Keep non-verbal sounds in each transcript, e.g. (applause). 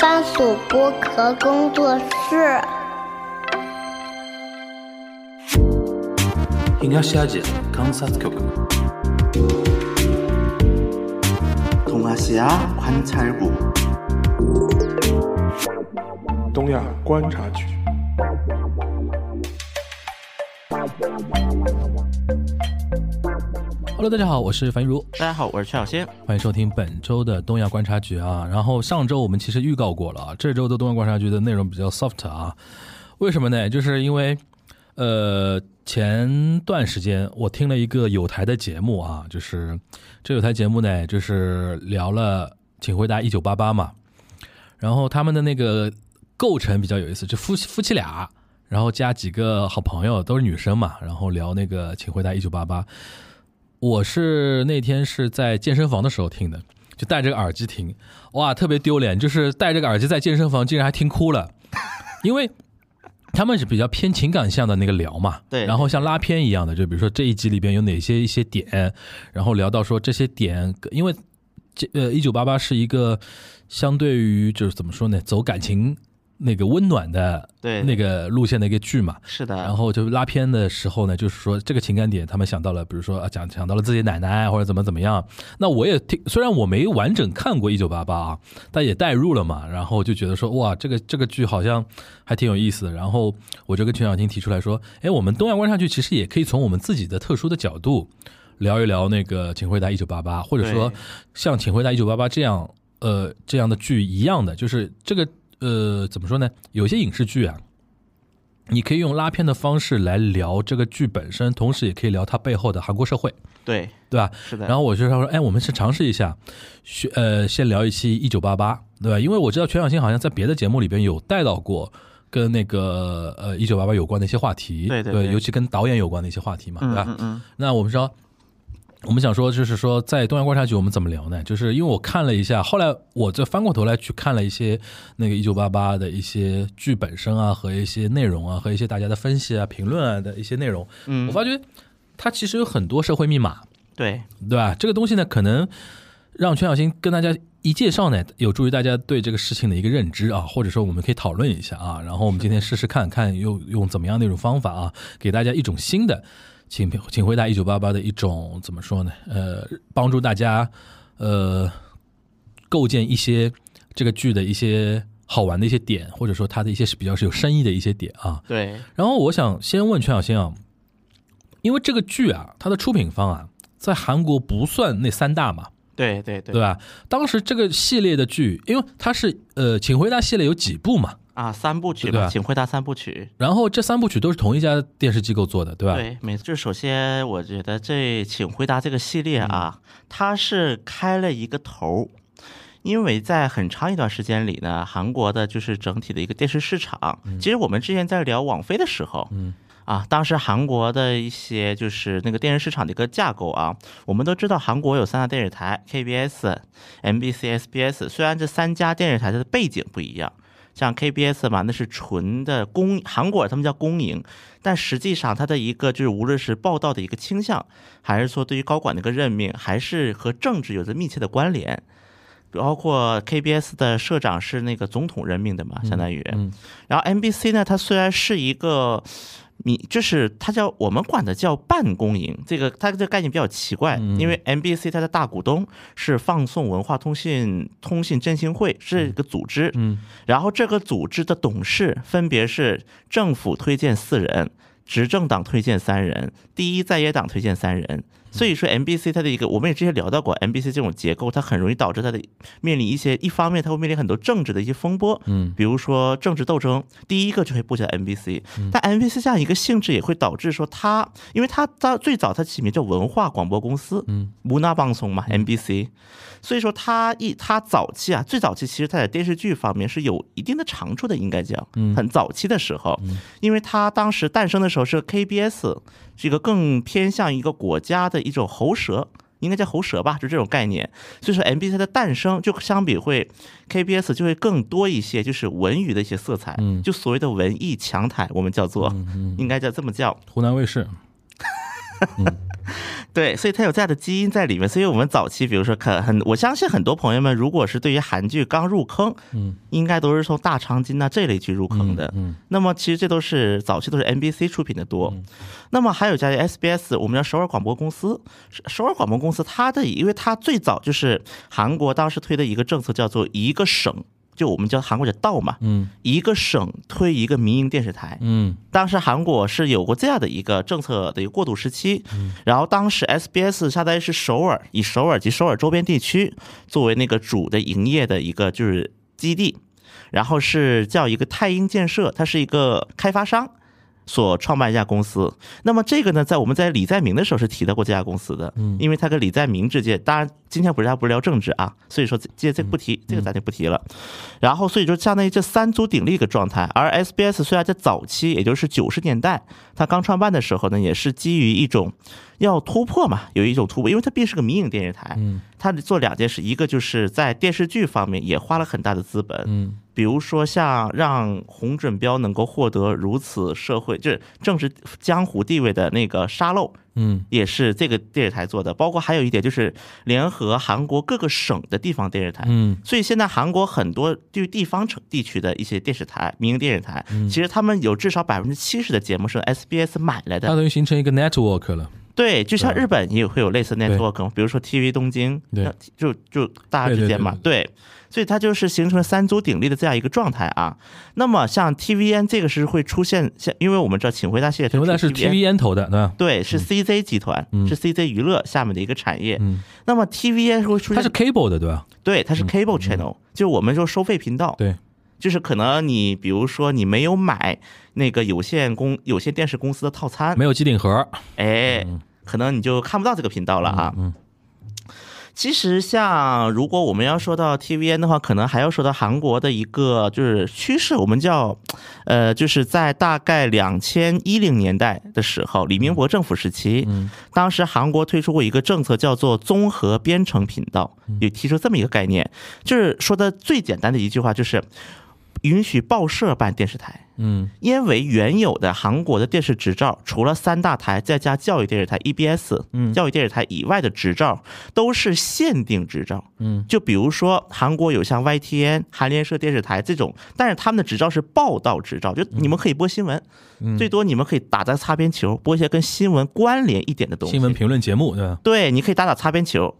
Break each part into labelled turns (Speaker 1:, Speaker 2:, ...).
Speaker 1: 番薯剥壳工作室。
Speaker 2: 東アジア観察局
Speaker 3: 동아시아관찰국
Speaker 4: 东亚观察局。
Speaker 5: Hello，大家好，我是樊玉茹，
Speaker 3: 大家好，我是陈小新。
Speaker 5: 欢迎收听本周的东亚观察局啊。然后上周我们其实预告过了啊，这周的东亚观察局的内容比较 soft 啊。为什么呢？就是因为呃，前段时间我听了一个有台的节目啊，就是这有台节目呢，就是聊了《请回答一九八八》嘛。然后他们的那个构成比较有意思，就夫妻夫妻俩，然后加几个好朋友，都是女生嘛，然后聊那个《请回答一九八八》。我是那天是在健身房的时候听的，就戴着个耳机听，哇，特别丢脸，就是戴着个耳机在健身房竟然还听哭了， (laughs) 因为。他们是比较偏情感向的那个聊嘛，
Speaker 3: 对
Speaker 5: 然后像拉片一样的，就比如说这一集里边有哪些一些点，然后聊到说这些点，因为这呃一九八八是一个相对于就是怎么说呢，走感情那个温暖的
Speaker 3: 对啊
Speaker 5: 那个路线的一个剧嘛，
Speaker 3: 是的，
Speaker 5: 然后就拉片的时候呢，就是说这个情感点，他们想到了，比如说啊，讲想到了自己奶奶或者怎么怎么样。那我也听，虽然我没完整看过《一九八八》啊，但也代入了嘛，然后就觉得说哇，这个这个剧好像还挺有意思的。然后我就跟全小青提出来说，哎，我们东亚观察剧其实也可以从我们自己的特殊的角度聊一聊那个《请回答一九八八》，或者说
Speaker 3: 对
Speaker 5: 像《请回答一九八八》这样呃这样的剧一样的，就是这个呃怎么说呢？有些影视剧啊。你可以用拉片的方式来聊这个剧本身，同时也可以聊它背后的韩国社会，
Speaker 3: 对，
Speaker 5: 对吧？
Speaker 3: 是的。
Speaker 5: 然后我就说，哎，我们是尝试一下，学呃，先聊一期一九八八，对吧？因为我知道全小新好像在别的节目里边有带到过跟那个呃一九八八有关的一些话题，
Speaker 3: 对对
Speaker 5: 对
Speaker 3: 对
Speaker 5: 尤其跟导演有关的一些话题嘛，对
Speaker 3: 嗯
Speaker 5: 吧？
Speaker 3: 嗯嗯，
Speaker 5: 那我们说，我们想说，就是说，在东亚观察局我们怎么聊呢？就是因为我看了一下，后来我再翻过头来去看了一些那个一九八八的一些剧本身啊，和一些内容啊，和一些大家的分析啊、评论啊的一些内容，
Speaker 3: 嗯
Speaker 5: 我发觉它其实有很多社会密码，
Speaker 3: 对
Speaker 5: 对吧？这个东西呢，可能让全小新跟大家一介绍呢，有助于大家对这个事情的一个认知啊，或者说我们可以讨论一下啊。然后我们今天试试看看用用怎么样的一种方法啊，给大家一种新的，请请回答一九八八的一种怎么说呢？呃，帮助大家呃构建一些这个剧的一些好玩的一些点，或者说它的一些是比较是有深意的一些点啊。
Speaker 3: 对，
Speaker 5: 然后我想先问全小新啊，因为这个剧啊，它的出品方啊，在韩国不算那三大嘛，
Speaker 3: 对对
Speaker 5: 对啊吧？当时这个系列的剧，因为它是呃，请回答系列有几部嘛，
Speaker 3: 啊，三部曲
Speaker 5: 对
Speaker 3: 吧，
Speaker 5: 吧
Speaker 3: 请回答三部曲。
Speaker 5: 然后这三部曲都是同一家电视机构做的，对吧？
Speaker 3: 对，每就是首先，我觉得这请回答这个系列啊，
Speaker 5: 嗯
Speaker 3: 它是开了一个头儿。因为在很长一段时间里呢，韩国的就是整体的一个电视市场，其实我们之前在聊网飞的时候，
Speaker 5: 嗯，
Speaker 3: 啊，当时韩国的一些就是那个电视市场的一个架构啊，我们都知道韩国有三大电视台 KBS、MBC、SBS，虽然这三家电视台的背景不一样。像 KBS 嘛，那是纯的公，韩国他们叫公营，但实际上它的一个就是无论是报道的一个倾向，还是说对于高管的一个任命，还是和政治有着密切的关联。包括 KBS 的社长是那个总统任命的嘛，相当于，
Speaker 5: 嗯
Speaker 3: 然后 MBC 呢，它虽然是一个，你就是它叫我们管它叫半公营，这个它这个概念比较奇怪，
Speaker 5: 嗯
Speaker 3: 因为 MBC 它的大股东是放送文化通信通信振兴会，是一个组织，
Speaker 5: 嗯，
Speaker 3: 然后这个组织的董事分别是政府推荐四人。执政党推荐三人，第一在野党推荐三
Speaker 5: 嗯
Speaker 3: 人，所以说 MBC 它的一个，我们也之前聊到过，MBC 这种结构，它很容易导致它的面临一些，一方面它会面临很多政治的一些风波，
Speaker 5: 嗯，
Speaker 3: 比如说政治斗争，第一个就会布下 NBC，但
Speaker 5: 嗯
Speaker 3: NBC 这样一个性质也会导致说它，因为它它最早它起名叫文化广播公司，
Speaker 5: 嗯，
Speaker 3: 无纳放松嘛 NBC，所以说它一它早期啊，最早期其实它在电视剧方面是有一定的长处的，应该讲，很早期的时候，因为它当时诞生的时候是 KBS 这个更偏向一个国家的一种喉舌。应该叫喉舌吧，就这种概念。所以说 MBC 的诞生就相比会 KBS 就会更多一些，就是文娱的一些色彩，
Speaker 5: 嗯
Speaker 3: 就所谓的文艺强台，我们叫做、应该叫这么叫。
Speaker 5: 湖南卫视，
Speaker 3: 对，所以它有这样的基因在里面。所以我们早期，比如说看很，我相信很多朋友们，如果是对于韩剧刚入坑，
Speaker 5: 嗯，
Speaker 3: 应该都是从大长今呐、这类剧入坑的。
Speaker 5: 嗯
Speaker 3: 那么其实这都是早期都是 NBC 出品的多，那么还有家 SBS，我们叫首尔广播公司。首首尔广播公司它的，因为它最早就是韩国当时推的一个政策叫做一个省，就我们叫韩国叫道嘛，
Speaker 5: 嗯
Speaker 3: 一个省推一个民营电视台。
Speaker 5: 嗯
Speaker 3: 当时韩国是有过这样的一个政策的一个过渡时期，然后当时 SBS 相当于是首尔以首尔及首尔周边地区作为那个主的营业的一个就是基地，然后是叫一个泰英建设，它是一个开发商。所创办一家公司，那么这个呢，在我们在李在明的时候是提到过这家公司的，因为他跟李在明之间，当然今天不是他不是聊政治啊，所以说这这这不提，这个咱就不提了。然后所以就相当于这三足鼎立一个状态。而 SBS 虽然在早期，也就是九十年代，它刚创办的时候呢，也是基于一种要突破嘛，有一种突破，因为它毕竟是个民营电视台，
Speaker 5: 嗯
Speaker 3: 它做两件事，一个就是在电视剧方面也花了很大的资本，
Speaker 5: 嗯
Speaker 3: 比如说像让洪准标能够获得如此社会就是政治江湖地位的那个沙漏，
Speaker 5: 嗯
Speaker 3: 也是这个电视台做的，包括还有一点就是联合韩国各个省的地方电视台，
Speaker 5: 嗯
Speaker 3: 所以现在韩国很多对地方城地区的一些电视台、民营电视台，
Speaker 5: 嗯
Speaker 3: 其实他们有至少百分之七十的节目是 SBS 买来
Speaker 5: 它
Speaker 3: 的。
Speaker 5: 等于形成一个 network 了。
Speaker 3: 对，就像日本也会有类似
Speaker 5: 对
Speaker 3: network，比如说 TV 东京，
Speaker 5: 对
Speaker 3: 那就就大家之间嘛，对，所以它就是形成了三足鼎立的这样一个状态啊。那么像 TVN 这个是会出现，像因为我们知道《请回答》系列，
Speaker 5: 请问那是 TVN 投的，对吧？
Speaker 3: 对，是 CJ 集团，
Speaker 5: 嗯
Speaker 3: 是 CJ 娱乐下面的一个产业。
Speaker 5: 嗯
Speaker 3: 那么 TVN 会出现，
Speaker 5: 它是 cable 的，对吧？
Speaker 3: 对，它是 cable channel，、就是我们说收费频道。
Speaker 5: 嗯对，
Speaker 3: 就是可能你比如说你没有买那个有线公有线电视公司的套餐
Speaker 5: 没，有机顶盒。
Speaker 3: 哎，可能你就看不到这个频道了啊。
Speaker 5: 嗯
Speaker 3: 其实，像如果我们要说到 TVN 的话，可能还要说到韩国的一个就是趋势，我们叫，呃，就是在大概两千一零年代的时候，李
Speaker 5: 嗯
Speaker 3: 明博政府时期，当时韩国推出过一个政策，叫做综合编程频道，
Speaker 5: 嗯
Speaker 3: 也提出这么一个概念，就是说的最简单的一句话就是，允许报社办电视台。
Speaker 5: 嗯
Speaker 3: 因为原有的韩国的电视执照，除了三大台再加教育电视台 EBS，嗯，教育电视台以外的执照都是限定执照，
Speaker 5: 嗯，
Speaker 3: 就比如说韩国有像 YTN、韩联社电视台这种，但是他们的执照是报道执
Speaker 5: 嗯
Speaker 3: 照，就你们可以播新闻，最多你们可以打打擦边球，播一些跟新闻关联一点的东西，
Speaker 5: 新闻评论节目，对吧？
Speaker 3: 对，你可以打打擦边球。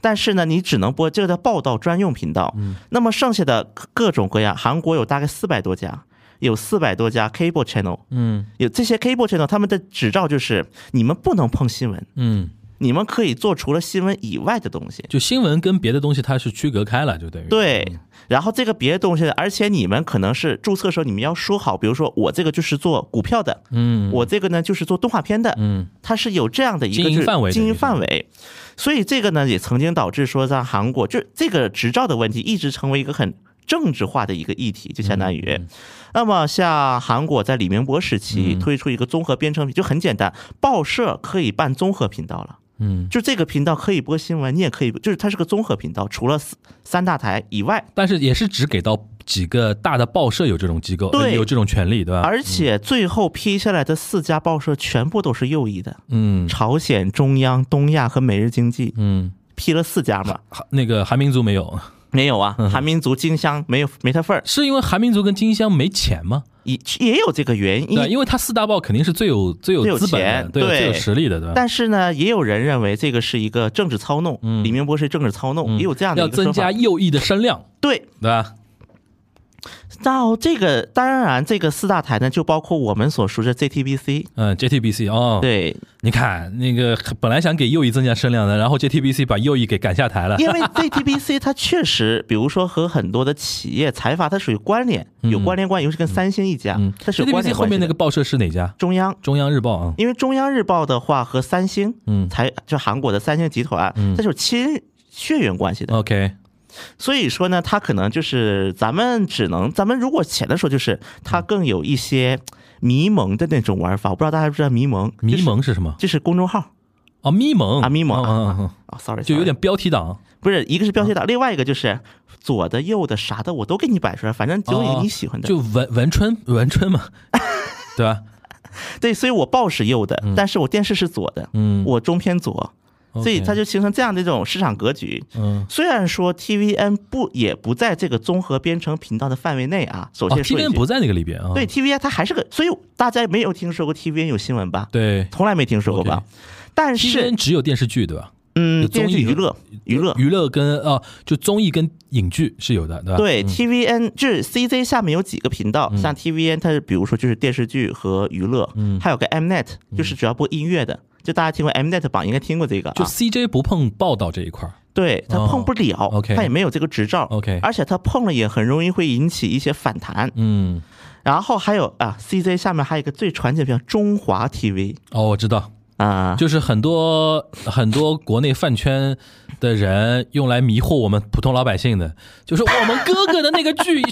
Speaker 3: 但是呢，你只能播这个叫报道专用频道。那么剩下的各各种各样，韩国有大概四百多家，有四百多家 cable channel，
Speaker 5: 嗯
Speaker 3: 有这些 cable channel，他们的执照就是你们不能碰新闻，
Speaker 5: 嗯，
Speaker 3: 你们可以做除了新闻以外的东西。
Speaker 5: 就新闻跟别的东西它是区隔开了，就等于
Speaker 3: 对，然后这个别的东西，而且你们可能是注册的时候你们要说好，比如说我这个就是做股票的，
Speaker 5: 嗯
Speaker 3: 我这个呢就是做动画片的，
Speaker 5: 嗯
Speaker 3: 它是有这样的一个
Speaker 5: 经营
Speaker 3: 就是
Speaker 5: 范围的
Speaker 3: 经
Speaker 5: 一
Speaker 3: 营
Speaker 5: 个
Speaker 3: 范围。所以这个呢，也曾经导致说，在韩国就这个执照的问题一直成为一个很政治化的一个议题，就相当于。
Speaker 5: 嗯
Speaker 3: 那么像韩国在李明博时期推出一个综合编程，就很简单，报社可以办综合频道了。
Speaker 5: 嗯。
Speaker 3: 就这个频道可以播新闻，你也可以，就是它是个综合频道，除了四三大台以外，
Speaker 5: 但是也是只给到几个大的报社有这种机构，呃
Speaker 3: 对
Speaker 5: 有这种权利，对吧？
Speaker 3: 而且最后批下来的四家报社全部都是右翼的，
Speaker 5: 嗯
Speaker 3: 朝鲜、中央、东亚和每日经济
Speaker 5: 嗯，
Speaker 3: 批了四家嘛。
Speaker 5: 韩那个韩民族 (laughs) 没有，
Speaker 3: 没有啊，韩民族金香没有没他份儿，
Speaker 5: 是因为韩民族跟金香没钱吗？
Speaker 3: 也也有这个原
Speaker 5: 对，
Speaker 3: 因。
Speaker 5: 因为他四大报肯定是最有最有
Speaker 3: 最有
Speaker 5: 资本的，
Speaker 3: 钱
Speaker 5: 对，
Speaker 3: 对
Speaker 5: 最有实力的，对吧？
Speaker 3: 但是呢，也有人认为这个是一个政治操弄，李明博是政治操弄，也有这样
Speaker 5: 嗯
Speaker 3: 的
Speaker 5: 要
Speaker 3: 一个说
Speaker 5: 增
Speaker 3: 法
Speaker 5: 加。右翼的声量，
Speaker 3: 对，
Speaker 5: 对吧？
Speaker 3: 到这个当然这个四大台呢，就包括我们所熟知的 JTBC，
Speaker 5: 嗯，JTBC 哦，，
Speaker 3: 对，
Speaker 5: 你看那个本来想给右翼增加声量的，然后 JTBC 把右翼给赶下台了，
Speaker 3: 因为 JTBC 它确实，比如说和很多的企业财阀它属于关联，有关联关系，尤其跟三星一家
Speaker 5: 嗯，
Speaker 3: 它是有关
Speaker 5: ，JTBC
Speaker 3: 联
Speaker 5: 后
Speaker 3: 关系
Speaker 5: 面那
Speaker 3: 的
Speaker 5: 个报社是哪家？
Speaker 3: 中央。
Speaker 5: 中央日报啊，
Speaker 3: 因为中央日报的话和三星，
Speaker 5: 嗯
Speaker 3: 财就韩国的三星集团，它是有亲血缘关系的，
Speaker 5: ，OK，
Speaker 3: 所以说呢，它可能就是咱们只能，咱们如果浅的说，就是它更有一些迷蒙的那种玩法。我不知道大家知不知道迷蒙？
Speaker 5: 迷蒙是什么？
Speaker 3: 就是公众号
Speaker 5: 哦，咪蒙
Speaker 3: 啊咪
Speaker 5: 嗯
Speaker 3: 蒙
Speaker 5: 嗯嗯嗯，
Speaker 3: 啊、s o r r y
Speaker 5: 就有点嗯标题党，
Speaker 3: 不是，一个是标题党，另外一个就是左的、右的、啥
Speaker 5: 哦嗯
Speaker 3: 的，我都给你摆出来，反正总有一个你喜欢的。 (laughs)
Speaker 5: 就文文春文春嘛，对吧？
Speaker 3: 对，所以我报是右的，但是我电视是左的，
Speaker 5: 嗯
Speaker 3: 我中偏左，所以
Speaker 5: OK
Speaker 3: 它就形成这样的一种市场格局。
Speaker 5: 嗯，
Speaker 3: 虽然说 TVN 不也不在这个综合编程频道的范围内啊，首
Speaker 5: 哦
Speaker 3: 先说一句，
Speaker 5: ，TVN 不在那个里边啊，
Speaker 3: 对 TVN 它还是个，所以大家没有听说过 TVN 有新闻吧？
Speaker 5: 哦对
Speaker 3: 从来没听说过吧？但是
Speaker 5: ，TVN 只有电视剧对吧？
Speaker 3: 嗯
Speaker 5: 有，
Speaker 3: 电视
Speaker 5: 综艺
Speaker 3: 剧娱
Speaker 5: 有
Speaker 3: 乐娱乐
Speaker 5: 娱乐跟啊，就综艺跟影剧是有的，对吧？
Speaker 3: 对 TVN 就是 CJ 下面有几个频
Speaker 5: 嗯
Speaker 3: 道，像 TVN 它是比如说就是电视剧和娱乐，
Speaker 5: 嗯
Speaker 3: 还有个 Mnet 就是主要播音乐的，就大家听过 Mnet 榜应该听过这个
Speaker 5: 就
Speaker 3: 啊，
Speaker 5: CJ 不碰报道这一块儿。
Speaker 3: 对它
Speaker 5: 哦
Speaker 3: 碰不了
Speaker 5: ，OK
Speaker 3: 它也没有这个执照
Speaker 5: OK
Speaker 3: 而且它碰了也很容易会引起一些反弹。
Speaker 5: 嗯，
Speaker 3: 然后还有啊 CJ 下面还有一个最传奇的频道中华 TV
Speaker 5: 哦，我知道，
Speaker 3: 啊，
Speaker 5: 就是很多很多国内饭圈的人用来迷惑我们普通老百姓的，就是我们哥哥的那个剧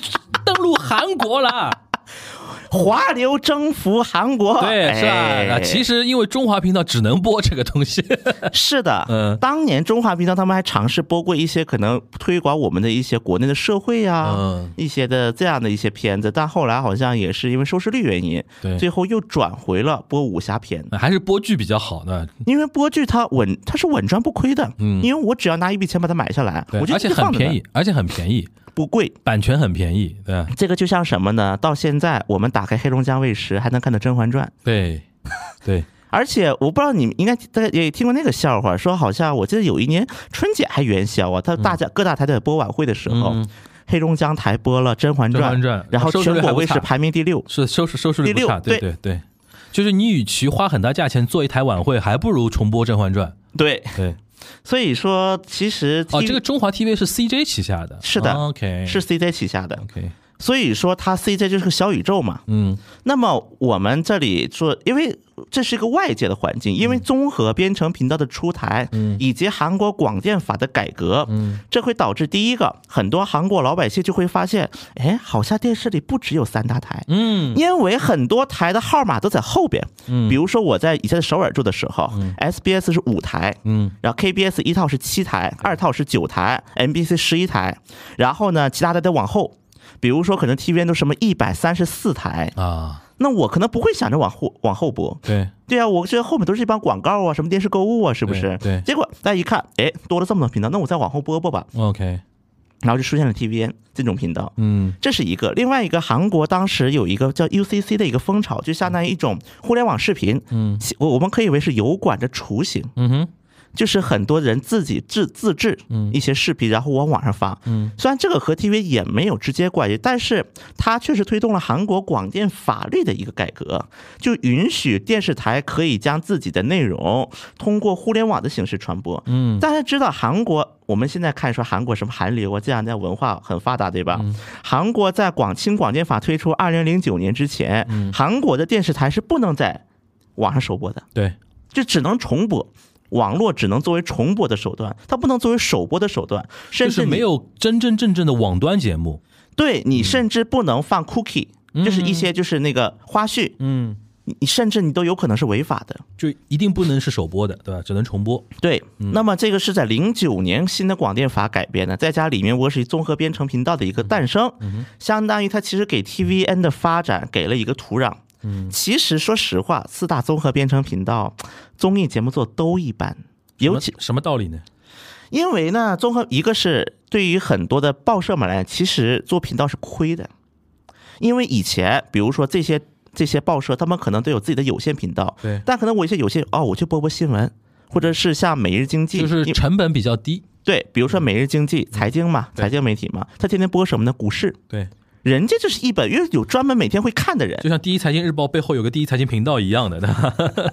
Speaker 5: 登陆韩国了，
Speaker 3: (laughs) 华流征服韩国，
Speaker 5: 对，是吧？啊
Speaker 3: 哎
Speaker 5: 其实因为中华频道只能播这个东西，
Speaker 3: 是的，
Speaker 5: 嗯
Speaker 3: 当年中华频道他们还尝试播过一些可能推广我们的一些国内的社会呀、
Speaker 5: 嗯
Speaker 3: 一些的这样的一些片子，但后来好像也是因为收视率原因，
Speaker 5: 对嗯
Speaker 3: 最后又转回了播武侠片，
Speaker 5: 还是播剧比较好的。
Speaker 3: 因为播剧它稳，它是稳赚不亏的，嗯，因为我只要拿一笔钱把它买下来，
Speaker 5: 对
Speaker 3: 我，就
Speaker 5: 而且
Speaker 3: 一直
Speaker 5: 很
Speaker 3: 放着
Speaker 5: 便
Speaker 3: 它
Speaker 5: 宜，，而且很便宜，
Speaker 3: 不贵。
Speaker 5: 版权很便宜，
Speaker 3: (laughs)
Speaker 5: 对吧
Speaker 3: 这个就像什么呢？到现在我们打开黑龙江卫视还能看到《甄嬛传》，
Speaker 5: 对，对，
Speaker 3: 而且我不知道你们应该大家也听过那个笑话，说好像我记得有一年春节还元宵啊，他
Speaker 5: 嗯
Speaker 3: 大家、各大台在播晚会的时候，黑龙江台播了《甄嬛传》，
Speaker 5: 甄嬛传
Speaker 3: 然后
Speaker 5: 收视率
Speaker 3: 全国
Speaker 5: 还不
Speaker 3: 卫视
Speaker 5: 差
Speaker 3: 排名第六。
Speaker 5: 是收视收视率
Speaker 3: 第
Speaker 5: 不
Speaker 3: 六
Speaker 5: 差，对
Speaker 3: 对
Speaker 5: 对对，就是你与其花很大价钱做一台晚会，还不如重播《甄嬛传
Speaker 3: 对，》。
Speaker 5: 对，
Speaker 3: 所以说其实
Speaker 5: 哦，
Speaker 3: TV
Speaker 5: 这个中华 TV 是 CJ 旗下的，
Speaker 3: 是的
Speaker 5: 哦，OK，
Speaker 3: 是 CJ 旗下的，
Speaker 5: OK，
Speaker 3: 所以说它 CJ 就是个小宇宙嘛。
Speaker 5: 嗯，
Speaker 3: 那么我们这里说，因为这是一个外界的环
Speaker 5: 嗯
Speaker 3: 境，因为综合编程频道的出台，以及韩国广电法的改革，
Speaker 5: 嗯
Speaker 3: 这会导致第一个，很多韩国老百姓就会发现，哎，好像电视里不只有三大台，
Speaker 5: 嗯，
Speaker 3: 因为很多台的号码都在后边，比如说我在以前在首尔住的时候，SBS 是五台，
Speaker 5: 嗯，
Speaker 3: 然后 KBS 一套是七台，二套是九台，MBC 十一台，然后呢，其他的再往后。比如说，可能 TVN 都什么一百三十四台，
Speaker 5: 啊，
Speaker 3: 那我可能不会想着往后往后播。
Speaker 5: 对，
Speaker 3: 对啊，我觉得后面都是一帮广告啊，什么电视购物啊，是不是？
Speaker 5: 对对
Speaker 3: 结果大家一看，哎，多了这么多频道，那我再往后播播吧。
Speaker 5: OK，
Speaker 3: 然后就出现了 TVN 这种频道，
Speaker 5: 嗯，
Speaker 3: 这是一个。另外一个，韩国当时有一个叫 UCC 的一个风潮，就相当于一种互联网视频，嗯，我我们可以为是油管的雏形，
Speaker 5: 嗯哼，
Speaker 3: 就是很多人自己制自制一些视频，然后往网上发。嗯，虽然这个和 TV 也没有直接关系，但是它确实推动了韩国广电法律的一个改革，就允许电视台可以将自己的内容通过互联网的形式传播。嗯，大家知道韩国。我们现在看说韩国什么韩流啊，这样的文化很发达，对吧？韩国在广清广电法推出二零零九年之前，韩国的电视台是不能在网上首播的。
Speaker 5: 对，
Speaker 3: 就只能重播。网络只能作为重播的手段，它不能作为首播的手段，甚
Speaker 5: 就
Speaker 3: 至
Speaker 5: 是
Speaker 3: 你
Speaker 5: 没有嗯真真正正的网端节目，
Speaker 3: 对你甚至不能放 cookie，、就是一些就是那个花絮，
Speaker 5: 嗯，
Speaker 3: 你你甚至你都有可能是违法的。
Speaker 5: 就一定不能是首播的，对吧？只能重播。
Speaker 3: 对，
Speaker 5: 嗯
Speaker 3: 那么这个是在零九年新的广电法改编的，再加里面我是综合编程频道的一个诞生，
Speaker 5: 嗯
Speaker 3: 相当于它其实给 TVN 的发展给了一个土壤。
Speaker 5: 嗯
Speaker 3: 其实说实话，四大综合编程频道综艺节目做都一般，尤其
Speaker 5: 什么什么道理呢？
Speaker 3: 因为呢，综合一个是对于很多的报社们来讲，其实做频道是亏的，因为以前比如说这些这些报社，他们可能都有自己的有线频道，
Speaker 5: 对
Speaker 3: 但可能我一些有线哦，我去播播新闻。或者是像《每日经济》，
Speaker 5: 就是
Speaker 3: 因
Speaker 5: 成嗯本比较低，
Speaker 3: 对，比如说《每日经济》财经嘛，
Speaker 5: 对
Speaker 3: 财经媒体嘛，他天天播什么呢？股市，
Speaker 5: 对，
Speaker 3: 人家就是一本，因为有专门每天会看的人，
Speaker 5: 就像第一财经日报背后有个第一财经频道一样的， (laughs) 对吧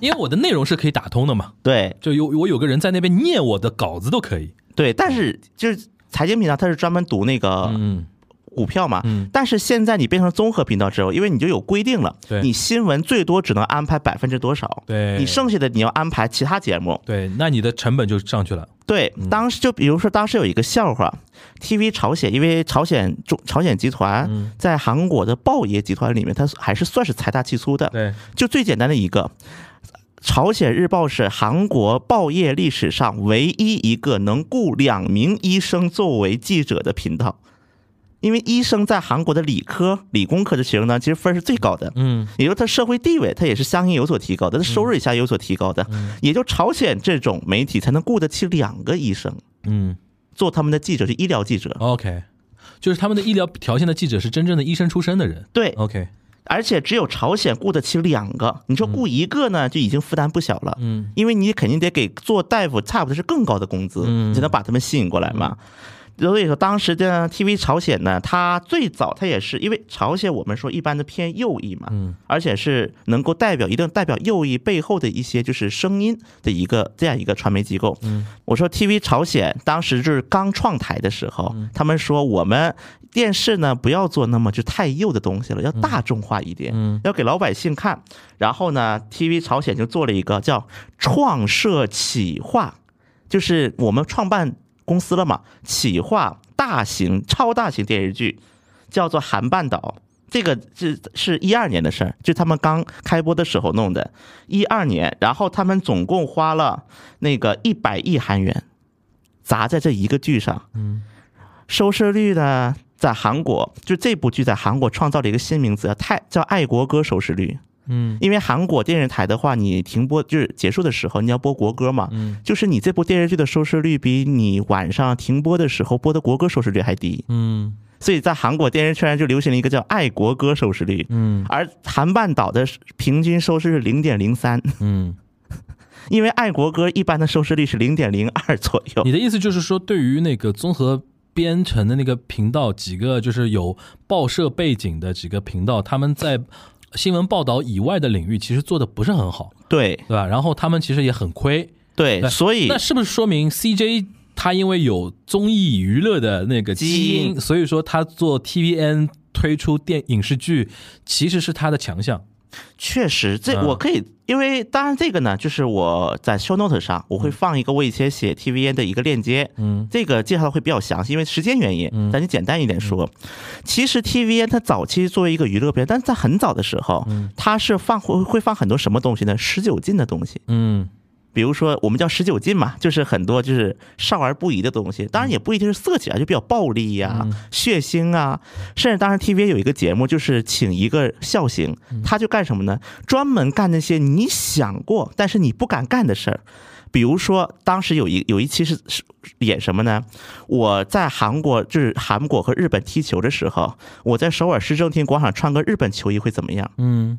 Speaker 5: 因为我的内容是可以打通的嘛，
Speaker 3: 对
Speaker 5: 就有我有个人在那边念我的稿子都可以。
Speaker 3: 对。但是就是财经频道，它是专门读那个
Speaker 5: 嗯，
Speaker 3: 股票嘛，
Speaker 5: 嗯
Speaker 3: 但是现在你变成综合频道之后，因为你就有规定了，
Speaker 5: 对
Speaker 3: 你新闻最多只能安排百分之多少，
Speaker 5: 对
Speaker 3: 你剩下的你要安排其他节目。
Speaker 5: 对，那你的成本就上去了。
Speaker 3: 对，当时就比如说当时有一个笑话，TV 朝鲜，因为朝鲜中朝鲜集团
Speaker 5: 嗯
Speaker 3: 在韩国的报业集团里面，它还是算是财大气粗的。
Speaker 5: 对，
Speaker 3: 就最简单的一个，朝鲜日报是韩国报业历史上唯一一个能雇两名医生作为记者的频道。因为医生在韩国的理科、理工科的学生呢，其实分儿是最高的，
Speaker 5: 嗯，
Speaker 3: 也就是他社会地位，他也是相应有所提高的，他收入也相应有所提高的，也就朝鲜这种媒体才能雇得起两个医生
Speaker 5: 嗯
Speaker 3: 做他们的记者，是医疗记者。
Speaker 5: ，OK，就是他们的医疗条件的记者是真正的医生出身的人。
Speaker 3: 对，
Speaker 5: OK，
Speaker 3: 而且只有朝鲜雇得起两个，你说雇一个呢，就已经负担不小了。
Speaker 5: 嗯，
Speaker 3: 因为你肯定得给做大夫差不多是更高的工资，
Speaker 5: 嗯
Speaker 3: 你才能把他们吸引过来嘛。所以说，当时的 TV 朝鲜呢，它最早它也是因为朝鲜我们说一般的偏右翼嘛，
Speaker 5: 嗯，
Speaker 3: 而且是能够代表一定代表右翼背后的一些就是声音的一个这样一个传媒机构。嗯，我说 TV 朝鲜当时就是刚创台的时候，
Speaker 5: 嗯
Speaker 3: 他们说我们电视呢不要做那么就太右的东西了，要大众化一点，
Speaker 5: 嗯
Speaker 3: 要给老百姓看。然后呢，TV 朝鲜就做了一个叫“创社企划”，就是我们创办公司了嘛，企划大型超大型电视剧，叫做《韩半岛》。这个是是一二年的事儿，就他们刚开播的时候弄的，一二年。然后他们总共花了那个一百亿韩元，砸在这一个剧上。嗯，收视率呢，在韩国就这部剧在韩国创造了一个新名词，叫泰叫爱国歌收视率。
Speaker 5: 嗯，
Speaker 3: 因为韩国电视台的话，你停播就是结束的时候，你要播国歌嘛，
Speaker 5: 嗯
Speaker 3: 就是你这部电视剧的收视率比你晚上停播的时候播的国歌收视率还低，
Speaker 5: 嗯
Speaker 3: 所以在韩国电视圈就流行了一个叫爱国歌收视率，
Speaker 5: 嗯
Speaker 3: 而韩半岛的平均收视是零点零三，
Speaker 5: 嗯，
Speaker 3: (laughs) 因为爱国歌一般的收视率是零点零二左右
Speaker 5: 你，的意思就是说，对于那个综合编程的那个频道，几个就是有报社背景的几个频道，他们在新闻报道以外的领域其实做的不是很好，
Speaker 3: 对
Speaker 5: 对吧？然后他们其实也很亏。
Speaker 3: 对，所以
Speaker 5: 那是不是说明 CJ 他因为有综艺娱乐的那个基
Speaker 3: 基
Speaker 5: 因，
Speaker 3: 因
Speaker 5: 所以说他做 TVN 推出电影视剧其实是他的强项？
Speaker 3: 确实，这
Speaker 5: 嗯
Speaker 3: 我可以，因为当然这个呢，就是我在 show note 上我会放一个我以前写 TVN 的一个链接，
Speaker 5: 嗯，
Speaker 3: 这个介绍的会比较详细，因为时间原因，咱就简单一点说。其实 TVN 它早期作为一个娱乐片，但是在很早的时候，它是放会会放很多什么东西呢？十九禁的东西，
Speaker 5: 嗯
Speaker 3: 比如说我们叫十九禁嘛，就是很多就是少儿不宜的东西，当然也不一定是色情啊，就比较暴力呀、血腥啊，甚至当时 TVN 有一个节目，就是请一个笑星，他就干什么呢？专门干那些你想过但是你不敢干的事儿。比如说，当时有一有一期是是演什么呢？我在韩国，就是韩国和日本踢球的时候，我在首尔市政厅广场穿个日本球衣会怎么样？
Speaker 5: 嗯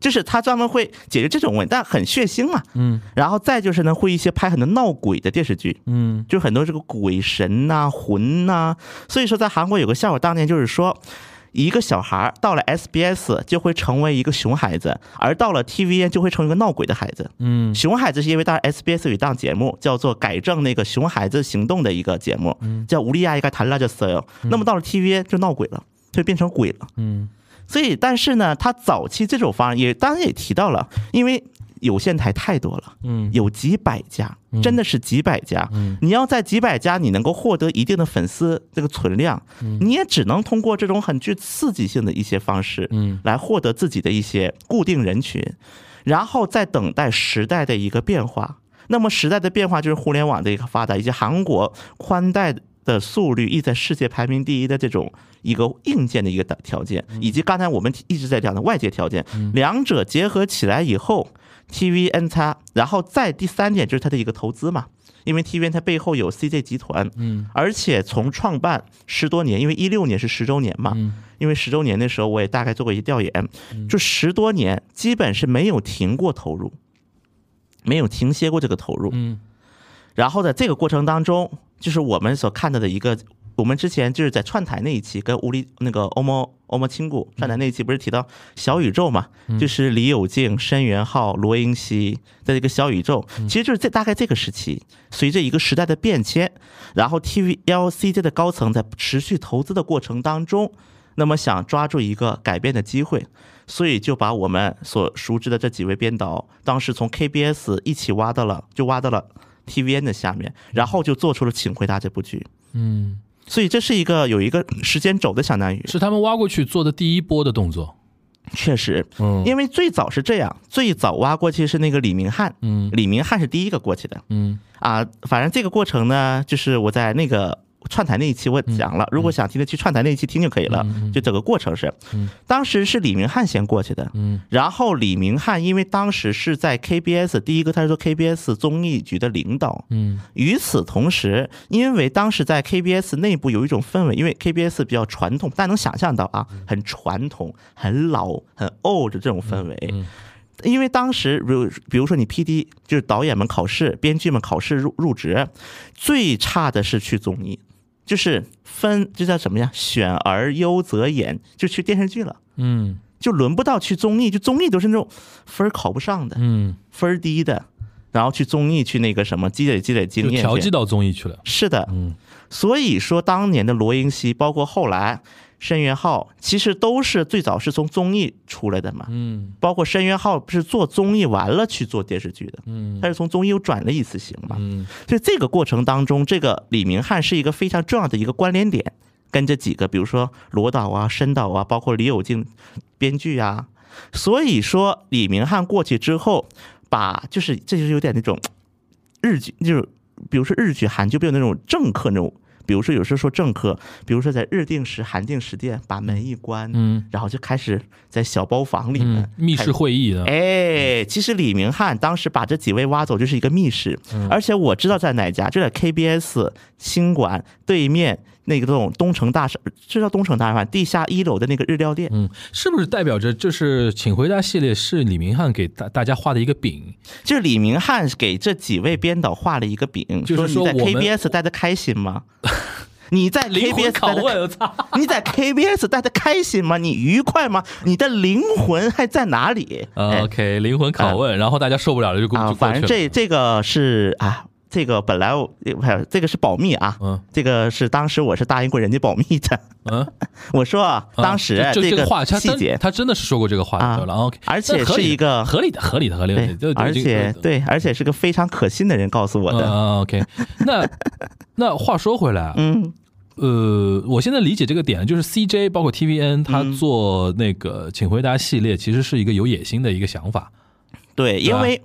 Speaker 3: 就是他专门会解决这种问题，但很血腥嘛。
Speaker 5: 嗯
Speaker 3: 然后再就是呢，会一些拍很多闹鬼的电视剧，
Speaker 5: 嗯
Speaker 3: 就很多这个鬼神呐、魂呐、所以说，在韩国有个笑话，当年就是说，一个小孩儿到了 SBS 就会成为一个熊孩子，而到了 TVN 就会成为一个闹鬼的孩子。
Speaker 5: 嗯
Speaker 3: 熊孩子是因为当时 SBS 有一档节目叫做改正那个熊孩子行动的一个节目，
Speaker 5: 嗯
Speaker 3: 叫《우리아이가달라졌어요》。那么到了 TVN 就闹鬼了，就变成鬼了。
Speaker 5: 嗯
Speaker 3: 所以，但是呢，他早期这种方案也当然也提到了，因为有线台太多了。
Speaker 5: 嗯
Speaker 3: 有几百家，真的是几百家。你要在几百家，你能够获得一定的粉丝这个存量，
Speaker 5: 嗯
Speaker 3: 你也只能通过这种很具刺激性的一些方式，
Speaker 5: 嗯
Speaker 3: 来获得自己的一些固定人群，然后再等待时代的一个变化。那么时代的变化就是互联网的一个发达，以及韩国宽带的速率亦在世界排名第一的这种一个硬件的一个条件，以及刚才我们一直在讲的外界条件，两者结合起来以后，TVN 它，然后再第三点就是它的一个投资嘛。因为 TVN 它背后有 CJ 集团，嗯，而且从创办十多年，因为一六年是十周年嘛，因为十周年的时候我也大概做过一些调研，就十多年基本是没有停过投入，没有停歇过这个投入。
Speaker 5: 嗯
Speaker 3: 然后在这个过程当中，就是我们所看到的一个，我们之前就是在串台那一期跟吴里那个欧莫欧莫亲故串台那一期不是提到小宇宙嘛，就是李友静、申元浩、罗英熙在这个小宇宙，其实就是这大概这个时期，随着一个时代的变迁，然后 TVLCJ 的高层在持续投资的过程当中。那么想抓住一个改变的机会，所以就把我们所熟知的这几位编导，当时从 KBS 一起挖到了，就挖到了 TVN 的下面，然后就做出了《请回答》这部剧。
Speaker 5: 嗯，
Speaker 3: 所以这是一个有一个时间轴的，相当于
Speaker 5: 是他们挖过去做的第一波的动作。
Speaker 3: 确实，
Speaker 5: 嗯
Speaker 3: 因为最早是这样，最早挖过去是那个李明翰，
Speaker 5: 嗯
Speaker 3: 李明翰是第一个过去的
Speaker 5: 嗯
Speaker 3: 啊。反正这个过程呢，就是我在那个串台那一期我讲
Speaker 5: 嗯
Speaker 3: 了，如果想听的去串台那一期听就可以了。就整个过程是，
Speaker 5: 嗯
Speaker 3: 当时是李明翰先过去的，然后李明翰因为当时是在 KBS 第一个，他是做 KBS 综艺局的领导，
Speaker 5: 嗯
Speaker 3: 与此同时，因为当时在 KBS 内部有一种氛围，因为 KBS 比较传统，大家能想象到啊，
Speaker 5: 嗯
Speaker 3: 很传统、很老、很 old 这种氛围。
Speaker 5: 嗯
Speaker 3: 因为当时，比如比如说你 P D 就是导演们考试、编剧们考试入入职，最差的是去综艺，就是分这叫什么呀？选而优则演，就去电视剧了，
Speaker 5: 嗯
Speaker 3: 就轮不到去综艺，就综艺都是那种分儿考不上的、
Speaker 5: 嗯，
Speaker 3: 分儿低的，然后去综艺去那个什么积累积累经
Speaker 5: 就
Speaker 3: 验
Speaker 5: 调
Speaker 3: 去
Speaker 5: 剂到综艺去了。
Speaker 3: 是的，
Speaker 5: 嗯
Speaker 3: 所以说当年的罗英熙，包括后来申元浩，其实都是最早是从综艺出来的嘛。
Speaker 5: 嗯
Speaker 3: 包括申元浩不是做综艺完了去做电视剧的，
Speaker 5: 嗯
Speaker 3: 他是从综艺又转了一次型嘛。
Speaker 5: 嗯
Speaker 3: 所以这个过程当中，这个李明翰是一个非常重要的一个关联点，跟这几个，比如说罗导啊、申导啊，包括李友静编剧啊。所以说，李明翰过去之后，把就是这就是有点那种日剧，就是比如说日剧、韩剧，不有那种政客那种，比如说有时候说政客，比如说在日定时、韩定时店把门一关，
Speaker 5: 嗯
Speaker 3: 然后就开始在小包房里面、
Speaker 5: 嗯，密室会议的，
Speaker 3: 哎，其实李明翰当时把这几位挖走就是一个密室，
Speaker 5: 嗯
Speaker 3: 而且我知道在哪家，就在 KBS 新馆对面那个那种东城大厦，这叫东城大厦地下一楼的那个日料店。
Speaker 5: 嗯，是不是代表着就是《请回答》系列是李明翰给大大家画的一个饼？
Speaker 3: 就是李明翰给这几位编导画了一个饼，
Speaker 5: 就是
Speaker 3: 说
Speaker 5: 说
Speaker 3: 你在
Speaker 5: 我们
Speaker 3: KBS 待的开
Speaker 5: (laughs)
Speaker 3: 心吗？你在
Speaker 5: 灵魂
Speaker 3: KBS 待
Speaker 5: 拷
Speaker 3: 的，
Speaker 5: 问，我操！
Speaker 3: 你在 KBS 待的开心吗？你愉快吗？你的灵魂还在哪里？
Speaker 5: 啊
Speaker 3: 哎
Speaker 5: OK，灵魂拷问，然后大家受不了了就过
Speaker 3: 啊，
Speaker 5: 就过
Speaker 3: 反
Speaker 5: 去
Speaker 3: 正
Speaker 5: 了。
Speaker 3: 这这个是啊，这个本来我哎这个是保密啊，
Speaker 5: 嗯
Speaker 3: 这个是当时我是答应过人家保密的。
Speaker 5: 嗯，
Speaker 3: 我说啊，
Speaker 5: 啊
Speaker 3: 当时
Speaker 5: 就就这
Speaker 3: 个
Speaker 5: 话他
Speaker 3: 细
Speaker 5: 真
Speaker 3: 节，
Speaker 5: 他真的是说过这个话
Speaker 3: 啊
Speaker 5: 对了。OK，
Speaker 3: 而且
Speaker 5: 那合理
Speaker 3: 是一个
Speaker 5: 合理的、合理的、合理的，就
Speaker 3: 而且对，而且是个非常可信的人告诉我的。
Speaker 5: 嗯，OK。那那话说回来，啊
Speaker 3: 嗯，
Speaker 5: 呃，我现在理解这个点就是 CJ 包括 TVN 他
Speaker 3: 嗯
Speaker 5: 做那个《请回答》系列，其实是一个有野心的一个想法。
Speaker 3: 对，
Speaker 5: 嗯对啊
Speaker 3: 因
Speaker 5: 吧
Speaker 3: 为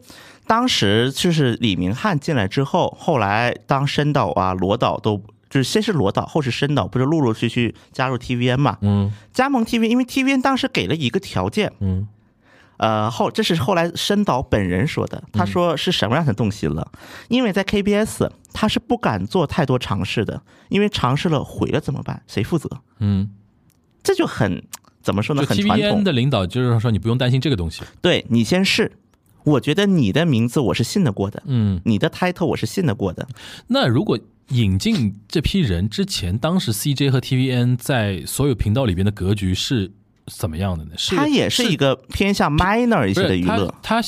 Speaker 3: 当时就是李明翰进来之后，后来当申导啊、罗导都。就是先是罗导，后是申导，不是陆陆续续加入 TVN 嘛？
Speaker 5: 嗯
Speaker 3: 加盟 TVN，因为 TVN 当时给了一个条件，
Speaker 5: 嗯
Speaker 3: 呃，后这是后来申导本人说的，
Speaker 5: 嗯
Speaker 3: 他说是什么让他动心了？因为在 KBS 他是不敢做太多尝试的，因为尝试了毁了怎么办？谁负责？
Speaker 5: 嗯，
Speaker 3: 这就很怎么说
Speaker 5: 就
Speaker 3: 呢？很传
Speaker 5: TVN
Speaker 3: 统。
Speaker 5: 的领导就是说你不用担心这个东西。
Speaker 3: 对你先试，我觉得你的名字我是信得过的，
Speaker 5: 嗯，
Speaker 3: 你的 title 我是信得过的。
Speaker 5: 那如果引进这批人之前，当时 CJ 和 TVN 在所有频道里边的格局是怎么样的呢？是
Speaker 3: 它也是一个偏向 minor 一
Speaker 5: 不
Speaker 3: 些的
Speaker 5: 是
Speaker 3: 娱
Speaker 5: 他
Speaker 3: 乐，
Speaker 5: 他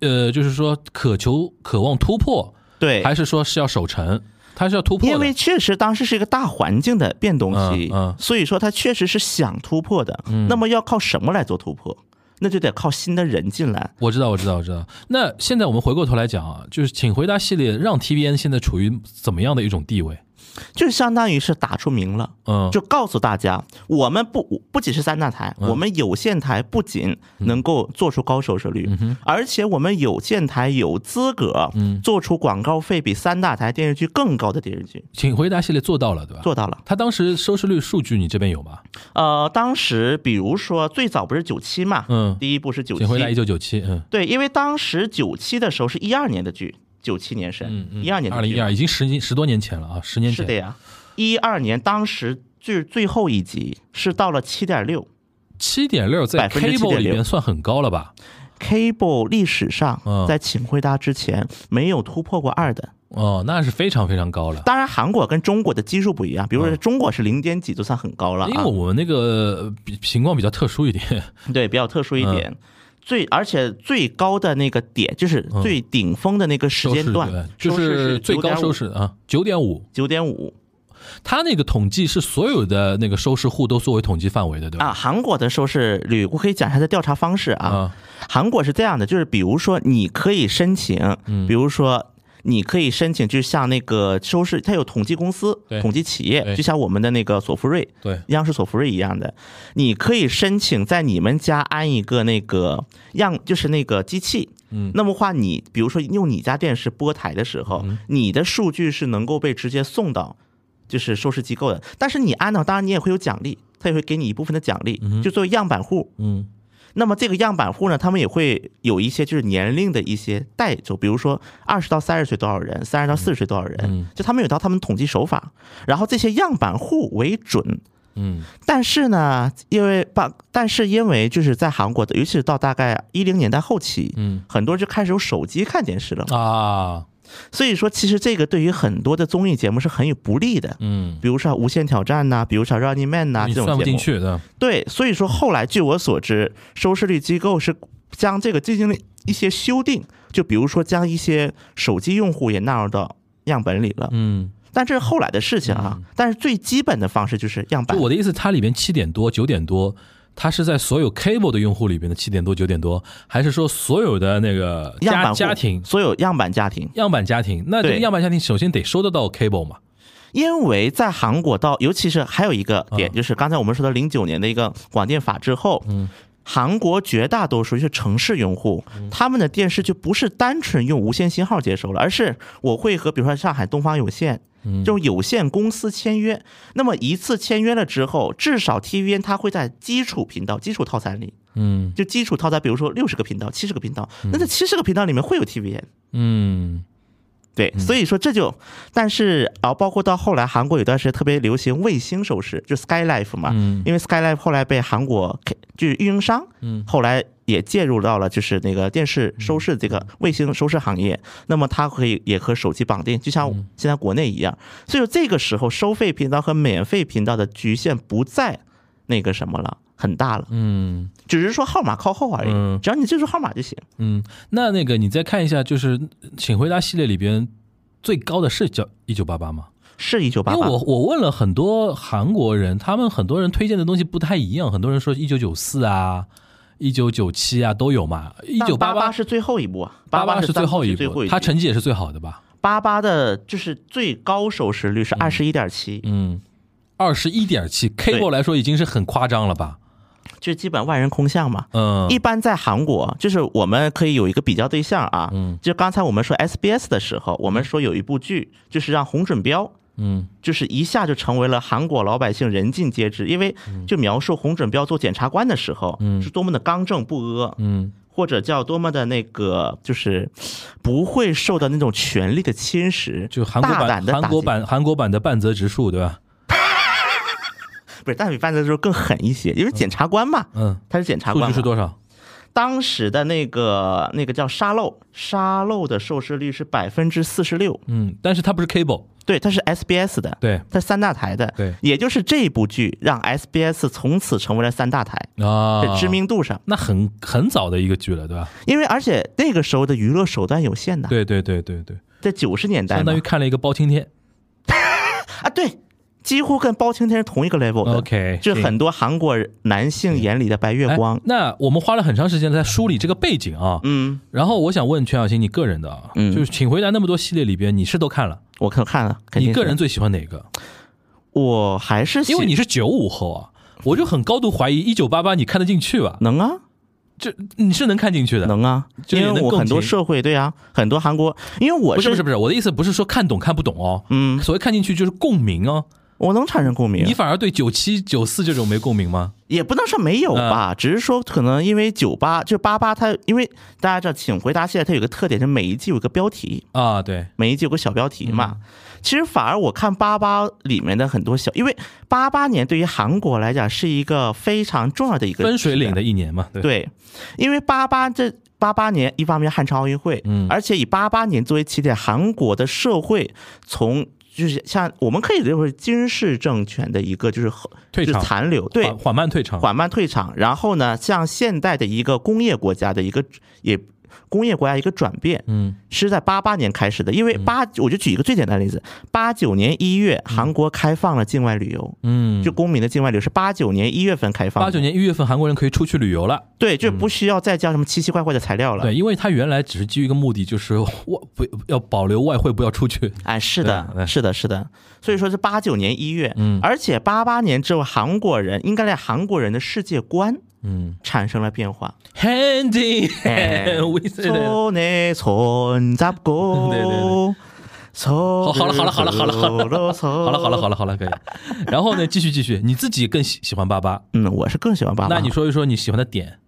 Speaker 5: 呃，就是说渴求渴望突破，
Speaker 3: 对，
Speaker 5: 还是说是要守成？他是要突破的，
Speaker 3: 因为确实当时是一个大环境的变动期，
Speaker 5: 嗯嗯嗯
Speaker 3: 所以说他确实是想突破的。那么要靠什么来做突破？那就得靠新的人进来。
Speaker 5: 我知道，我知道，我知道。那现在我们回过头来讲啊，就是《请回答》系列让 TVN 现在处于怎么样的一种地位？
Speaker 3: 就相当于是打出名了，
Speaker 5: 嗯，
Speaker 3: 就告诉大家，我们不不仅是三大台，我们有线台不仅
Speaker 5: 嗯
Speaker 3: 能够做出高收视率，而且我们有线台有资格
Speaker 5: 嗯
Speaker 3: 做出广告费比三大台电视剧更高的电视剧，
Speaker 5: 请回答》系列做到了，对吧？
Speaker 3: 做到了。
Speaker 5: 他当时收视率数据你这边有吗？
Speaker 3: 呃，当时比如说最早不是九七嘛，
Speaker 5: 嗯
Speaker 3: 第一部是九七
Speaker 5: 请，回答一九九七，嗯
Speaker 3: 对，因为当时九七的时候是一二年的剧，九七年是
Speaker 5: 嗯嗯，
Speaker 3: 一二年
Speaker 5: 二
Speaker 3: 的
Speaker 5: 零
Speaker 3: 剧
Speaker 5: 一
Speaker 3: 嘛，
Speaker 5: 二，已经十年十多年前了啊，十年
Speaker 3: 是的
Speaker 5: 前。
Speaker 3: 呀，一二年当时就是最后一集是到了七点六
Speaker 5: 七点六在
Speaker 3: 7.6%
Speaker 5: Cable 里边算很高了吧？
Speaker 3: ，Cable 历史上
Speaker 5: 嗯
Speaker 3: 在《请回答》之前没有突破过二的。
Speaker 5: 哦，那是非常非常高了。
Speaker 3: 当然，韩国跟中国的基数不一样，比如说中国是零点几就算很高了
Speaker 5: 嗯因为
Speaker 3: 啊，
Speaker 5: 我们那个呃情况比较特殊一点，
Speaker 3: 对，比较特殊一
Speaker 5: 嗯
Speaker 3: 点。最而且最高的那个点就是最顶峰的那个时
Speaker 5: 嗯收视
Speaker 3: 间
Speaker 5: 率
Speaker 3: 段，
Speaker 5: 就是最高收视啊，九点五，
Speaker 3: 九点五
Speaker 5: 他那个统计是所有的那个收视户都作为统计范围的，对吧？
Speaker 3: 啊。韩国的收视率，我可以讲一下它的调查方式啊。
Speaker 5: 啊，
Speaker 3: 韩国是这样的，就是比如说你可以申请，
Speaker 5: 嗯
Speaker 3: 比如说你可以申请，就像那个收视，它有统计公司
Speaker 5: 对、
Speaker 3: 统计企
Speaker 5: 对
Speaker 3: 业，就像我们的那个索福瑞、
Speaker 5: 对，
Speaker 3: 央视索福瑞一样的，你可以申请在你们家安一个那个样，就是那个机器。
Speaker 5: 嗯
Speaker 3: 那么话你比如说用你家电视播台的时候，你的数据是能够被直接送到就是收视机构的。但是你按照，当然你也会有奖励，他也会给你一部分的奖励
Speaker 5: 嗯哼，
Speaker 3: 就作为样板户。
Speaker 5: 嗯
Speaker 3: 那么这个样板户呢，他们也会有一些就是年龄的一些带走，比如说二十到三十岁多少人，三十到四十岁多少
Speaker 5: 嗯
Speaker 3: 人，就他们有一套他们统计手法，然后这些样板户为准。
Speaker 5: 嗯
Speaker 3: 但是呢，因为把但是因为就是在韩国的，尤其是到大概一零年代后期，
Speaker 5: 嗯
Speaker 3: 很多人就开始用手机看电视了。
Speaker 5: 啊，
Speaker 3: 所以说，其实这个对于很多的综艺节目是很有不利的。
Speaker 5: 嗯，
Speaker 3: 比如说《无限挑战》呐，比如说《Running Man》呐，
Speaker 5: 你
Speaker 3: 这种
Speaker 5: 算不
Speaker 3: 节
Speaker 5: 进
Speaker 3: 目。
Speaker 5: 去的，
Speaker 3: 对，所以说后来据我所知，收视率机构是将这个进行了一些修订，就比如说将一些手机用户也纳入到样本里了。
Speaker 5: 嗯，
Speaker 3: 但这是后来的事情啊。但是最基本的方式就是样
Speaker 5: 就
Speaker 3: 板。
Speaker 5: 我的意思，它里边七点多、九点多，它是在所有 cable 的用户里边的七点多、九点多，还是说所有的那个
Speaker 3: 样板
Speaker 5: 家家
Speaker 3: 户
Speaker 5: 庭
Speaker 3: 所有样板家庭，
Speaker 5: 样板家庭？那这个
Speaker 3: 对
Speaker 5: 样板家庭首先得收得到 cable 嘛？
Speaker 3: 因为在韩国到，尤其是还有一个点，
Speaker 5: 嗯
Speaker 3: 就是刚才我们说的零九年的一个广电法之后，韩国绝大多数就是城市用户，他们的电视就不是单纯用无线信号接收了，而是我会和比如说上海东方有线。这种有限公司签约，那么一次签约了之后，至少 TVN 它会在基础频道、基础套餐里，
Speaker 5: 嗯
Speaker 3: 就基础套餐，比如说六十个频道、七十个频道，那这七十个频道里面会有 TVN，
Speaker 5: 嗯
Speaker 3: 对，所以说这就，但是啊，包括到后来韩国有段时间特别流行卫星收视，就 Sky Life 嘛，
Speaker 5: 嗯
Speaker 3: 因为 Sky Life 后来被韩国 K 就是运营商，
Speaker 5: 嗯
Speaker 3: 后来也介入到了就是那个电视收视这个卫星收视行业，那么它可以也和手机绑定，就像
Speaker 5: 嗯
Speaker 3: 现在国内一样，所以说这个时候收费频道和免费频道的局限不在那个什么了，很大了，
Speaker 5: 嗯
Speaker 3: 只是说号码靠后而已，
Speaker 5: 嗯
Speaker 3: 只要你记住号码就行。
Speaker 5: 嗯。那那个你再看一下，就是《请回答》系列里边最高的是叫一九八八吗？
Speaker 3: 是一九八
Speaker 5: 因为
Speaker 3: 八，
Speaker 5: 我我问了很多韩国人，他们很多人推荐的东西不太一样，很多人说一九九四啊、一九九七啊都有嘛，一
Speaker 3: 一
Speaker 5: 九
Speaker 3: 八
Speaker 5: 八
Speaker 3: 是最后一部啊，
Speaker 5: 八
Speaker 3: 八
Speaker 5: 是最后一
Speaker 3: 最后
Speaker 5: 部，
Speaker 3: 一
Speaker 5: 他成绩也是最好的吧？
Speaker 3: 八八的就是最高收视率是二十一点七，
Speaker 5: 嗯，二十一点七 cable 来说已经是很夸张了吧？
Speaker 3: 就基本万人空巷嘛。
Speaker 5: 嗯，
Speaker 3: 一般在韩国，就是我们可以有一个比较对象啊，
Speaker 5: 嗯
Speaker 3: 就刚才我们说 SBS 的时候，我们说有一部剧，就是让洪准彪，
Speaker 5: 嗯
Speaker 3: 就是一下就成为了韩国老百姓人尽皆知，因为就描述洪准彪做检察官的时候，
Speaker 5: 嗯
Speaker 3: 是多么的刚正不阿，
Speaker 5: 嗯
Speaker 3: 或者叫多么的那个，就是 (sniffs) 不会受到那种权力的侵蚀，
Speaker 5: 就韩国
Speaker 3: 大
Speaker 5: 版
Speaker 3: 胆的
Speaker 5: 韩国版韩国版的半泽直树对吧？
Speaker 3: 不是，但比犯罪的时候更狠一些，因为检察官嘛，
Speaker 5: 嗯，
Speaker 3: 他是检察
Speaker 5: 数
Speaker 3: 官
Speaker 5: 据
Speaker 3: 嘛。
Speaker 5: 是多少？
Speaker 3: 当时的那个那个叫沙漏，沙漏的收视率是百分之四十六，
Speaker 5: 嗯，但是它不是 cable，
Speaker 3: 对，它是 SBS 的，
Speaker 5: 对
Speaker 3: 它是三大台的，
Speaker 5: 对
Speaker 3: 也就是这部剧让 SBS 从此成为了三大台，
Speaker 5: 啊，
Speaker 3: 在知，名度上，
Speaker 5: 那很很早的一个剧了对吧？
Speaker 3: 因为而且那个时候的娱乐手段有限的，
Speaker 5: 对对对对对，
Speaker 3: 在九十年代
Speaker 5: 相
Speaker 3: 嘛
Speaker 5: 当于看了一个包青天。
Speaker 3: 啊，对，几乎跟包青天是同一个 level 的
Speaker 5: OK，
Speaker 3: 就
Speaker 5: 行
Speaker 3: 很多韩国男性眼里的白月光
Speaker 5: 哎，那我们花了很长时间在梳理这个背景啊。
Speaker 3: 嗯，
Speaker 5: 然后我想问全小新，你个人的啊，
Speaker 3: 嗯
Speaker 5: 就是请回答那么多系列里边，你是都看了，
Speaker 3: 我看看了，肯定
Speaker 5: 你个
Speaker 3: 是
Speaker 5: 人最喜欢哪个？
Speaker 3: 我还是喜
Speaker 5: 因为你是九五后啊，我就很高度怀疑一九八八你看得进去吧？
Speaker 3: 能啊，
Speaker 5: 这你是能看进去的？
Speaker 3: 能啊，
Speaker 5: 就也
Speaker 3: 因
Speaker 5: 能
Speaker 3: 为我很
Speaker 5: 共
Speaker 3: 多
Speaker 5: 情
Speaker 3: 社会对啊，很多韩国，因为我
Speaker 5: 不是不是不是，我的意思不是说看懂看不懂哦，
Speaker 3: 嗯，
Speaker 5: 所谓看进去就是共鸣哦。
Speaker 3: 我能产生共
Speaker 5: 你
Speaker 3: 鸣，
Speaker 5: 反而对九七九四这种没共鸣吗？
Speaker 3: 也不能说没有
Speaker 5: 嗯
Speaker 3: 吧，只是说可能因为九八就八八它，因为大家知道《请回答》系列它有个特点，是每一季有个标题，
Speaker 5: 啊，对，
Speaker 3: 每一季有个小标题嘛。
Speaker 5: 嗯
Speaker 3: 其实反而我看八八里面的很多小，因为八八年对于韩国来讲是一个非常重要的一个
Speaker 5: 分水岭的
Speaker 3: 时
Speaker 5: 一年嘛，对
Speaker 3: 代，对，因为八八这。八八年，一方面汉城奥运会，
Speaker 5: 嗯
Speaker 3: 而且以八八年作为起点，韩国的社会从就是像我们可以认为军事政权的一个就是后
Speaker 5: 退场
Speaker 3: 就是残留，对，
Speaker 5: 缓缓慢退场，
Speaker 3: 缓慢退场，然后呢，像现代的一个工业国家的一个也工业国家一个转变，
Speaker 5: 嗯
Speaker 3: 是在八八年开始的。因为八，我就举一个最简单的例子，八九年一月，韩国开放了境外旅游，
Speaker 5: 嗯，
Speaker 3: 就公民的境外旅游是八九年一月份开放的，
Speaker 5: 八九年一月份韩国人可以出去旅游了。
Speaker 3: 对，就不需要再交什么奇奇怪怪的材料了。
Speaker 5: 对，因为他原来只是基于一个目的，就是 (laughs) 外不要保留外汇不要出去。
Speaker 3: 哎，是
Speaker 5: 对对
Speaker 3: 的，是的，是的，所以说是八九年一月，
Speaker 5: 嗯
Speaker 3: 而且八八年之后，韩国人应该在韩国人的世界观
Speaker 5: 嗯
Speaker 3: 产生了变化， (laughs)
Speaker 5: ，Handy
Speaker 3: 哎
Speaker 5: with it (laughs)
Speaker 3: 손에손잡고
Speaker 5: 对对对
Speaker 3: 好
Speaker 5: 好了好了好了好了好了 (laughs) 好
Speaker 3: 好
Speaker 5: 了好了好
Speaker 3: 了，
Speaker 5: 了好了，可以。然后呢，继续继续，你自己更喜喜欢巴巴，
Speaker 3: 嗯，我是更喜欢爸爸。
Speaker 5: 那你说一说你喜欢的点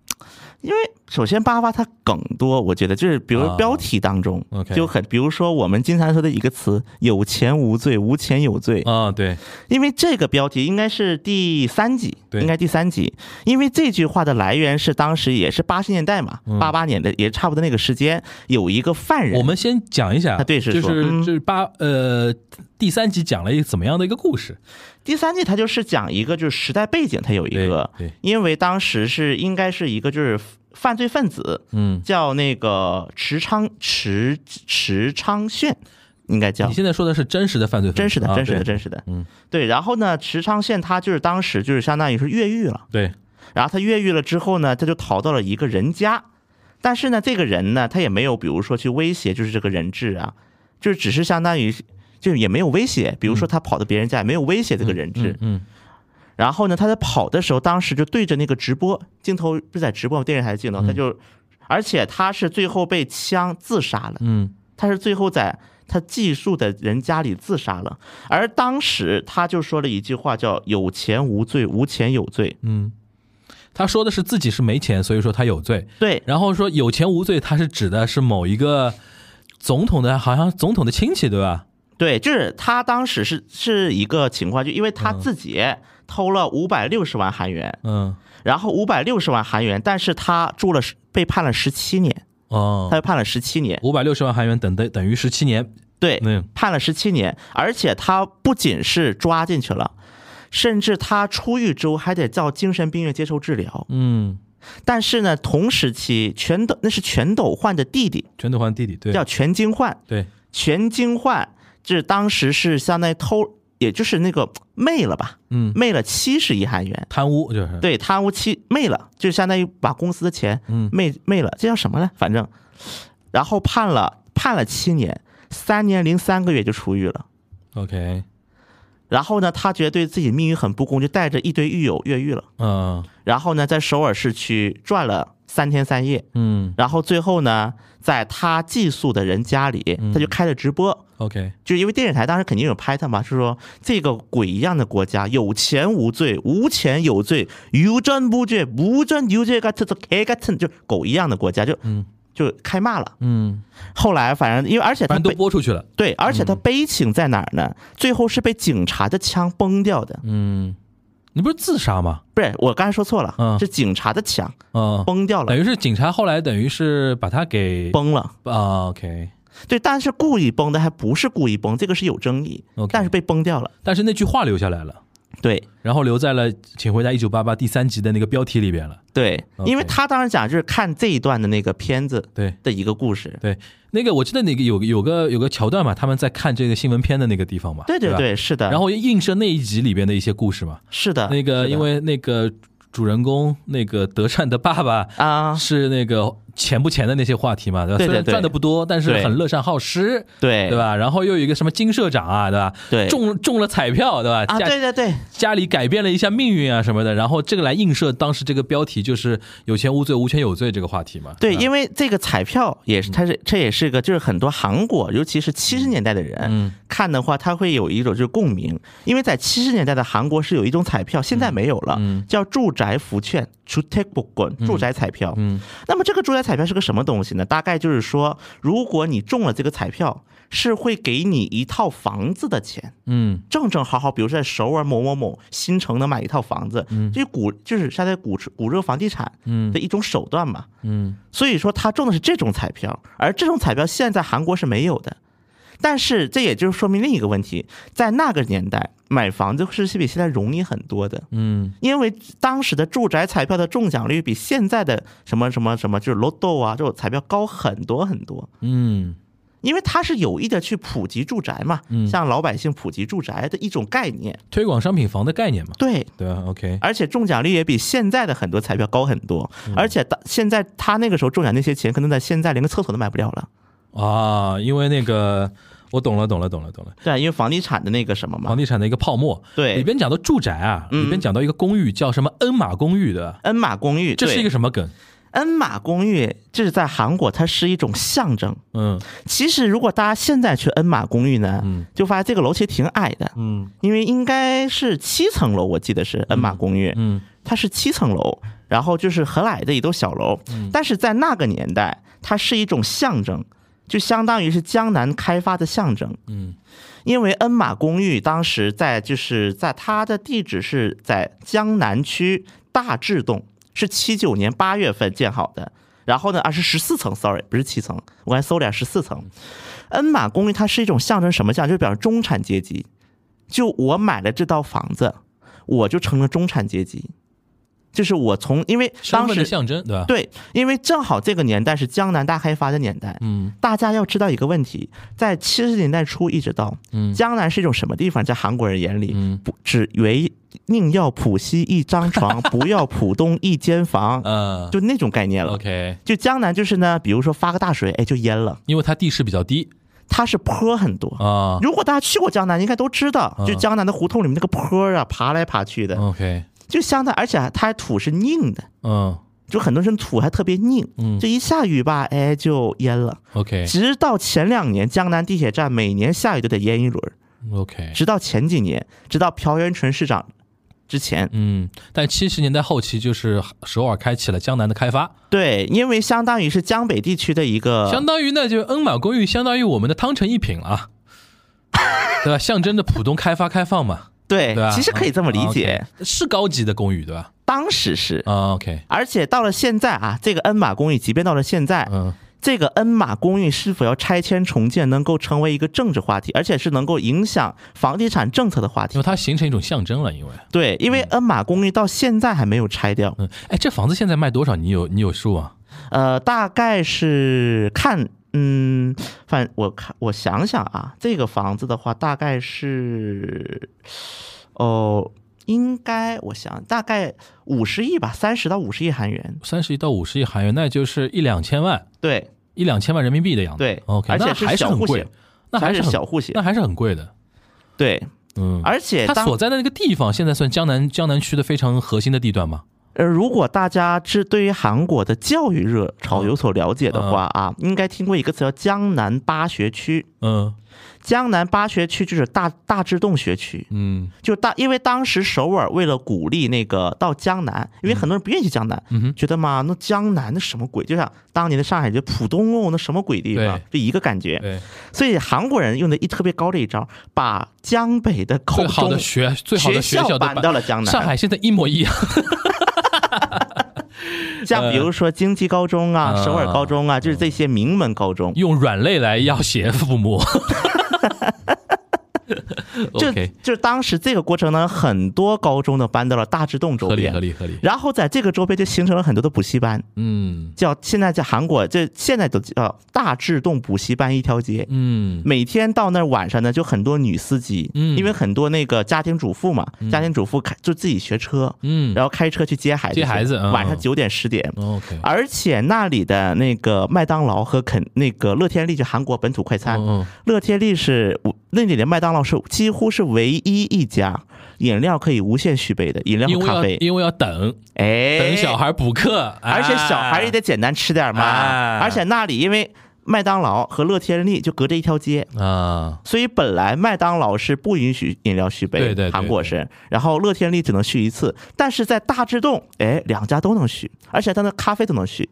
Speaker 3: 因为首先八八它梗多，我觉得就是比如
Speaker 5: 啊
Speaker 3: 标题当中、
Speaker 5: OK
Speaker 3: 就很，比如说我们经常说的一个词“有钱无罪，无钱有罪”
Speaker 5: 啊？对，
Speaker 3: 因为这个标题应该是第三集，
Speaker 5: 对
Speaker 3: 应该第三集，因为这句话的来源是当时也是八十年代嘛，八八年的也差不多那个时间，有一个犯人，
Speaker 5: 嗯我们先讲一下，
Speaker 3: 啊对是
Speaker 5: 就
Speaker 3: 说
Speaker 5: 是
Speaker 3: 嗯
Speaker 5: 就是八呃第三集讲了一个怎么样的一个故事？
Speaker 3: 第三季它就是讲一个就是时代背景，它有一个
Speaker 5: 对对，
Speaker 3: 因为当时是应该是一个就是犯罪分子，
Speaker 5: 嗯，
Speaker 3: 叫那个池昌池池昌炫，应该叫
Speaker 5: 你现在说的是真实的犯罪分子，
Speaker 3: 真实的
Speaker 5: 啊
Speaker 3: 真实的
Speaker 5: 对
Speaker 3: 真实的，
Speaker 5: 嗯，
Speaker 3: 对。然后呢，池昌炫他就是当时就是相当于是越狱了，
Speaker 5: 对，
Speaker 3: 然后他越狱了之后呢，他就逃到了一个人家，但是呢，这个人呢，他也没有比如说去威胁，就是这个人质啊，就是只是相当于就是也没有威胁，比如说他跑到别人家也没有威胁这个人质，
Speaker 5: 嗯
Speaker 3: 然后呢，他在跑的时候，当时就对着那个直播镜头，不是在直播吗电视台的镜头，
Speaker 5: 嗯
Speaker 3: 他就，而且他是最后被枪自杀了，
Speaker 5: 嗯
Speaker 3: 他是最后在他寄宿的人家里自杀了。而当时他就说了一句话，叫“有钱无罪，无钱有罪
Speaker 5: 嗯，他说的是自己是没钱，所以说他有罪。”。
Speaker 3: 对，
Speaker 5: 然后说有钱无罪，他是指的是某一个总统的，好像总统的亲戚对吧？
Speaker 3: 对，就是他当时是是一个情况，就因为他自己偷了五百六十万韩元，
Speaker 5: 嗯，
Speaker 3: 然后五百六十万韩元，但是他住了十被判了十七年，
Speaker 5: 哦
Speaker 3: 他，被判了十七年。
Speaker 5: 五百六十万韩元等的等于十七年。
Speaker 3: 对，
Speaker 5: 嗯
Speaker 3: 判了十七年，而且他不仅是抓进去了，甚至他出狱之后还得到精神病院接受治疗。
Speaker 5: 嗯，
Speaker 3: 但是呢，同时期全斗那是全斗焕的弟弟，
Speaker 5: 全斗焕弟弟对
Speaker 3: 叫全金焕。
Speaker 5: 对，
Speaker 3: 全金焕这当时是相当于偷，也就是那个昧了吧，
Speaker 5: 嗯，
Speaker 3: 昧了七十亿韩元。
Speaker 5: 贪污就是
Speaker 3: 对，贪污七昧了，就相当于把公司的钱
Speaker 5: 嗯
Speaker 3: 昧昧了，这叫什么呢？反正，然后判了判了七年，三年零三个月就出狱了。
Speaker 5: ，OK，
Speaker 3: 然后呢，他觉得对自己命运很不公，就带着一堆狱友越狱了。
Speaker 5: 嗯
Speaker 3: 然后呢，在首尔市区转了三天三夜。
Speaker 5: 嗯
Speaker 3: 然后最后呢，在他寄宿的人家里，
Speaker 5: 嗯
Speaker 3: 他就开了直播，
Speaker 5: ，OK，
Speaker 3: 就因为电视台当时肯定有拍他嘛，是说这个鬼一样的国家，有钱无罪，无钱有罪，有真无罪，无真有罪，个这这个个就狗一样的国家，就
Speaker 5: 嗯
Speaker 3: 就开骂了。
Speaker 5: 嗯，
Speaker 3: 后来反正因为而且他
Speaker 5: 反正都嗯
Speaker 3: 悲
Speaker 5: 播出去了。
Speaker 3: 对，而且他悲情在哪儿呢？最后是被警察的枪崩掉的，
Speaker 5: 嗯，你不是自杀吗？
Speaker 3: 不是我刚才说错了
Speaker 5: 嗯，
Speaker 3: 是警察的枪
Speaker 5: 嗯，
Speaker 3: 崩掉
Speaker 5: 等于
Speaker 3: 了，
Speaker 5: 是警察后来等于是把他给
Speaker 3: 崩了。
Speaker 5: 啊，OK。
Speaker 3: 对，但是故意崩的还不是故意崩，这个是有争议
Speaker 5: OK
Speaker 3: 但是被崩掉了。
Speaker 5: 但是那句话留下来了，
Speaker 3: 对
Speaker 5: 然后留在了《请回答一九八八》第三集的那个标题里边了。
Speaker 3: 对
Speaker 5: OK
Speaker 3: 因为他当时讲就是看这一段的那个片子
Speaker 5: 对
Speaker 3: 的一个故事。
Speaker 5: 对，那个我记得那个有有个有个桥段嘛，他们在看这个新闻片的那个地方嘛。
Speaker 3: 对对
Speaker 5: 吧
Speaker 3: 对，是的，
Speaker 5: 然后映射那一集里边的一些故事嘛。
Speaker 3: 是的，
Speaker 5: 那个
Speaker 3: 啊是的
Speaker 5: 因为那个主人公那个德善的爸爸
Speaker 3: 啊，
Speaker 5: 是那个钱不钱的那些话题嘛，对吧？
Speaker 3: 对对
Speaker 5: 虽然
Speaker 3: 对
Speaker 5: 赚的不多，但是
Speaker 3: 对
Speaker 5: 很乐善好施，
Speaker 3: 对
Speaker 5: 对？吧？然后又有一个什么金社长啊，对吧？
Speaker 3: 对
Speaker 5: 中中了彩票，对吧？
Speaker 3: 啊，
Speaker 5: 家
Speaker 3: 对对对
Speaker 5: 家里改变了一下命运啊什么的，然后这个来映射当时这个标题就是“有钱无罪，无权有罪”这个话题嘛。为
Speaker 3: 对，因为这个彩票也
Speaker 5: 嗯
Speaker 3: 是，它是这也是个，就是很多韩国，尤其是七十年代的人
Speaker 5: 嗯
Speaker 3: 看的话，他会有一种就是共鸣，因为在七十年代的韩国是有一种彩票，现在没有了
Speaker 5: 嗯，
Speaker 3: 叫住宅福券 j u t e b o k o n 住宅彩票。
Speaker 5: 嗯
Speaker 3: 那么这个住宅彩票是个什么东西呢？大概就是说，如果你中了这个彩票，是会给你一套房子的钱，
Speaker 5: 嗯
Speaker 3: 正正好好，比如说在首尔某某某新城能买一套房子，
Speaker 5: 嗯
Speaker 3: 这股就是相当于股股热房地产的一种手段嘛。
Speaker 5: 嗯
Speaker 3: 所以说他中的是这种彩票，而这种彩票现在韩国是没有的。但是这也就是说明另一个问题，在那个年代买房子是比现在容易很多的。
Speaker 5: 嗯
Speaker 3: 因为当时的住宅彩票的中奖率比现在的什么什么什么，就是 Lotto 啊这种彩票高很多很多。
Speaker 5: 嗯
Speaker 3: 因为它是有意的去普及住宅嘛，向老百姓普及住宅的一种概念。
Speaker 5: 推广商品房的概念嘛。
Speaker 3: 对，
Speaker 5: 对吧？OK，
Speaker 3: 而且中奖率也比现在的很多彩票高很多。而且当现在他那个时候中奖那些钱，可能在现在连个厕所都买不了了。
Speaker 5: 啊，因为那个我懂了，懂了，懂了，懂了。
Speaker 3: 对啊，因为房地产的那个什么嘛
Speaker 5: 房，地产的一个泡沫，
Speaker 3: 对嗯
Speaker 5: 里边讲到住宅啊，里边讲到一个公寓叫什么恩马公寓的，
Speaker 3: 恩马公寓，
Speaker 5: 这是
Speaker 3: 对
Speaker 5: 一个什么梗？
Speaker 3: 恩马公寓这是在韩国，它是一种象征。
Speaker 5: 嗯
Speaker 3: 其实如果大家现在去恩马公寓呢，
Speaker 5: 嗯
Speaker 3: 就发现这个楼其实挺矮的，
Speaker 5: 嗯
Speaker 3: 因为应该是七层楼，我记得是恩马公寓，
Speaker 5: 嗯
Speaker 3: 它是七层楼，然后就是很矮的一栋小楼，但是在那个年代，它是一种象征，就相当于是江南开发的象征。
Speaker 5: 嗯
Speaker 3: 因为恩马公寓当时在就是在它的地址是在江南区大智洞，是七九年八月份建好的。然后呢，啊是十四层，sorry，不是七层，我还搜了十四
Speaker 5: 嗯
Speaker 3: 层。恩马公寓它是一种象征什么象？就是表示中产阶级。就我买了这套房子，我就成了中产阶级。就是我从因为
Speaker 5: 身
Speaker 3: 当
Speaker 5: 份的
Speaker 3: 时
Speaker 5: 象征，对吧？
Speaker 3: 对，因为正好这个年代是江南大开发的年代，
Speaker 5: 嗯
Speaker 3: 大家要知道一个问题，在七十年代初一直到
Speaker 5: 嗯
Speaker 3: 江南是一种什么地方？在韩国人眼里，
Speaker 5: 嗯
Speaker 3: 不只唯宁要浦西一
Speaker 5: (laughs)
Speaker 3: 张床，不要浦东一间房，
Speaker 5: 呃
Speaker 3: 就那种概念了。
Speaker 5: ，OK，
Speaker 3: 就江南就是呢，比如说发个大水，哎，就淹了，
Speaker 5: 因为它地势比较低
Speaker 3: 它是坡很多。
Speaker 5: 啊。
Speaker 3: 如果大家去过江南，应该都知道，就
Speaker 5: 嗯
Speaker 3: 江南的胡同里面那个坡啊，爬来爬去的，
Speaker 5: OK，
Speaker 3: 就相当，而且它土是硬的，
Speaker 5: 嗯
Speaker 3: 就很多人土还特别硬，
Speaker 5: 嗯
Speaker 3: 就一下雨吧，哎，就淹了。
Speaker 5: ，OK
Speaker 3: 直到前两年，江南地铁站每年下雨都得淹一轮儿，
Speaker 5: OK，
Speaker 3: 直到前几年，直到朴元淳市长之前，
Speaker 5: 嗯，但七十年代后期就是首尔开启了江南的开发，
Speaker 3: 对，因为相当于是江北地区的一个，
Speaker 5: 相当于那就是恩马公寓，相当于我们的汤臣一品了 (laughs) 啊，对吧？象征着浦东开发开放嘛，
Speaker 3: 对
Speaker 5: 对吧？
Speaker 3: 其实可以这么理解
Speaker 5: 啊，，OK，是高级的公寓，对吧？
Speaker 3: 当时是。
Speaker 5: 啊，OK，
Speaker 3: 而且到了现在啊，这个恩马公寓，即便到了现在，
Speaker 5: 嗯
Speaker 3: 这个恩马公寓是否要拆迁重建，能够成为一个政治话题，而且是能够影响房地产政策的话
Speaker 5: 因
Speaker 3: 题
Speaker 5: 为。它形成一种象征了，因为，
Speaker 3: 对，因为恩马公寓到现在还没有拆掉，
Speaker 5: 嗯，哎，这房子现在卖多少？你有你有数啊？
Speaker 3: 呃，大概是看，嗯，反我看我想想啊，这个房子的话，大概是，哦，应该我想大概五十亿吧，三十到五十亿韩元，
Speaker 5: 三十亿到五十亿韩元，那就是一两千万，
Speaker 3: 对
Speaker 5: 一两千万人民币的样子。
Speaker 3: 对
Speaker 5: ，OK，
Speaker 3: 而且
Speaker 5: 那
Speaker 3: 是
Speaker 5: 还是
Speaker 3: 小
Speaker 5: 很
Speaker 3: 户
Speaker 5: 贵
Speaker 3: 型，
Speaker 5: 那还是
Speaker 3: 是
Speaker 5: 很
Speaker 3: 小户型
Speaker 5: 那还是很贵的。
Speaker 3: 对，
Speaker 5: 嗯，
Speaker 3: 而且
Speaker 5: 它
Speaker 3: 当
Speaker 5: 所在的那个地方，现在算江南江南区的非常核心的地段嘛。
Speaker 3: 呃，如果大家知对于韩国的教育热
Speaker 5: 嗯
Speaker 3: 潮有所了解的话啊，应该听过一个词叫江南八学区，
Speaker 5: 嗯
Speaker 3: 江南八学区就是大大智洞学区，
Speaker 5: 嗯
Speaker 3: 就当因为当时首尔为了鼓励那个到江南，因为很多人不愿意去江南，
Speaker 5: 嗯哼，
Speaker 3: 觉得嘛那江南那什么鬼，就像当年的上海觉得浦东哦那什么鬼地方，就一个感觉。
Speaker 5: 对，
Speaker 3: 所以韩国人用的一特别高的一招，把江北的口
Speaker 5: 最好
Speaker 3: 中
Speaker 5: 的学最好的学
Speaker 3: 校
Speaker 5: 校都
Speaker 3: 搬到了江南，
Speaker 5: 上海现在一模一样。
Speaker 3: 像比如说京畿高中啊、
Speaker 5: 呃
Speaker 3: 首尔高中啊，就是这些名门高中。
Speaker 5: 用软肋来要挟父
Speaker 3: (laughs)
Speaker 5: 母。
Speaker 3: 就
Speaker 5: OK，
Speaker 3: 就当时这个过程呢，很多高中都搬到了大智洞周
Speaker 5: 合理合
Speaker 3: 边，
Speaker 5: 理合理。
Speaker 3: 然后在这个周边就形成了很多的补习班。
Speaker 5: 嗯
Speaker 3: 叫现在在韩国，这现在都叫大智洞补习班一条街。
Speaker 5: 嗯
Speaker 3: 每天到那儿晚上呢，就很多女司机，
Speaker 5: 嗯
Speaker 3: 因为很多那个家庭主妇嘛，家庭主妇开就自己学车，
Speaker 5: 嗯
Speaker 3: 然后开车去接孩子去，
Speaker 5: 接孩子嗯
Speaker 3: 晚上九点十点。
Speaker 5: ，OK，嗯
Speaker 3: 而且那里的那个麦当劳和肯那个乐天利就韩国本土快餐，
Speaker 5: 嗯
Speaker 3: 乐天利是那里的麦当劳是几乎是唯一一家饮料可以无限续杯的饮料
Speaker 5: 嗯，因
Speaker 3: 和
Speaker 5: 为
Speaker 3: 咖
Speaker 5: 要
Speaker 3: 啡，
Speaker 5: 因为要等
Speaker 3: 哎，
Speaker 5: 等小孩补课，
Speaker 3: 而且小
Speaker 5: 哎
Speaker 3: 孩也得简单吃点嘛。
Speaker 5: 哎
Speaker 3: 而且那里因为麦当劳和乐天利就隔着一条街，
Speaker 5: 啊，
Speaker 3: 所以本来麦当劳是不允许饮料续杯，
Speaker 5: 对对对
Speaker 3: 韩国是，然后乐天利只能续一次，但是在大智洞，哎，两家都能续，而且它的咖啡都能续，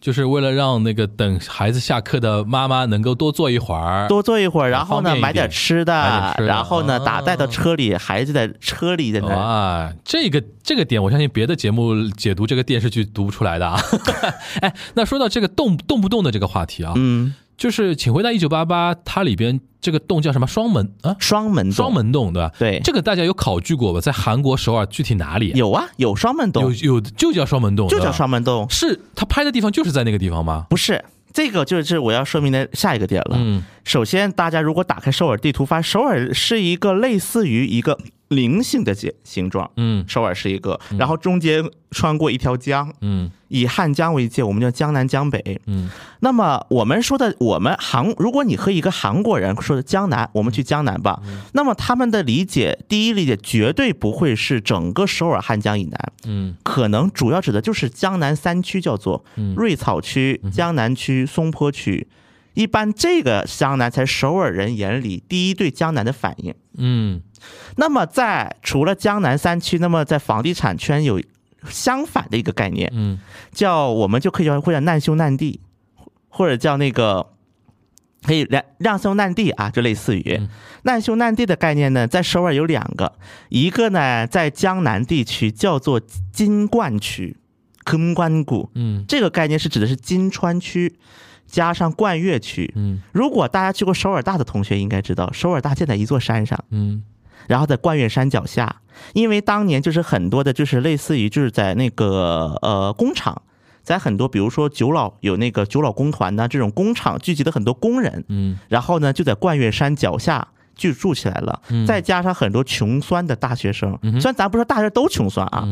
Speaker 5: 就是为了让那个等孩子下课的妈妈能够多坐一会儿。
Speaker 3: 多坐一会儿，然后
Speaker 5: 啊方便
Speaker 3: 呢
Speaker 5: 一点
Speaker 3: 买点
Speaker 5: 买
Speaker 3: 吃
Speaker 5: 点
Speaker 3: 的
Speaker 5: 吃，的
Speaker 3: 然后呢
Speaker 5: 哦
Speaker 3: 打带到车里，孩子在车里在那。
Speaker 5: 哇，这个这个点，我相信别的节目解读这个电视剧读不出来的啊。 (laughs) 哎，那说到这个动动不动的这个话题啊，
Speaker 3: 嗯，
Speaker 5: 就是《请回答一九八八》，它里边这个洞叫什么？双门啊，
Speaker 3: 双门洞
Speaker 5: 双门洞对吧？
Speaker 3: 对
Speaker 5: 这个大家有考据过吧？在韩国首尔具体哪里啊？
Speaker 3: 有啊，有双门
Speaker 5: 有
Speaker 3: 洞，
Speaker 5: 有就叫双门洞，
Speaker 3: 就
Speaker 5: 对吧
Speaker 3: 叫双门洞，
Speaker 5: 是他拍的地方就是在那个地方吗？
Speaker 3: 不是这个就是我要说明的下一个点了。
Speaker 5: 嗯
Speaker 3: 首先，大家如果打开首尔地图，发现首尔是一个类似于一个菱形的形形状，
Speaker 5: 嗯
Speaker 3: 首尔是一个，然后中间穿过一条江，
Speaker 5: 嗯
Speaker 3: 以汉江为界，我们叫江南江北。
Speaker 5: 嗯
Speaker 3: 那么我们说的，我们韩，如果你和一个韩国人说的江南，我们去江南吧，
Speaker 5: 嗯
Speaker 3: 那么他们的理解，第一理解绝对不会是整个首尔汉江以南，
Speaker 5: 嗯
Speaker 3: 可能主要指的就是江南三区，叫做瑞草区、江南区、松坡区。一般这个江南才是首尔人眼里第一对江南的反应。
Speaker 5: 嗯
Speaker 3: 那么在除了江南三区，那么在房地产圈有相反的一个概念，
Speaker 5: 嗯
Speaker 3: 叫我们就可以叫会叫难兄难弟，或者叫那个可以两两兄难弟啊，就类似于、难兄难弟的概念呢，在首尔有两个，一个呢在江南地区叫做金冠区 （Kim 冠谷），
Speaker 5: 嗯
Speaker 3: 这个概念是指的是金川区加上冠岳区。
Speaker 5: 嗯
Speaker 3: 如果大家去过首尔大的同学应该知道，首尔大建在一座山上。
Speaker 5: 嗯
Speaker 3: 然后在冠岳山脚下，因为当年就是很多的，就是类似于就是在那个呃工厂，在很多比如说九老有那个九老工团呐、这种工厂聚集的很多工人，
Speaker 5: 嗯
Speaker 3: 然后呢就在冠岳山脚下。居住起来了，再加上很多穷酸的大学生，虽然咱不说大学都穷酸啊，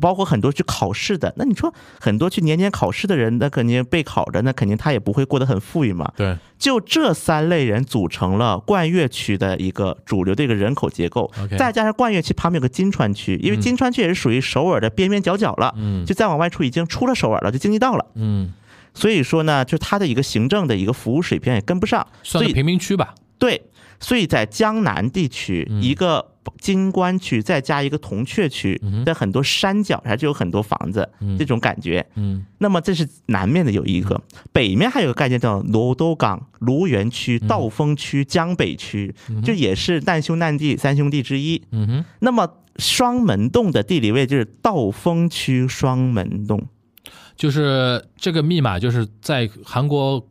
Speaker 3: 包括很多去考试的，那你说很多去年年考试的人，那肯定备考着，那肯定他也不会过得很富裕嘛。
Speaker 5: 对
Speaker 3: 就这三类人组成了冠岳区的一个主流的一个人口结构
Speaker 5: OK
Speaker 3: 再加上冠岳区旁边有个金川区，因为金川区也是属于首尔的边边角角了，就再往外出已经出了首尔了，就京畿道了，
Speaker 5: 嗯，
Speaker 3: 所以说呢，就它的一个行政的一个服务水平也跟不上，所
Speaker 5: 算
Speaker 3: 以
Speaker 5: 个贫民区吧，
Speaker 3: 对，所以在江南地区，一个金关区再加一个铜雀区，在很多山脚下就有很多房子，这种感觉。
Speaker 5: 嗯
Speaker 3: 那么这是南面的有一个，北面还有个概念叫罗都港、卢园区、道峰区、江北区，就也是难兄难弟三兄弟之一。
Speaker 5: 嗯哼，
Speaker 3: 那么双门洞的地理位置，道峰区双门洞。
Speaker 5: 就是这个密码就是在韩国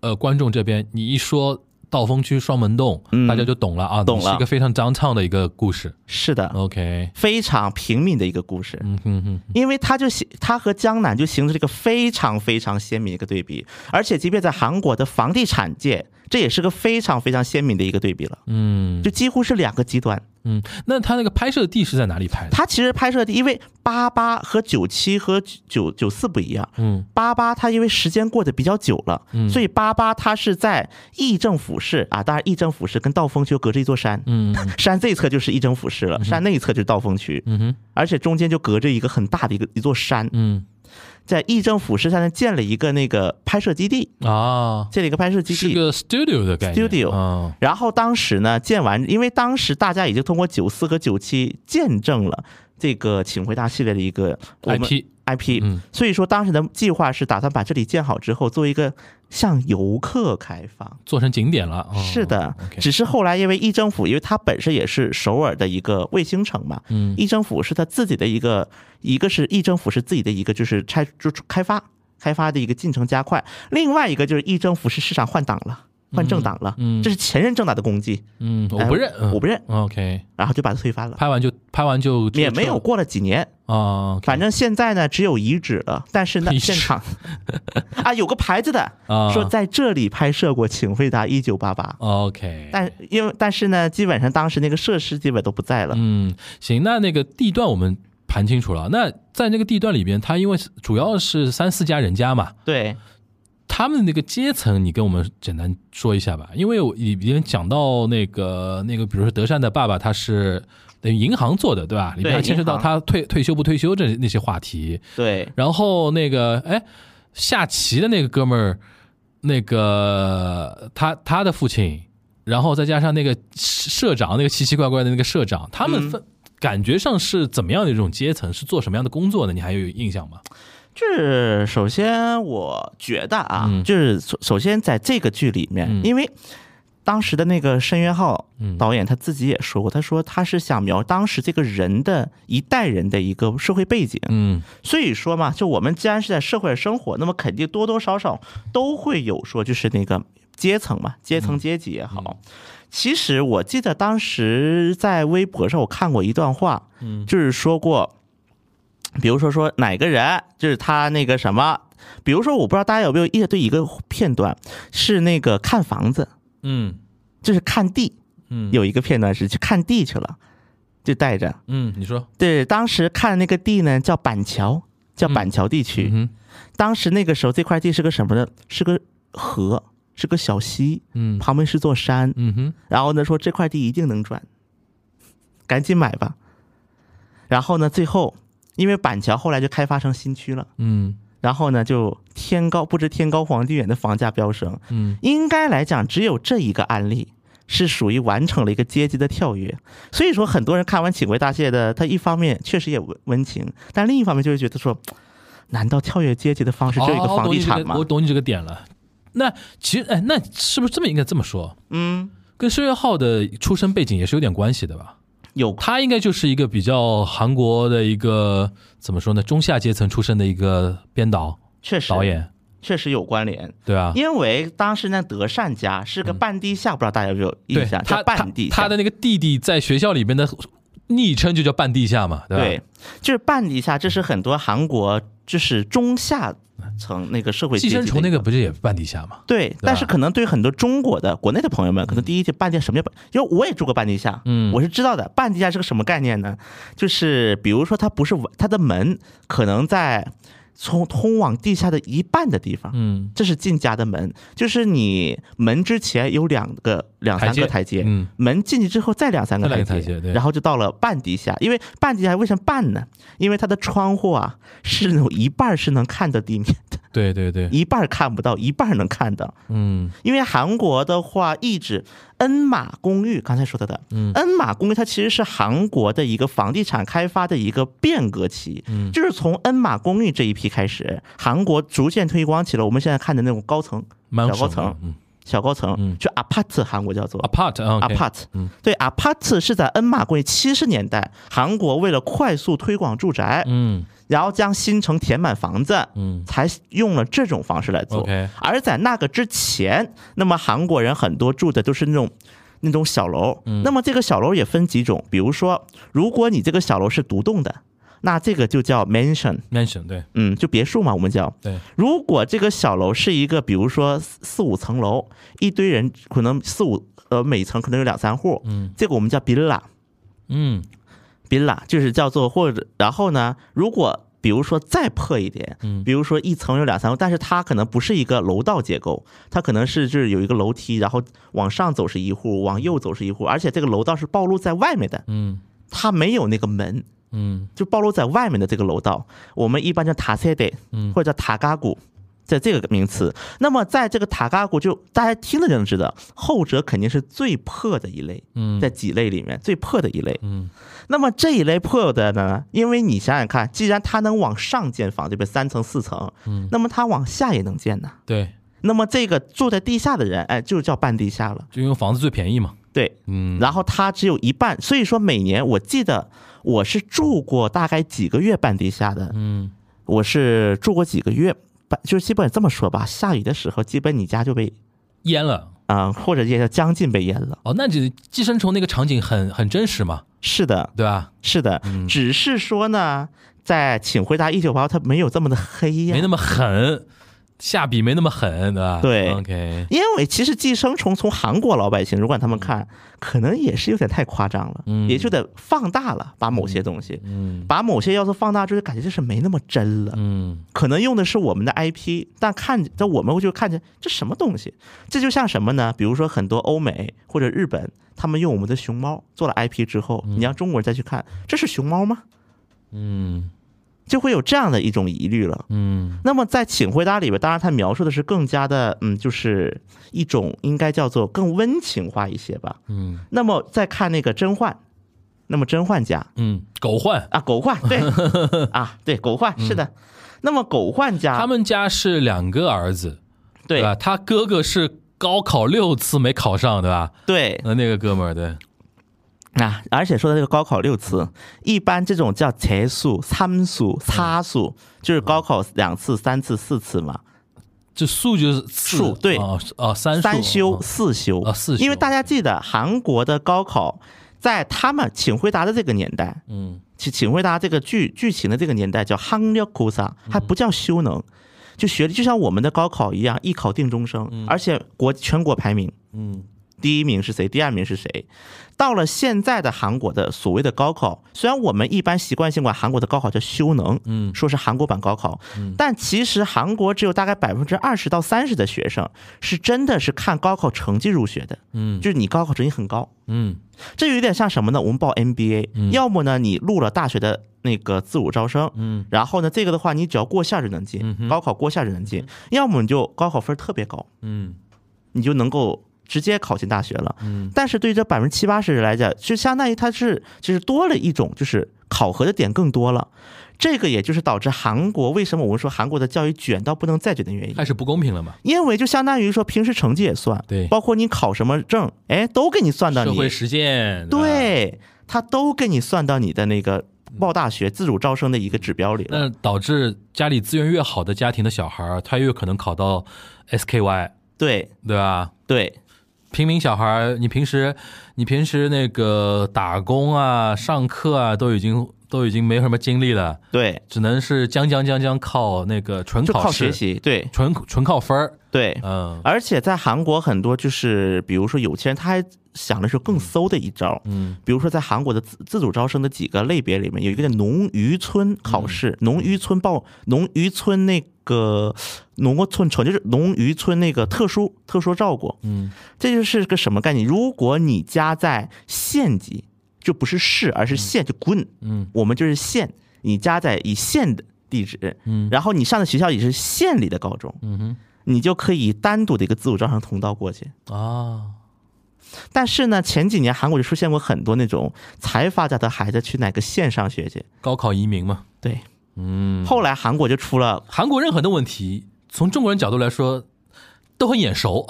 Speaker 5: 呃观众这边，你一说道风区双门洞，
Speaker 3: 嗯
Speaker 5: 大家就懂了啊，
Speaker 3: 懂了
Speaker 5: 是一个非常 downtown 的一个故事。
Speaker 3: 是的，
Speaker 5: OK，
Speaker 3: 非常平民的一个故事。
Speaker 5: 哦嗯哼哼，
Speaker 3: 因为它就形，它和江南就形成了一个非常非常鲜明的一个对比，而且即便在韩国的房地产界，这也是个非常非常鲜明的一个对比了，
Speaker 5: 嗯
Speaker 3: 就几乎是两个极端。
Speaker 5: 嗯，那他那个拍摄地是在哪里拍的？
Speaker 3: 它其实拍摄的，因为八八和九七和九九四不一样，
Speaker 5: 嗯
Speaker 3: 八八它因为时间过得比较久了，
Speaker 5: 嗯
Speaker 3: 所以八八它是在议政府市啊，当然议政府市跟道峰区隔着一座山，
Speaker 5: 嗯
Speaker 3: 山这一侧就是议政府市了，山那一侧就是道峰区，
Speaker 5: 嗯哼
Speaker 3: 而且中间就隔着一个很大的一个一座山，
Speaker 5: 嗯
Speaker 3: 在议政府市上面建了一个那个拍摄基地，
Speaker 5: 啊，
Speaker 3: 建了一个拍摄基
Speaker 5: 是
Speaker 3: 地。
Speaker 5: 个 studio 的概念
Speaker 3: 嗯 studio
Speaker 5: 啊，
Speaker 3: 然后当时呢，建完，因为当时大家已经通过九四和九七见证了这个《请回答》系列的一个我们
Speaker 5: IP
Speaker 3: IP，
Speaker 5: 嗯
Speaker 3: 所以说当时的计划是打算把这里建好之后，做一个向游客开放。
Speaker 5: 做成景点了。哦
Speaker 3: 是的，
Speaker 5: ，OK
Speaker 3: 只是后来因为议政府，因为它本身也是首尔的一个卫星城嘛，
Speaker 5: 嗯
Speaker 3: 议政府是它自己的一个，一个是议政府是自己的一个就是拆就是开发开发的一个进程加快，另外一个就是议政府是市场换党了，换政党了，
Speaker 5: 嗯
Speaker 3: 这是前任政党的功绩，
Speaker 5: 嗯，我
Speaker 3: 哎
Speaker 5: 不认，嗯
Speaker 3: 我不认，
Speaker 5: OK，
Speaker 3: 然后就把它推翻了。
Speaker 5: 拍完就拍完就
Speaker 3: 也没有过了几年，
Speaker 5: 啊，
Speaker 3: 反正现在呢只有遗址了，但是
Speaker 5: 遗
Speaker 3: 那
Speaker 5: 址
Speaker 3: 现场 (laughs) 啊有个牌子的
Speaker 5: 啊
Speaker 3: 说在这里拍摄过《请回答一九八八》，
Speaker 5: OK，
Speaker 3: 但因为但是呢，基本上当时那个设施基本都不在了。
Speaker 5: 嗯，行，那那个地段我们盘清楚了。那在那个地段里边，它因为是主要是三四家人家嘛，
Speaker 3: 对，
Speaker 5: 他们那个阶层，你跟我们简单说一下吧。因为我已经讲到那个那个，比如说德善的爸爸，他是等于银行做的，对吧？里面还牵涉到
Speaker 3: 银
Speaker 5: 他
Speaker 3: 行
Speaker 5: 退退休不退休这那些话题。
Speaker 3: 对，
Speaker 5: 然后那个哎，下棋的那个哥们儿，那个他他的父亲，然后再加上那个社长，那个奇奇怪怪的那个社长，他们分、感觉上是怎么样的一种阶层，是做什么样的工作呢？你还有印象吗？
Speaker 3: 就是首先我觉得啊，
Speaker 5: 嗯
Speaker 3: 就是首首先在这个剧里面，因为当时的那个申元浩
Speaker 5: 嗯
Speaker 3: 导演他自己也说过，他说他是想描当时这个人的一代人的一个社会背景，
Speaker 5: 嗯
Speaker 3: 所以说嘛，就我们既然是在社会上生活，那么肯定多多少少都会有说就是那个阶层嘛，阶层阶级也好。其实我记得当时在微博上我看过一段话，嗯，就是说过，比如说说哪个人，就是他那个什么，比如说我不知道大家有没有一对一个片段是那个看房子，
Speaker 5: 嗯
Speaker 3: 就是看地，
Speaker 5: 嗯
Speaker 3: 有一个片段是去看地去了。就带着。
Speaker 5: 嗯，你说，
Speaker 3: 对，当时看的那个地呢叫板桥，叫板桥地区。
Speaker 5: 嗯
Speaker 3: 当时那个时候这块地是个什么呢？是个河，是个小溪，
Speaker 5: 嗯
Speaker 3: 旁边是座山。
Speaker 5: 嗯哼，
Speaker 3: 然后呢，说这块地一定能赚，赶紧买吧。然后呢，最后因为板桥后来就开发成新区了，
Speaker 5: 嗯
Speaker 3: 然后呢就天高不知天高皇帝远的房价飙升。
Speaker 5: 嗯
Speaker 3: 应该来讲，只有这一个案例是属于完成了一个阶级的跳跃。所以说，很多人看完《请回答谢》的，他一方面确实也温温情，但另一方面就会觉得说，难道跳跃阶级的方式只有一个
Speaker 5: 哦
Speaker 3: 房地
Speaker 5: 我懂你
Speaker 3: 产
Speaker 5: 这个
Speaker 3: 吗
Speaker 5: 我？懂你这个点了。那其实，哎，那是不是这么应该这么说？
Speaker 3: 嗯，
Speaker 5: 跟申月浩的出身背景也是有点关系的吧？
Speaker 3: 有
Speaker 5: 他应该就是一个比较韩国的一个怎么说呢，中下阶层出身的一个编导
Speaker 3: 确实
Speaker 5: 导演，
Speaker 3: 确实有关联。
Speaker 5: 对啊，嗯
Speaker 3: 因为当时那德善家是个半地下，不知道大家有没有
Speaker 5: 对
Speaker 3: 印象？
Speaker 5: 他
Speaker 3: 叫半地
Speaker 5: 他，
Speaker 3: 下
Speaker 5: 他的那个弟弟在学校里面的昵称就叫半地下嘛，对吧？
Speaker 3: 对，就是半地下，这是很多韩国就是中下层那个社会阶
Speaker 5: 寄
Speaker 3: 级的
Speaker 5: 生
Speaker 3: 一
Speaker 5: 虫那
Speaker 3: 个
Speaker 5: 个不是也半地下嘛？
Speaker 3: 对，但是
Speaker 5: 吧
Speaker 3: 可能对很多中国的国内的朋友们，可能第一就半地下什么叫半，因为我也住过半地下，
Speaker 5: 嗯
Speaker 3: 我是知道的。半地下是个什么概念呢？就是比如说它不是完它的门可能在从通往地下的一半的地方，
Speaker 5: 嗯，
Speaker 3: 这是进家的门，就是你门之前有两个两三个台阶，
Speaker 5: 嗯
Speaker 3: 门进去之后再两三个
Speaker 5: 再
Speaker 3: 台
Speaker 5: 两个
Speaker 3: 阶，
Speaker 5: 台阶对
Speaker 3: 然后就到了半地下。因为半地下为什么半呢？因为它的窗户啊是那种一半儿是能看到地面，
Speaker 5: 对对对，
Speaker 3: 一半儿看不到，一半儿能看到。
Speaker 5: 嗯
Speaker 3: 因为韩国的话，一直恩马公寓，刚才说到的，
Speaker 5: 嗯
Speaker 3: 恩马公寓它其实是韩国的一个房地产开发的一个变革期，
Speaker 5: 嗯
Speaker 3: 就是从恩马公寓这一批开始，韩国逐渐推广起了我们现在看的那种高层、
Speaker 5: 蛮
Speaker 3: 小
Speaker 5: 爽
Speaker 3: 高
Speaker 5: 的
Speaker 3: 层
Speaker 5: 嗯
Speaker 3: 小高层，
Speaker 5: 嗯
Speaker 3: 就 apart，韩国叫做。
Speaker 5: ，apart 啊 OK
Speaker 3: apart，、
Speaker 5: 嗯
Speaker 3: 对 apart 是在恩马公寓七十年代，韩国为了快速推广住宅，
Speaker 5: 嗯
Speaker 3: 然后将新城填满房子，
Speaker 5: 嗯
Speaker 3: 才用了这种方式来做。
Speaker 5: OK
Speaker 3: 而在那个之前，那么韩国人很多住的都是那种。那种小楼，
Speaker 5: 嗯
Speaker 3: 那么这个小楼也分几种，比如说，如果你这个小楼是独栋的，那这个就叫 mansion，
Speaker 5: mention 对
Speaker 3: 嗯，就别墅嘛，我们叫。
Speaker 5: 对，
Speaker 3: 如果这个小楼是一个，比如说四四五层楼，一堆人可能四五呃每层可能有两三户，
Speaker 5: 嗯，
Speaker 3: 这个我们叫 villa，
Speaker 5: 嗯
Speaker 3: villa 就是叫做或者然后呢，如果比如说再破一点，
Speaker 5: 嗯
Speaker 3: 比如说一层有两三楼，但是它可能不是一个楼道结构，它可能是就是有一个楼梯，然后往上走是一户，往右走是一户，而且这个楼道是暴露在外面的，
Speaker 5: 嗯
Speaker 3: 它没有那个门，
Speaker 5: 嗯
Speaker 3: 就暴露在外面的这个楼道，我们一般叫塔塞德，
Speaker 5: 嗯
Speaker 3: 或者叫塔嘎古。在这个名词，那么在这个塔嘎古就大家听了就能知道，后者肯定是最破的一类，
Speaker 5: 嗯
Speaker 3: 在几类里面最破的一类。
Speaker 5: 嗯
Speaker 3: 那么这一类破的呢，因为你想想看，既然它能往上建房，对不对？三层四层，
Speaker 5: 嗯
Speaker 3: 那么它往下也能建呐。
Speaker 5: 对，
Speaker 3: 那么这个住在地下的人，哎，就叫半地下了。
Speaker 5: 就因为房子最便宜嘛，
Speaker 3: 对，
Speaker 5: 嗯
Speaker 3: 然后它只有一半，所以说每年我记得我是住过大概几个月半地下的，
Speaker 5: 嗯
Speaker 3: 我是住过几个月，半就是基本这么说吧，下雨的时候，基本你家就被
Speaker 5: 淹了。
Speaker 3: 啊、或者也叫将近被淹了。
Speaker 5: 哦，那这寄生虫那个场景很很真实嘛，
Speaker 3: 是的，
Speaker 5: 对吧？
Speaker 3: 是的，
Speaker 5: 嗯
Speaker 3: 只是说呢，在《请回答一九八》它没有这么的黑呀
Speaker 5: 没。那么狠，下笔没那么狠，对吧？
Speaker 3: 对
Speaker 5: ，OK，
Speaker 3: 因为其实寄生虫从韩国老百姓，如果让他们看，可能也是有点太夸张了，
Speaker 5: 嗯
Speaker 3: 也就得放大了，把某些东西，
Speaker 5: 嗯
Speaker 3: 把某些要素放大之后，感觉就是没那么真了。
Speaker 5: 嗯
Speaker 3: 可能用的是我们的 IP，但看但我们就看见这什么东西，这就像什么呢？比如说很多欧美或者日本，他们用我们的熊猫做了 IP 之后，你让中国人再去看，这是熊猫吗？
Speaker 5: 嗯
Speaker 3: 就会有这样的一种疑虑了。
Speaker 5: 嗯
Speaker 3: 那么在《请回答》里边，当然他描述的是更加的，嗯，就是一种应该叫做更温情化一些吧。
Speaker 5: 嗯
Speaker 3: 那么再看那个甄嬛，那么甄嬛家
Speaker 5: 嗯，狗焕，
Speaker 3: 啊，狗焕
Speaker 5: (laughs)
Speaker 3: 对啊，对狗焕是的。那么狗焕
Speaker 5: 嗯
Speaker 3: 家
Speaker 5: 他们家是两个儿子，
Speaker 3: 对
Speaker 5: 吧？他哥哥是高考六次没考上，对吧？
Speaker 3: 对
Speaker 5: 那那个哥们儿，对，
Speaker 3: 啊，而且说的这个高考六次，一般这种叫才数、参数、差
Speaker 5: 嗯
Speaker 3: 数，就是高考两次、三次、四次嘛。
Speaker 5: 就数就是四
Speaker 3: 数对
Speaker 5: 哦哦三数
Speaker 3: 三修
Speaker 5: 哦
Speaker 3: 四修
Speaker 5: 啊四修
Speaker 3: 因为大家记得韩国的高考，在他们《请回答》的这个年代，
Speaker 5: 嗯
Speaker 3: 请请回答这个剧剧情的这个年代叫 h a n g l k u s
Speaker 5: 嗯
Speaker 3: a 还不叫修能，就学历就像我们的高考一样，一考定终生，而且国全国排名，
Speaker 5: 嗯
Speaker 3: 第一名是谁，第二名是谁。到了现在的韩国的所谓的高考，虽然我们一般习惯性管韩国的高考叫修能，
Speaker 5: 嗯
Speaker 3: 说是韩国版高考，但其实韩国只有大概百分之二十到三十的学生是真的是看高考成绩入学的，
Speaker 5: 嗯
Speaker 3: 就是你高考成绩很高，
Speaker 5: 嗯
Speaker 3: 这有点像什么呢？我们报 MBA，、要么呢你录了大学的那个自主招生，
Speaker 5: 嗯，
Speaker 3: 然后呢这个的话你只要过线儿就能进，
Speaker 5: 嗯哼
Speaker 3: 高考过线儿就能进，要么你就高考分儿特别高，
Speaker 5: 嗯
Speaker 3: 你就能够直接考进大学了。
Speaker 5: 嗯
Speaker 3: 但是对于这百分之七八十来讲，就相当于它是其实多了一种就是考核的点更多了。这个也就是导致韩国为什么我们说韩国的教育卷到不能再卷的原因，
Speaker 5: 开始不公平了嘛？
Speaker 3: 因为就相当于说平时成绩也算，
Speaker 5: 对
Speaker 3: 包括你考什么证，哎，都给你算到
Speaker 5: 社
Speaker 3: 你
Speaker 5: 会实践，吧，嗯
Speaker 3: 对，他都给你算到你的那个报大学自主招生的一个指标里了。
Speaker 5: 那导致家里资源越好的家庭的小孩儿，他越可能考到 SKY，
Speaker 3: 对
Speaker 5: 对吧？
Speaker 3: 对
Speaker 5: 平民小孩儿，你平时你平时那个打工啊、上课啊，都已经都已经没什么精力了，
Speaker 3: 对，
Speaker 5: 只能是将将将将靠那个纯
Speaker 3: 就
Speaker 5: 考
Speaker 3: 靠
Speaker 5: 试
Speaker 3: 学，习，对
Speaker 5: 纯纯靠分儿。
Speaker 3: 对。
Speaker 5: 嗯
Speaker 3: 而且在韩国很多就是，比如说有钱人他还想的是更馊的一招，
Speaker 5: 嗯
Speaker 3: 比如说在韩国的自自主招生的几个类别里面，有一个叫农渔村考试，
Speaker 5: 嗯
Speaker 3: 农渔村报农渔村那个农过村成，就是农渔村那个特殊特殊照顾，
Speaker 5: 嗯
Speaker 3: 这就是个什么概念？如果你家在县级，就不是市，而是县，就滚，
Speaker 5: 嗯
Speaker 3: 我们就是县，你家在以县的地址，
Speaker 5: 嗯
Speaker 3: 然后你上的学校也是县里的高中，
Speaker 5: 嗯
Speaker 3: 你就可以单独的一个自主招生通道过去。
Speaker 5: 哼啊，
Speaker 3: 但是呢，前几年韩国就出现过很多那种财阀家的孩子去哪个县上学去，
Speaker 5: 高考移民嘛。
Speaker 3: 对，
Speaker 5: 嗯，
Speaker 3: 后来韩国就出了
Speaker 5: 韩国任何的问题，从中国人角度来说，都很眼熟，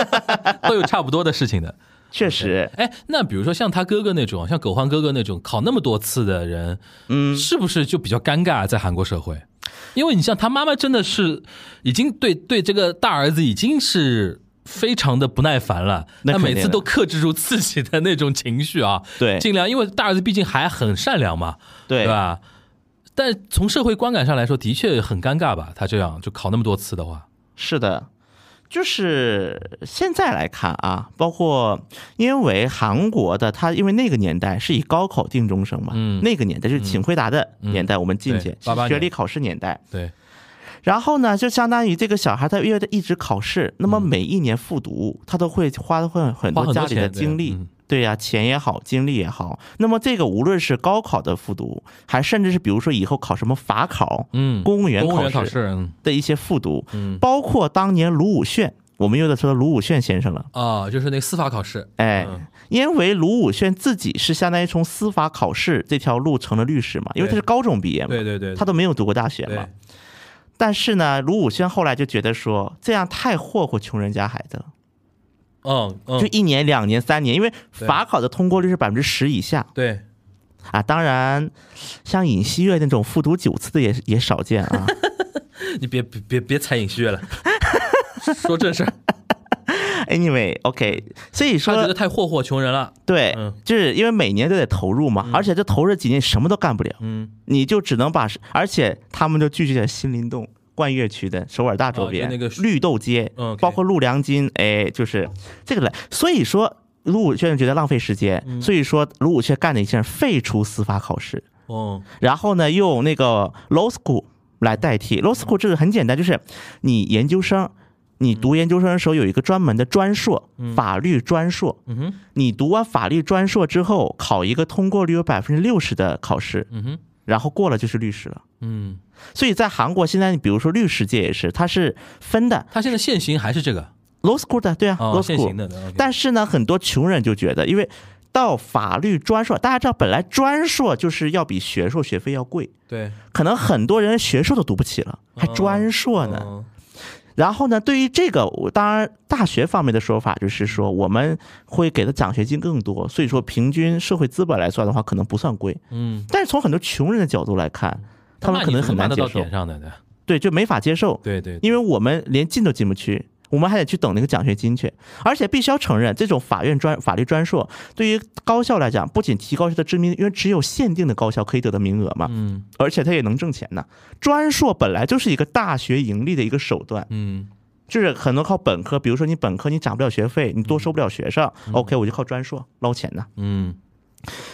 Speaker 5: (laughs) 都有差不多的事情的。
Speaker 3: 确实，
Speaker 5: 哎，那比如说像他哥哥那种，像狗焕哥哥那种考那么多次的人，
Speaker 3: 嗯，
Speaker 5: 是不是就比较尴尬啊在韩国社会？因为你像他妈妈真的是已经对对这个大儿子已经是非常的不耐烦了，
Speaker 3: 那
Speaker 5: 他
Speaker 3: 肯定
Speaker 5: 每次
Speaker 3: 的
Speaker 5: 都克制住自己的那种情绪啊，
Speaker 3: 对
Speaker 5: 尽量，因为大儿子毕竟还很善良嘛，
Speaker 3: 对
Speaker 5: 对吧？但从社会观感上来说，的确很尴尬吧？他这样就考那么多次的话，
Speaker 3: 是的，就是现在来看啊，包括因为韩国的它，因为那个年代是以高考定终生嘛，
Speaker 5: 嗯
Speaker 3: 那个年代就是请回答的年代，我们进去、
Speaker 5: 对88
Speaker 3: 是学历
Speaker 5: 年
Speaker 3: 考试年代。
Speaker 5: 对，
Speaker 3: 然后呢，就相当于这个小孩他因为他一直考试，那么每一年复读，他都会花会
Speaker 5: 嗯花
Speaker 3: 很
Speaker 5: 很多
Speaker 3: 多家里的
Speaker 5: 钱对
Speaker 3: 精力
Speaker 5: 嗯。
Speaker 3: 对呀、钱也好，精力也好。那么这个无论是高考的复读，还甚至是比如说以后考什么法考、
Speaker 5: 嗯，
Speaker 3: 公务员
Speaker 5: 公务
Speaker 3: 考
Speaker 5: 员考
Speaker 3: 试
Speaker 5: 试，嗯
Speaker 3: 的一些复读，
Speaker 5: 嗯
Speaker 3: 包括当年卢武铉，我们又得说到卢武铉先生了。
Speaker 5: 啊，就是那个司法考试，
Speaker 3: 哎
Speaker 5: 嗯，
Speaker 3: 因为卢武铉自己是相当于从司法考试这条路成了律师嘛，因为他是高中毕业嘛，
Speaker 5: 对对对，
Speaker 3: 他都没有读过大学
Speaker 5: 对
Speaker 3: 嘛。但是呢，卢武铉后来就觉得说，这样太霍霍穷人家孩子了，
Speaker 5: 嗯嗯，
Speaker 3: 就一年、两年、三年，因为
Speaker 5: 对
Speaker 3: 法考的通过率是百分之十以下
Speaker 5: 对，
Speaker 3: 啊。当然，像尹锡悦那种复读九次的也也少见
Speaker 5: (laughs)
Speaker 3: 啊。
Speaker 5: 你别别别别踩尹锡悦了， (laughs) 说正事儿，
Speaker 3: Anyway，OK，、所以
Speaker 5: 他觉
Speaker 3: 说
Speaker 5: 得太霍霍穷人了。
Speaker 3: 对
Speaker 5: 嗯，
Speaker 3: 就是因为每年都得投入嘛，而且这投入几年什么都干不了，
Speaker 5: 嗯，
Speaker 3: 你就只能把，而且他们就聚集在新林洞、冠岳区的首尔大周边、
Speaker 5: 哦就那个
Speaker 3: 绿豆街，
Speaker 5: 嗯，OK
Speaker 3: 包括陆良金，哎，就是这个来。所以说，卢武铉觉得浪费时间，
Speaker 5: 嗯
Speaker 3: 所以说卢武铉干了一件事，废除司法考试，
Speaker 5: 哦，
Speaker 3: 然后呢，用那个 law school 来代替 law school，这个很简单，就是你研究生。你读研究生的时候有一个专门的专硕，法律专硕。
Speaker 5: 嗯哼，
Speaker 3: 你读完法律专硕之后，考一个通过率有百分之六十的考试，
Speaker 5: 嗯哼，
Speaker 3: 然后过了就是律师了。
Speaker 5: 嗯，
Speaker 3: 所以在韩国现在，你比如说律师界也是，它是分的
Speaker 5: 他现在现行还是这个
Speaker 3: law school 的，对啊、
Speaker 5: 哦，
Speaker 3: law
Speaker 5: 现行
Speaker 3: school。
Speaker 5: 的。OK
Speaker 3: 但是呢，很多穷人就觉得，因为到法律专硕，大家知道本来专硕就是要比学硕学费要贵，
Speaker 5: 对，
Speaker 3: 可能很多人学硕都读不起了，
Speaker 5: 哦
Speaker 3: 还专硕呢。
Speaker 5: 嗯
Speaker 3: 然后呢，对于这个，我当然大学方面的说法就是说，我们会给的奖学金更多，所以说平均社会资本来算的话，可能不算贵。
Speaker 5: 嗯，
Speaker 3: 但是从很多穷人的角度来看，他们
Speaker 5: 那
Speaker 3: 可
Speaker 5: 你
Speaker 3: 能
Speaker 5: 怎
Speaker 3: 很
Speaker 5: 么
Speaker 3: 难
Speaker 5: 办得
Speaker 3: 接
Speaker 5: 到
Speaker 3: 受
Speaker 5: 点，上的呢。
Speaker 3: 对，就没法接受。
Speaker 5: 对对，
Speaker 3: 因为我们连进都进不去，我们还得去等那个奖学金去。而且必须要承认，这种法院专法律专硕对于高校来讲，不仅提高它的知名，因为只有限定的高校可以得到名额嘛，
Speaker 5: 嗯
Speaker 3: 而且它也能挣钱呢。专硕本来就是一个大学盈利的一个手段，
Speaker 5: 嗯，
Speaker 3: 就是很多靠本科，比如说你本科你涨不了学费，你多收不了学生、o k 我就靠专硕捞钱呐、
Speaker 5: 嗯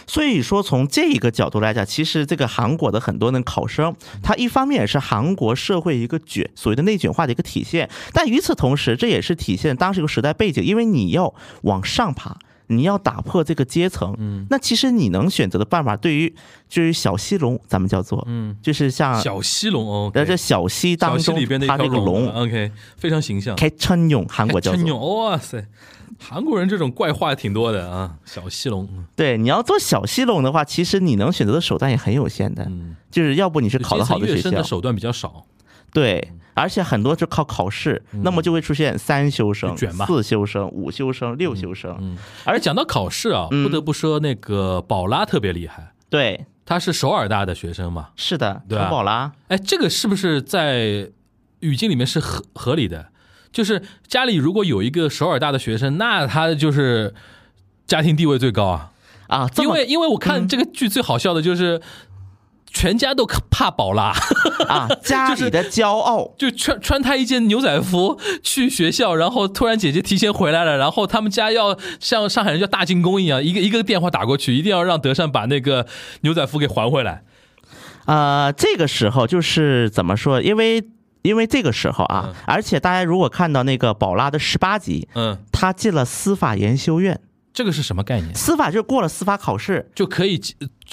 Speaker 3: 所以说，从这一个角度来讲，其实这个韩国的很多的考生，他一方面也是韩国社会一个卷所谓的内卷化的一个体现，但与此同时，这也是体现当时一个时代背景，因为你要往上爬。你要打破这个阶层，嗯，那其实你能选择的办法，对于就是小西龙，咱们叫做，
Speaker 5: 嗯，
Speaker 3: 就是像，呃
Speaker 5: 小西龙哦，
Speaker 3: 啊在这小西当
Speaker 5: 小西
Speaker 3: 中，
Speaker 5: 里边的一
Speaker 3: 它
Speaker 5: 条嗯
Speaker 3: 这个龙
Speaker 5: ，OK，非常形象。
Speaker 3: 开称用，韩国叫
Speaker 5: 真
Speaker 3: 做，
Speaker 5: (laughs) 牛，哇塞！韩国人这种怪话挺多的啊，小西龙，嗯
Speaker 3: 对，你要做小西龙的话，其实你能选择的手段也很有限的，
Speaker 5: 嗯，
Speaker 3: 就是要不你是考得好
Speaker 5: 阶
Speaker 3: 的
Speaker 5: 层
Speaker 3: 学
Speaker 5: 跃升
Speaker 3: 校
Speaker 5: 的，手段比较少，嗯
Speaker 3: 对，而且很多是靠考试，那么就会出现三修生、
Speaker 5: 卷吧
Speaker 3: 四修生、五修生、六修生。
Speaker 5: 嗯。而讲到考试啊，不得不说那个宝拉特别厉害，
Speaker 3: 对，
Speaker 5: 他是首尔大的学生嘛，
Speaker 3: 是的，
Speaker 5: 对啊
Speaker 3: 考宝拉，
Speaker 5: 哎，这个是不是在语境里面是合合理的？就是家里如果有一个首尔大的学生，那他就是家庭地位最高啊，
Speaker 3: 啊，这
Speaker 5: 因
Speaker 3: 么
Speaker 5: 为因为我看这个剧最好笑的就是全家都怕宝拉。
Speaker 3: 啊，家里的骄傲。
Speaker 5: (laughs) 就穿穿他一件牛仔服去学校，然后突然姐姐提前回来了，然后他们家要像上海人叫大进攻一样，一个一个电话打过去，一定要让德善把那个牛仔服给还回来。
Speaker 3: 呃，这个时候就是怎么说？因为因为这个时候啊，而且大家如果看到那个宝拉的十八集，
Speaker 5: 嗯，
Speaker 3: 他进了司法研修院，
Speaker 5: 这个是什么概念？
Speaker 3: 司法就是过了司法考试，
Speaker 5: 就可以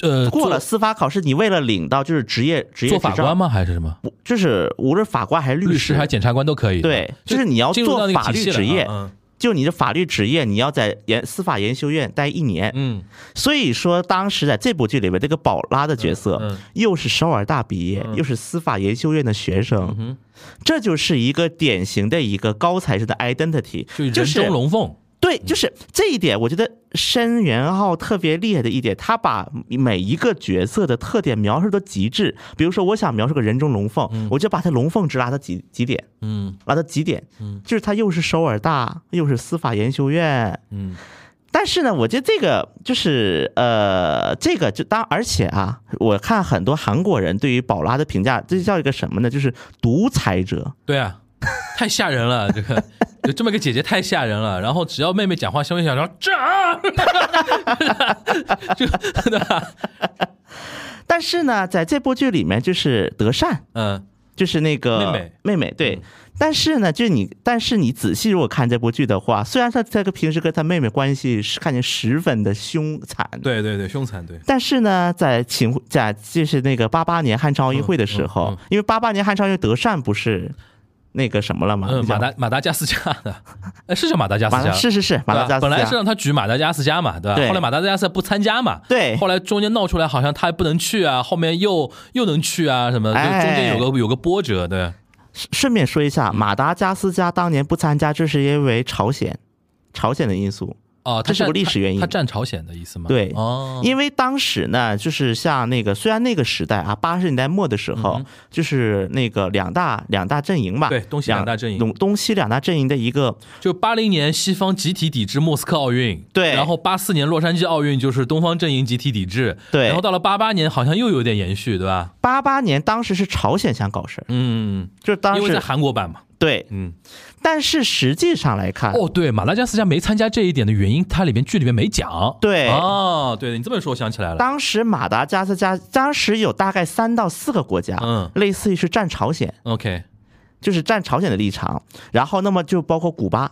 Speaker 5: 呃
Speaker 3: 过了
Speaker 5: 做
Speaker 3: 司法考试，你为了领到就是职业职业
Speaker 5: 做
Speaker 3: 执
Speaker 5: 法
Speaker 3: 照
Speaker 5: 官？吗？还是什么？
Speaker 3: 不就是无论法官还是
Speaker 5: 律
Speaker 3: 师
Speaker 5: 师还是检察官都可以。
Speaker 3: 对就是你要
Speaker 5: 进入到那
Speaker 3: 做
Speaker 5: 个
Speaker 3: 法
Speaker 5: 体
Speaker 3: 律
Speaker 5: 系了
Speaker 3: 职业
Speaker 5: 啊
Speaker 3: 就你的法律职业，你要在研司法研修院待一年。
Speaker 5: 嗯
Speaker 3: 所以说，当时在这部剧里面，这个宝拉的角色、
Speaker 5: 嗯嗯嗯
Speaker 3: 又是首尔大毕业，又是司法研修院的学生，这就是一个典型的一个高材生的 identity，
Speaker 5: 嗯，就人
Speaker 3: 是
Speaker 5: 中龙嗯凤。
Speaker 3: 对，就是这一点，我觉得申元浩特别厉害的一点，他把每一个角色的特点描述到极致。比如说，我想描述个人中龙凤，我就把他龙凤值拉到极极点，
Speaker 5: 嗯
Speaker 3: 拉到极点，
Speaker 5: 嗯
Speaker 3: 就是他又是首尔大，又是司法研修院，
Speaker 5: 嗯
Speaker 3: 但是呢，我觉得这个就是呃，这个就当而且啊，我看很多韩国人对于宝拉的评价，这叫一个什么呢？就是独裁者。
Speaker 5: 对啊， (laughs) 太吓人了，这个有这么个姐姐太吓人了。然后只要妹妹讲话，小妹想说这儿， (laughs) 就 (laughs) 对吧？
Speaker 3: 但是呢，在这部剧里面，就是德善，
Speaker 5: 嗯
Speaker 3: 就是那个
Speaker 5: 妹妹嗯
Speaker 3: 妹妹对。但是呢，就是你，但是你仔细如果看这部剧的话，虽然他这个平时跟他妹妹关系是看见十分的凶残，，
Speaker 5: 对对对，凶残对。
Speaker 3: 但是呢，在秦在就是那个八八年汉城奥运会的时候，
Speaker 5: 嗯嗯嗯
Speaker 3: 因为八八年汉城奥运会德善不是那个什么了嘛，
Speaker 5: 嗯，
Speaker 3: 那叫
Speaker 5: 马达马达加斯加的， (laughs) 哎，是叫马达加斯
Speaker 3: 马
Speaker 5: 加，
Speaker 3: 达是是是马达
Speaker 5: 对
Speaker 3: 加斯加，
Speaker 5: 吧本来是让他举马达加斯加嘛，对吧？
Speaker 3: 对
Speaker 5: 后来马达加斯加不参加嘛，
Speaker 3: 对
Speaker 5: 后来中间闹出来，好像他不能去啊，后面又又能去啊，什么？就
Speaker 3: 哎
Speaker 5: 中间有个有个波折，对。
Speaker 3: 顺便说一下，马达加斯加当年不参加，这是因为朝鲜，朝鲜的因素。
Speaker 5: 哦，他
Speaker 3: 这是
Speaker 5: 站
Speaker 3: 个历史原因
Speaker 5: 他他站朝鲜的意思吗？
Speaker 3: 对
Speaker 5: 哦，
Speaker 3: 因为当时呢，就是像那个，虽然那个时代啊，八十年代末的时候，嗯就是那个两大两大阵营吧，
Speaker 5: 对东西两大阵营
Speaker 3: 东东西两大阵营的一个
Speaker 5: 就八零年西方集体抵制莫斯科奥运，
Speaker 3: 对
Speaker 5: 然后八四年洛杉矶奥运就是东方阵营集体抵制，
Speaker 3: 对
Speaker 5: 然后到了八八年好像又有点延续，对吧？
Speaker 3: 八八年，当时是朝鲜想搞事儿，
Speaker 5: 嗯，
Speaker 3: 就是当
Speaker 5: 因为在
Speaker 3: 时
Speaker 5: 韩国版嘛，
Speaker 3: 对，
Speaker 5: 嗯，
Speaker 3: 但是实际上来看，
Speaker 5: 哦，对，马达加斯加没参加这一点的原因，它里面剧里面没讲，
Speaker 3: 对
Speaker 5: 哦，对你这么说我想起来了，
Speaker 3: 当时马达加斯加当时有大概三到四个国家，
Speaker 5: 嗯
Speaker 3: 类似于是站朝鲜，
Speaker 5: ，OK，
Speaker 3: 就是站朝鲜的立场，然后那么就包括古巴，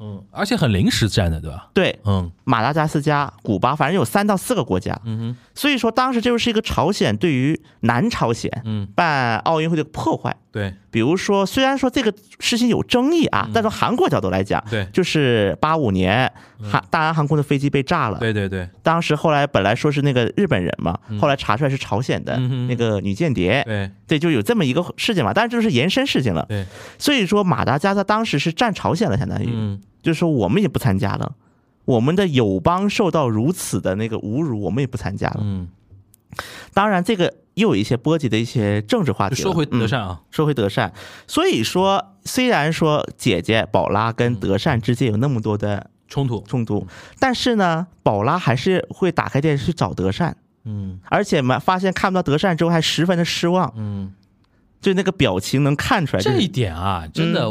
Speaker 5: 嗯，而且很临时站的，对吧？
Speaker 3: 对，
Speaker 5: 嗯
Speaker 3: 马达加斯加、古巴，反正有三到四个国家。
Speaker 5: 嗯
Speaker 3: 所以说，当时这就是一个朝鲜对于南朝鲜
Speaker 5: 嗯，
Speaker 3: 办奥运会的破坏。
Speaker 5: 对，
Speaker 3: 比如说，虽然说这个事情有争议啊，但从韩国角度来讲，
Speaker 5: 嗯对嗯
Speaker 3: 就是八五年韩大韩航空的飞机被炸了，
Speaker 5: 对对对
Speaker 3: 当时后来本来说是那个日本人嘛，后来查出来是朝鲜的
Speaker 5: 嗯哼
Speaker 3: 那个女间谍，
Speaker 5: 对
Speaker 3: 对，就有这么一个事情嘛，但是这是延伸事情了。
Speaker 5: 对，
Speaker 3: 所以说马达加斯加当时是占朝鲜了，相当于，
Speaker 5: 嗯，
Speaker 3: 就是说我们也不参加了，我们的友邦受到如此的那个侮辱，我们也不参加了。
Speaker 5: 嗯，
Speaker 3: 当然，这个又有一些波及的一些政治话
Speaker 5: 就
Speaker 3: 题了。
Speaker 5: 说回德
Speaker 3: 嗯
Speaker 5: 善啊，
Speaker 3: 说回德善，所以说虽然说姐姐宝拉跟
Speaker 5: 嗯
Speaker 3: 德善之间有那么多的
Speaker 5: 冲突，
Speaker 3: 冲突，但是呢，宝拉还是会打开电视去找德善，
Speaker 5: 嗯
Speaker 3: 而且嘛发现看不到德善之后还十分的失望，
Speaker 5: 嗯。
Speaker 3: 就那个表情能看出来。就
Speaker 5: 这
Speaker 3: 是嗯
Speaker 5: 一点啊，真的，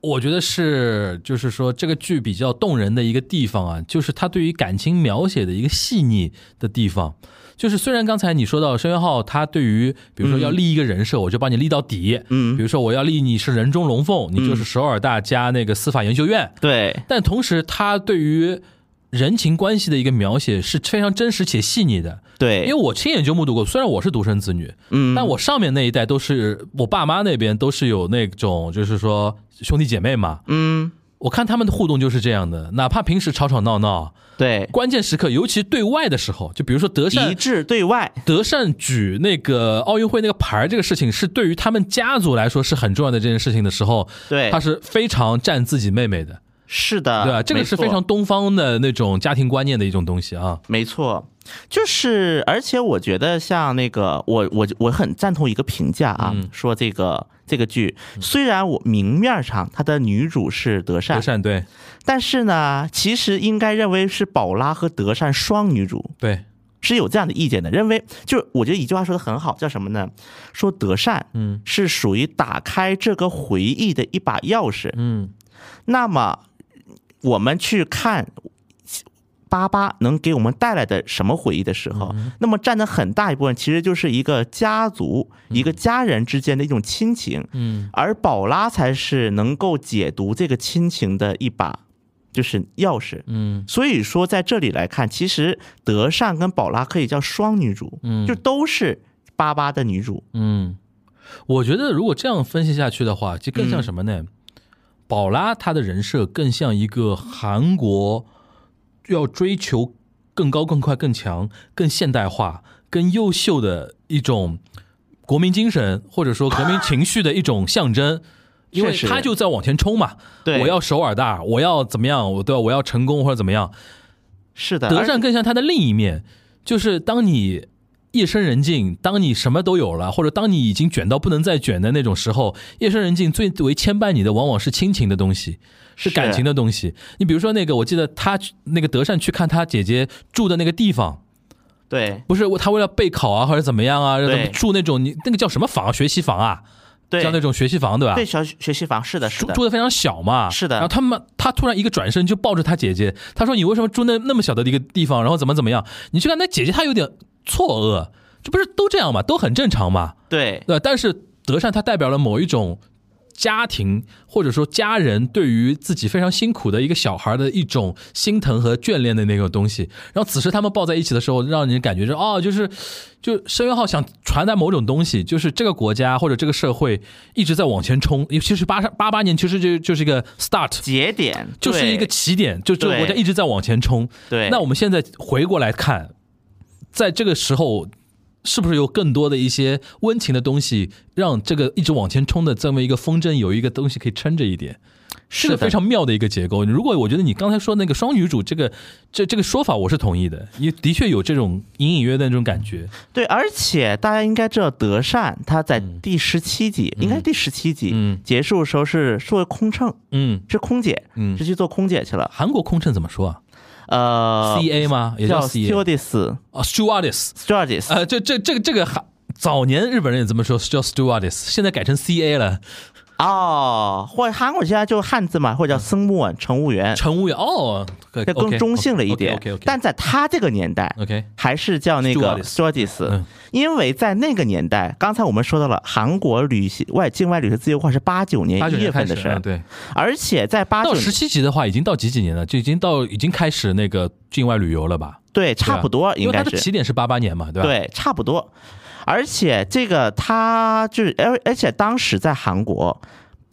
Speaker 5: 我觉得是，就是说这个剧比较动人的一个地方啊，就是它对于感情描写的一个细腻的地方。就是虽然刚才你说到申元浩，他对于比如说要立一个人设，我就把你立到底，
Speaker 3: 嗯
Speaker 5: 比如说我要立你是人中龙凤，你就是首尔大加那个司法研究院，
Speaker 3: 对，
Speaker 5: 但同时他对于人情关系的一个描写是非常真实且细腻的。
Speaker 3: 对，
Speaker 5: 因为我亲眼就目睹过，虽然我是独生子女，
Speaker 3: 哎嗯，
Speaker 5: 但我上面那一代都是我爸妈那边都是有那种就是说兄弟姐妹嘛，
Speaker 3: 嗯，
Speaker 5: 我看他们的互动就是这样的，哪怕平时吵吵闹闹，
Speaker 3: 对，
Speaker 5: 关键时刻，尤其对外的时候，就比如说德
Speaker 3: 一
Speaker 5: 善
Speaker 3: 致对外，
Speaker 5: 德善举那个奥运会那个牌儿这个事情，是对于他们家族来说是很重要的这件事情的时候，
Speaker 3: 对，
Speaker 5: 他是非常站自己妹妹的，
Speaker 3: 是的，
Speaker 5: 对吧？这个
Speaker 3: 没
Speaker 5: 是
Speaker 3: 错
Speaker 5: 非常东方的那种家庭观念的一种东西啊。
Speaker 3: 没错，就是而且我觉得像那个我我我很赞同一个评价啊，
Speaker 5: 嗯
Speaker 3: 说这个这个剧虽然我明面上它的女主是德善，
Speaker 5: 德善对
Speaker 3: 但是呢，其实应该认为是宝拉和德善双女主。
Speaker 5: 对，
Speaker 3: 是有这样的意见的，认为就是我觉得一句话说的很好，叫什么呢？说德善
Speaker 5: 嗯
Speaker 3: 是属于打开这个回忆的一把钥匙，
Speaker 5: 嗯
Speaker 3: 那么我们去看呃八八能给我们带来的什么回忆的时候，
Speaker 5: 嗯
Speaker 3: 那么占的很大一部分其实就是一个家族、一个家人之间的一种亲情，
Speaker 5: 嗯
Speaker 3: 而宝拉才是能够解读这个亲情的一把就是钥匙。
Speaker 5: 嗯
Speaker 3: 所以说，在这里来看，其实德善跟宝拉可以叫双女主，
Speaker 5: 嗯
Speaker 3: 就都是八八的女主。
Speaker 5: 嗯，我觉得如果这样分析下去的话，就更像
Speaker 3: 嗯
Speaker 5: 什么呢？宝拉她的人设更像一个韩国要追求更高、更快、更强、更现代化、更优秀的一种国民精神，或者说革命情绪的一种象征。因为
Speaker 3: 确实
Speaker 5: 她就在往前冲嘛，
Speaker 3: 对
Speaker 5: 我要首尔大，我要怎么样，我对吧？我要成功或者怎么样，
Speaker 3: 是的，
Speaker 5: 德
Speaker 3: 而
Speaker 5: 善更像他的另一面，就是当你夜深人静，当你什么都有了，或者当你已经卷到不能再卷的那种时候，夜深人静最为牵绊你的往往是亲情的东西，是
Speaker 3: 是
Speaker 5: 感情的东西。你比如说那个，我记得他去那个德善去看他姐姐住的那个地方。
Speaker 3: 对
Speaker 5: 不是他为了备考啊，或者怎么样啊，
Speaker 3: 对
Speaker 5: 怎么住那种你那个叫什么房啊？学习房啊，
Speaker 3: 对
Speaker 5: 叫那种学习房对吧？
Speaker 3: 对小学习房是的，是
Speaker 5: 住
Speaker 3: 的，
Speaker 5: 住的非常小嘛，
Speaker 3: 是的
Speaker 5: 然后他们他突然一个转身就抱着他姐姐，他说：“你为什么住那那么小的一个地方？然后怎么怎么样？”你去看他姐姐，她有点错愕，这不是都这样嘛，都很正常嘛，
Speaker 3: 对
Speaker 5: 对吧？但是德善他代表了某一种家庭或者说家人对于自己非常辛苦的一个小孩的一种心疼和眷恋的那个东西。然后此时他们抱在一起的时候，让人感觉着哦，就是就申元浩想传达某种东西，就是这个国家或者这个社会一直在往前冲。尤其是八八八年，其实就就是一个 start。
Speaker 3: 节点
Speaker 5: 就是一个
Speaker 3: 对
Speaker 5: 起点，就这个
Speaker 3: 对
Speaker 5: 国家一直在往前冲。
Speaker 3: 对
Speaker 5: 那我们现在回过来看，在这个时候，是不是有更多的一些温情的东西，让这个一直往前冲的这么一个风筝有一个东西可以撑着一点？是个
Speaker 3: 的
Speaker 5: 非常妙的一个结构。如果我觉得你刚才说那个双女主这个这这个说法，我是同意的，也的确有这种隐隐约约的那种感觉。
Speaker 3: 对，而且大家应该知道，德善他在第十七集，应该是第十七集、
Speaker 5: 嗯
Speaker 3: 结束的时候是作为空乘，
Speaker 5: 嗯
Speaker 3: 是空姐，
Speaker 5: 嗯
Speaker 3: 是去做空姐去了。
Speaker 5: 韩国空乘怎么说啊、
Speaker 3: 呃
Speaker 5: c a 吗？也叫 C A
Speaker 3: stewardess
Speaker 5: 啊，stewardess。
Speaker 3: stewardess，
Speaker 5: 呃，这这这个这个韩早年日本人也这么说，叫 stewardess，现在改成 CA 了，
Speaker 3: 哦，或者韩国现在就汉字嘛，或者叫僧务乘务员，
Speaker 5: 嗯乘务员哦，
Speaker 3: 这更中性了一点
Speaker 5: OK OK，, o k
Speaker 3: 但在他这个年代
Speaker 5: OK
Speaker 3: 还是叫那个
Speaker 5: Stewardess
Speaker 3: stewardess，
Speaker 5: 嗯
Speaker 3: 因为在那个年代，刚才我们说到了韩国旅行外境外旅行自由化是八九年
Speaker 5: 八九
Speaker 3: 一月
Speaker 5: 年开
Speaker 3: 份
Speaker 5: 始
Speaker 3: 的事儿，
Speaker 5: 嗯对，
Speaker 3: 而且在八九
Speaker 5: 到十七集的话，已经到几几年了，就已经到已经开始那个境外旅游了吧？
Speaker 3: 对差不多
Speaker 5: 对吧啊因
Speaker 3: 应
Speaker 5: 为它
Speaker 3: 该
Speaker 5: 的
Speaker 3: 是
Speaker 5: 起点是八八年嘛，对吧？
Speaker 3: 对差不多，而且这个他就是而而且当时在韩国。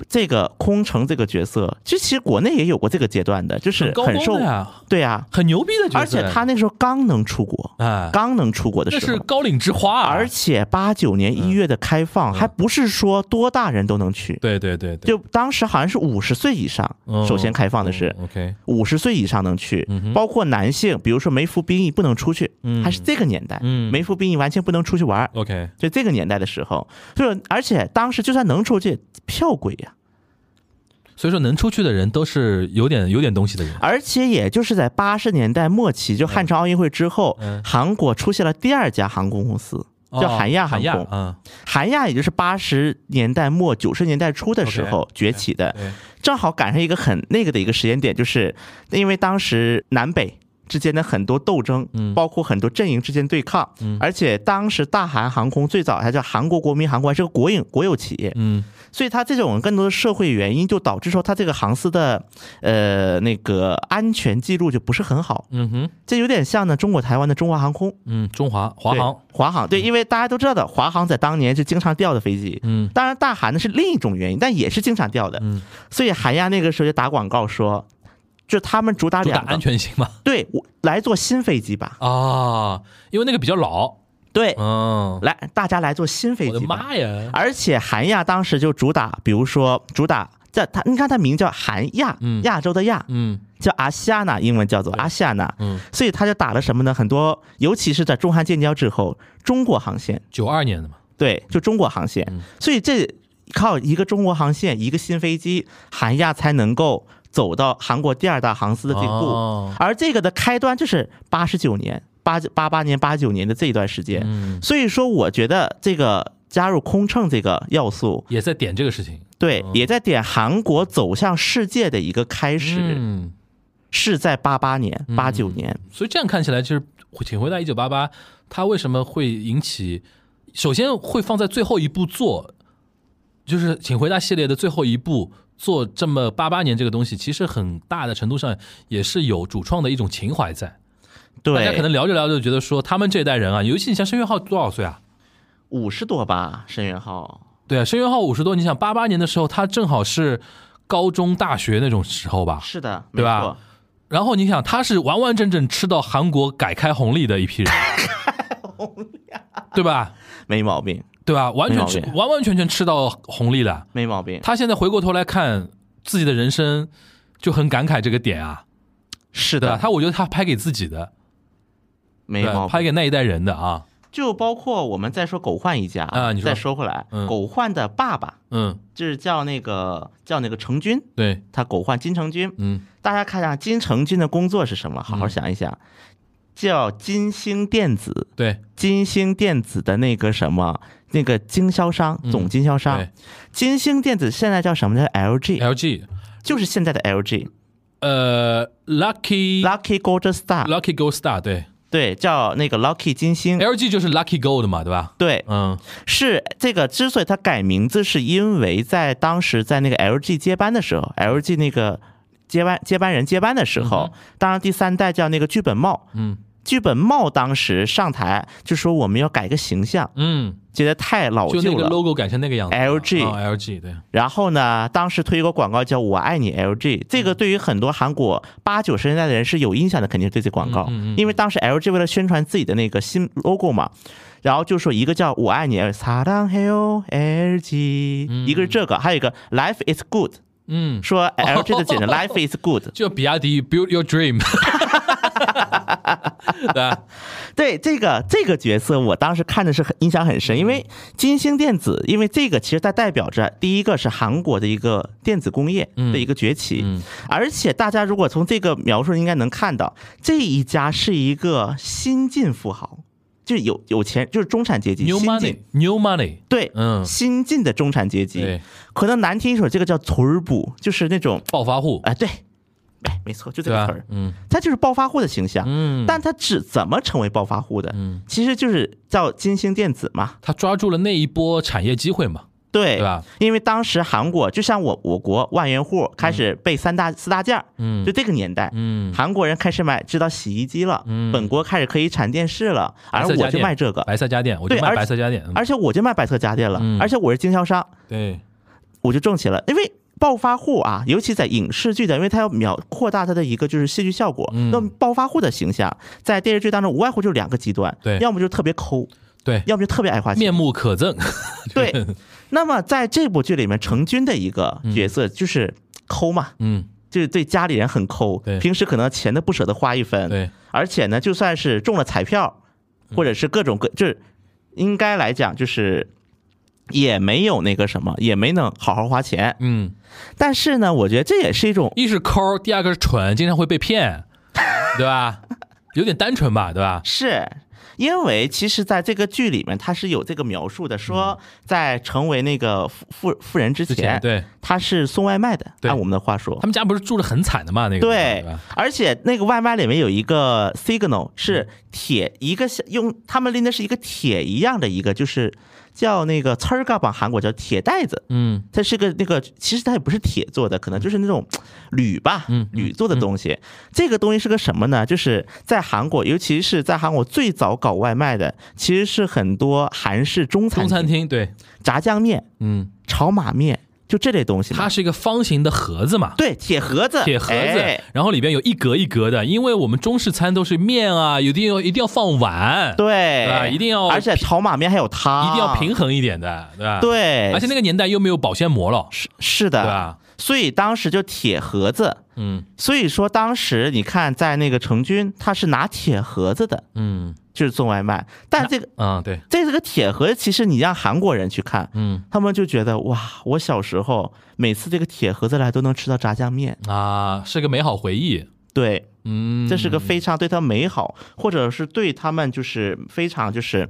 Speaker 3: 这个空乘这个角色，其实其实国内也有过这个阶段的，就是
Speaker 5: 很高
Speaker 3: 很
Speaker 5: 光
Speaker 3: 受
Speaker 5: 的呀，
Speaker 3: 对啊，
Speaker 5: 很牛逼的角
Speaker 3: 而
Speaker 5: 色，
Speaker 3: 且他那时候刚能出国，
Speaker 5: 啊，
Speaker 3: 刚能出国的
Speaker 5: 那
Speaker 3: 时
Speaker 5: 是
Speaker 3: 候，
Speaker 5: 高岭之花啊，嗯
Speaker 3: 而且八九年一月的开放，啊还不是说多大人都能去，
Speaker 5: 对对对对，
Speaker 3: 就当时好像是五十岁以上
Speaker 5: 嗯，
Speaker 3: 首先开放的是
Speaker 5: 嗯 OK，
Speaker 3: 五十岁以上能去，包括男性，比如说没服兵役不能出去，还是这个年代，
Speaker 5: 嗯
Speaker 3: 没服兵役完全不能出去玩儿，
Speaker 5: OK，
Speaker 3: 就这个年代的时候，就是而且当时就算能出去，票贵呀、
Speaker 5: 所以说能出去的人都是有点有点东西的人，
Speaker 3: 而且也就是在
Speaker 5: 嗯
Speaker 3: 八十年代末期，就汉城奥运会之后，韩国出现了第二家航空公司，
Speaker 5: 哦
Speaker 3: 叫韩亚航
Speaker 5: 韩亚
Speaker 3: 空。
Speaker 5: 啊，
Speaker 3: 韩亚也就是八十年代末九十年代初的时候崛起的，
Speaker 5: 对
Speaker 3: 正好赶上一个很那个的一个时间点，就是因为当时南北之间的很多斗争，
Speaker 5: 嗯
Speaker 3: 包括很多阵营之间对抗，
Speaker 5: 嗯
Speaker 3: 而且当时大韩航空最早它叫韩国国民航空，还是个国营国有企业，
Speaker 5: 嗯
Speaker 3: 所以它这种更多的社会原因就导致说它这个航司的呃那个安全记录就不是很好，
Speaker 5: 嗯哼
Speaker 3: 这有点像呢中国台湾的中华航空。
Speaker 5: 嗯，中华华航，
Speaker 3: 对，华航对，因为大家都知道的，华航在当年是经常掉的飞机。
Speaker 5: 嗯
Speaker 3: 当然，大韩呢是另一种原因，但也是经常掉的。
Speaker 5: 嗯，
Speaker 3: 所以韩亚那个时候就打广告说，就他们主打
Speaker 5: 主打
Speaker 3: 两个，
Speaker 5: 安全性嘛
Speaker 3: (laughs) 对，我来坐新飞机吧。
Speaker 5: 啊，因为那个比较老，
Speaker 3: 对，
Speaker 5: 嗯，
Speaker 3: 来大家来坐新飞
Speaker 5: 我的
Speaker 3: 机吧。
Speaker 5: 妈呀，
Speaker 3: 而且韩亚当时就主打，比如说主打。在它，你看它名叫韩亚
Speaker 5: 嗯，
Speaker 3: 亚洲的亚，
Speaker 5: 嗯
Speaker 3: 叫阿西亚纳，英文叫做阿西亚纳，
Speaker 5: 嗯，
Speaker 3: 所以他就打了什么呢？很多，尤其是在中韩建交之后，中国航线
Speaker 5: 九二年的嘛，
Speaker 3: 对，就中国航线，
Speaker 5: 嗯
Speaker 3: 所以这靠一个中国航线，一个新飞机，韩亚才能够走到韩国第二大航司的这一步。
Speaker 5: 哦
Speaker 3: 而这个的开端就是八十九年、八八八年、八九年的这一段时间。
Speaker 5: 嗯，
Speaker 3: 所以说，我觉得这个加入空乘这个要素，
Speaker 5: 也在点这个事情，
Speaker 3: 对，也在点韩国走向世界的一个开始，
Speaker 5: 嗯，
Speaker 3: 是在八八年、八九年。
Speaker 5: 所以这样看起来，就是《请回答一九八八》，它为什么会引起？首先会放在最后一步做，就是《请回答》系列的最后一步做这么八八年这个东西，其实很大的程度上也是有主创的一种情怀在。大家可
Speaker 3: 对，
Speaker 5: 能聊着聊着就觉得说，他们这一代人啊，尤其你像申元浩多少岁啊？
Speaker 3: 五十多吧，申元浩。
Speaker 5: 对啊，申元浩五十多，你想八八年的时候，他正好是高中、大学那种时候吧？
Speaker 3: 是的，
Speaker 5: 对吧
Speaker 3: 没错？
Speaker 5: 然后你想，他是完完整整吃到韩国改开红利的一批人，对吧？
Speaker 3: 没毛病，
Speaker 5: 对吧？完全
Speaker 3: 没毛
Speaker 5: 吃
Speaker 3: 病，
Speaker 5: 完完全全吃到红利了。
Speaker 3: 没毛病。
Speaker 5: 他现在回过头来看自己的人生，就很感慨这个点啊，
Speaker 3: 是
Speaker 5: 对吧？
Speaker 3: 的，
Speaker 5: 他我觉得他拍给自己的，
Speaker 3: 没
Speaker 5: 对
Speaker 3: 毛，病
Speaker 5: 拍。给那一代人的啊，
Speaker 3: 就包括我们再说狗焕一家
Speaker 5: 啊你说
Speaker 3: 再说回来，
Speaker 5: 嗯
Speaker 3: 狗焕的爸爸
Speaker 5: 嗯，
Speaker 3: 就是叫那个叫那个成军，
Speaker 5: 对，
Speaker 3: 他狗焕金成军。
Speaker 5: 嗯，
Speaker 3: 大家看一下金成军的工作是什么，好好想一想，叫金星电子，
Speaker 5: 对，
Speaker 3: 金星电子的那个什么那个经销商，
Speaker 5: 嗯
Speaker 3: 总经销商。
Speaker 5: 对
Speaker 3: 金星电子现在叫什么呢？LG，
Speaker 5: ，LG，
Speaker 3: 就是现在的 LG
Speaker 5: 呃，Lucky
Speaker 3: Lucky Gold Star，
Speaker 5: Lucky Gold Star，对
Speaker 3: 对，叫那个 Lucky 金星。
Speaker 5: ，LG 就是 Lucky Gold 嘛，对吧？
Speaker 3: 对，
Speaker 5: 嗯
Speaker 3: 是这个，之所以它改名字，是因为在当时在那个 LG 接班的时候，LG 那个接班接班人接班的时候，当然第三代叫那个剧本茂，
Speaker 5: 嗯
Speaker 3: 剧本茂当时上台就说我们要改个形象，
Speaker 5: 嗯，
Speaker 3: 觉得太老
Speaker 5: 就那
Speaker 3: 旧
Speaker 5: 个
Speaker 3: 了。
Speaker 5: logo 改成那个样子
Speaker 3: LG
Speaker 5: 哦，LG，对，
Speaker 3: 然后呢，当时推一个广告叫“我爱你 LG”，
Speaker 5: 嗯
Speaker 3: 这个对于很多韩国八九十年代的人是有印象的，肯定对这广告
Speaker 5: 嗯嗯嗯，
Speaker 3: 因为当时 LG 为了宣传自己的那个新 logo 嘛，然后就说一个叫“我爱你 사랑해요 LG”，一个是这个，还有一个 “Life is good”，
Speaker 5: 嗯，
Speaker 3: 说 LG 的简称 “Life is good”。
Speaker 5: 就比亚迪 Build Your (laughs) Dream，对啊吧？
Speaker 3: 对这个这个角色，我当时看的是很印象很深，因为金星电子，因为这个其实它代表着第一个是韩国的一个电子工业
Speaker 5: 嗯
Speaker 3: 的一个崛起，而且大家如果从这个描述应该能看到，这一家是一个新晋富豪，就是有有钱，就是中产阶级
Speaker 5: New
Speaker 3: 新晋。
Speaker 5: Money，New Money，
Speaker 3: 对，
Speaker 5: 嗯
Speaker 3: 新晋的中产阶级
Speaker 5: 对，，
Speaker 3: 可能难听一首，这个叫“词儿补”，就是那种，
Speaker 5: 暴发户，
Speaker 3: 哎、对，哎，没错，就这
Speaker 5: 对
Speaker 3: 个
Speaker 5: 吧
Speaker 3: 词儿，？
Speaker 5: 嗯
Speaker 3: 他就是暴发户的形象。
Speaker 5: 嗯，
Speaker 3: 但他只怎么成为暴发户的？
Speaker 5: 嗯
Speaker 3: 其实就是叫金星电子嘛，
Speaker 5: 他抓住了那一波产业机会嘛，
Speaker 3: 对
Speaker 5: 对吧？
Speaker 3: 因为当时韩国就像我我国万元户开始被三大、四大件儿，
Speaker 5: 嗯
Speaker 3: 就这个年代，
Speaker 5: 嗯，
Speaker 3: 韩国人开始买知道洗衣机了，
Speaker 5: 嗯
Speaker 3: 本国开始可以产电视了，
Speaker 5: 白
Speaker 3: 而
Speaker 5: 色家
Speaker 3: 我就
Speaker 5: 电
Speaker 3: 卖这个，
Speaker 5: 白色家电，我就
Speaker 3: 对
Speaker 5: 卖
Speaker 3: 而
Speaker 5: 白色家电，嗯
Speaker 3: 而且我就卖白色家电了，
Speaker 5: 嗯
Speaker 3: 而且我是经销商，
Speaker 5: 对，
Speaker 3: 我就挣钱了，因为。暴发户啊，尤其在影视剧的，因为他要描扩大他的一个就是戏剧效果。
Speaker 5: 嗯
Speaker 3: 那么暴发户的形象在电视剧当中无外乎就两个极端，
Speaker 5: 对
Speaker 3: 要么就是特别抠，
Speaker 5: 对，
Speaker 3: 要么就特别爱花钱。
Speaker 5: 面目可
Speaker 3: (laughs)
Speaker 5: 憎，
Speaker 3: 对，那么在这部剧里面，成军的一个角色就是抠嘛，
Speaker 5: 嗯，
Speaker 3: 就是对家里人很抠
Speaker 5: 对，
Speaker 3: 平时可能钱都不舍得花一分，
Speaker 5: 对，嗯
Speaker 3: 而且呢，就算是中了彩票，或者是各种各，就是应该来讲就是。也没有那个什么，也没能好好花钱。
Speaker 5: 嗯，
Speaker 3: 但是呢，我觉得这也是一种
Speaker 5: 一是抠，
Speaker 3: (laughs)
Speaker 5: 第二个是蠢，经常会被骗，对吧？有点单纯吧，对吧？
Speaker 3: 是，因为其实在这个剧里面，它是有这个描述的，说在成为那个富富富人之
Speaker 5: 嗯之前
Speaker 3: 前，
Speaker 5: 对
Speaker 3: 他是送外卖的，
Speaker 5: 对
Speaker 3: 按我们的话说
Speaker 5: 他，们家不是住的很惨的嘛？那个地啊方对
Speaker 3: 对
Speaker 5: 吧，
Speaker 3: 而且那个外卖里面有一个 signal
Speaker 5: 嗯
Speaker 3: 是铁，一个像用他们拎的是一个铁一样的一个，就是叫那个刺儿嘎吧，韩国叫铁袋子，
Speaker 5: 嗯
Speaker 3: 它是个那个，其实它也不是铁做的，可能就是那种铝吧
Speaker 5: 嗯，
Speaker 3: 铝做的东西。这个东西是个什么呢？就是在韩国，尤其是在韩国最早搞外卖的，其实是很多韩式中
Speaker 5: 中
Speaker 3: 餐
Speaker 5: 餐
Speaker 3: 厅
Speaker 5: 厅对，
Speaker 3: 炸酱面、
Speaker 5: 嗯，
Speaker 3: 炒马面，就这类东西嘛。
Speaker 5: 它是一个方形的盒子嘛。
Speaker 3: 对铁盒子，
Speaker 5: 铁盒子
Speaker 3: 哎，
Speaker 5: 然后里边有一格一格的，因为我们中式餐都是面啊，一定要一定要放碗，
Speaker 3: 对
Speaker 5: 啊一定要
Speaker 3: 而且炒马面还有
Speaker 5: 一
Speaker 3: 汤，
Speaker 5: 定要平衡一点的，对吧？，
Speaker 3: 对，
Speaker 5: 而且那个年代又没有保鲜膜了，
Speaker 3: 是是
Speaker 5: 对
Speaker 3: 的，
Speaker 5: 吧？
Speaker 3: 所以当时就铁盒子。
Speaker 5: 嗯
Speaker 3: 所以说，当时你看，在那个成军，他是拿铁盒子的，
Speaker 5: 嗯
Speaker 3: 就是送外卖。但这个
Speaker 5: 啊，对，
Speaker 3: 这个铁盒，其实你让韩国人去看，
Speaker 5: 嗯
Speaker 3: 他们就觉得哇，我小时候每次这个铁盒子来都能吃到炸酱面，
Speaker 5: 啊，是个美好回忆，
Speaker 3: 对，
Speaker 5: 嗯，
Speaker 3: 这是个非常对他美好，或者是对他们就是非常就是。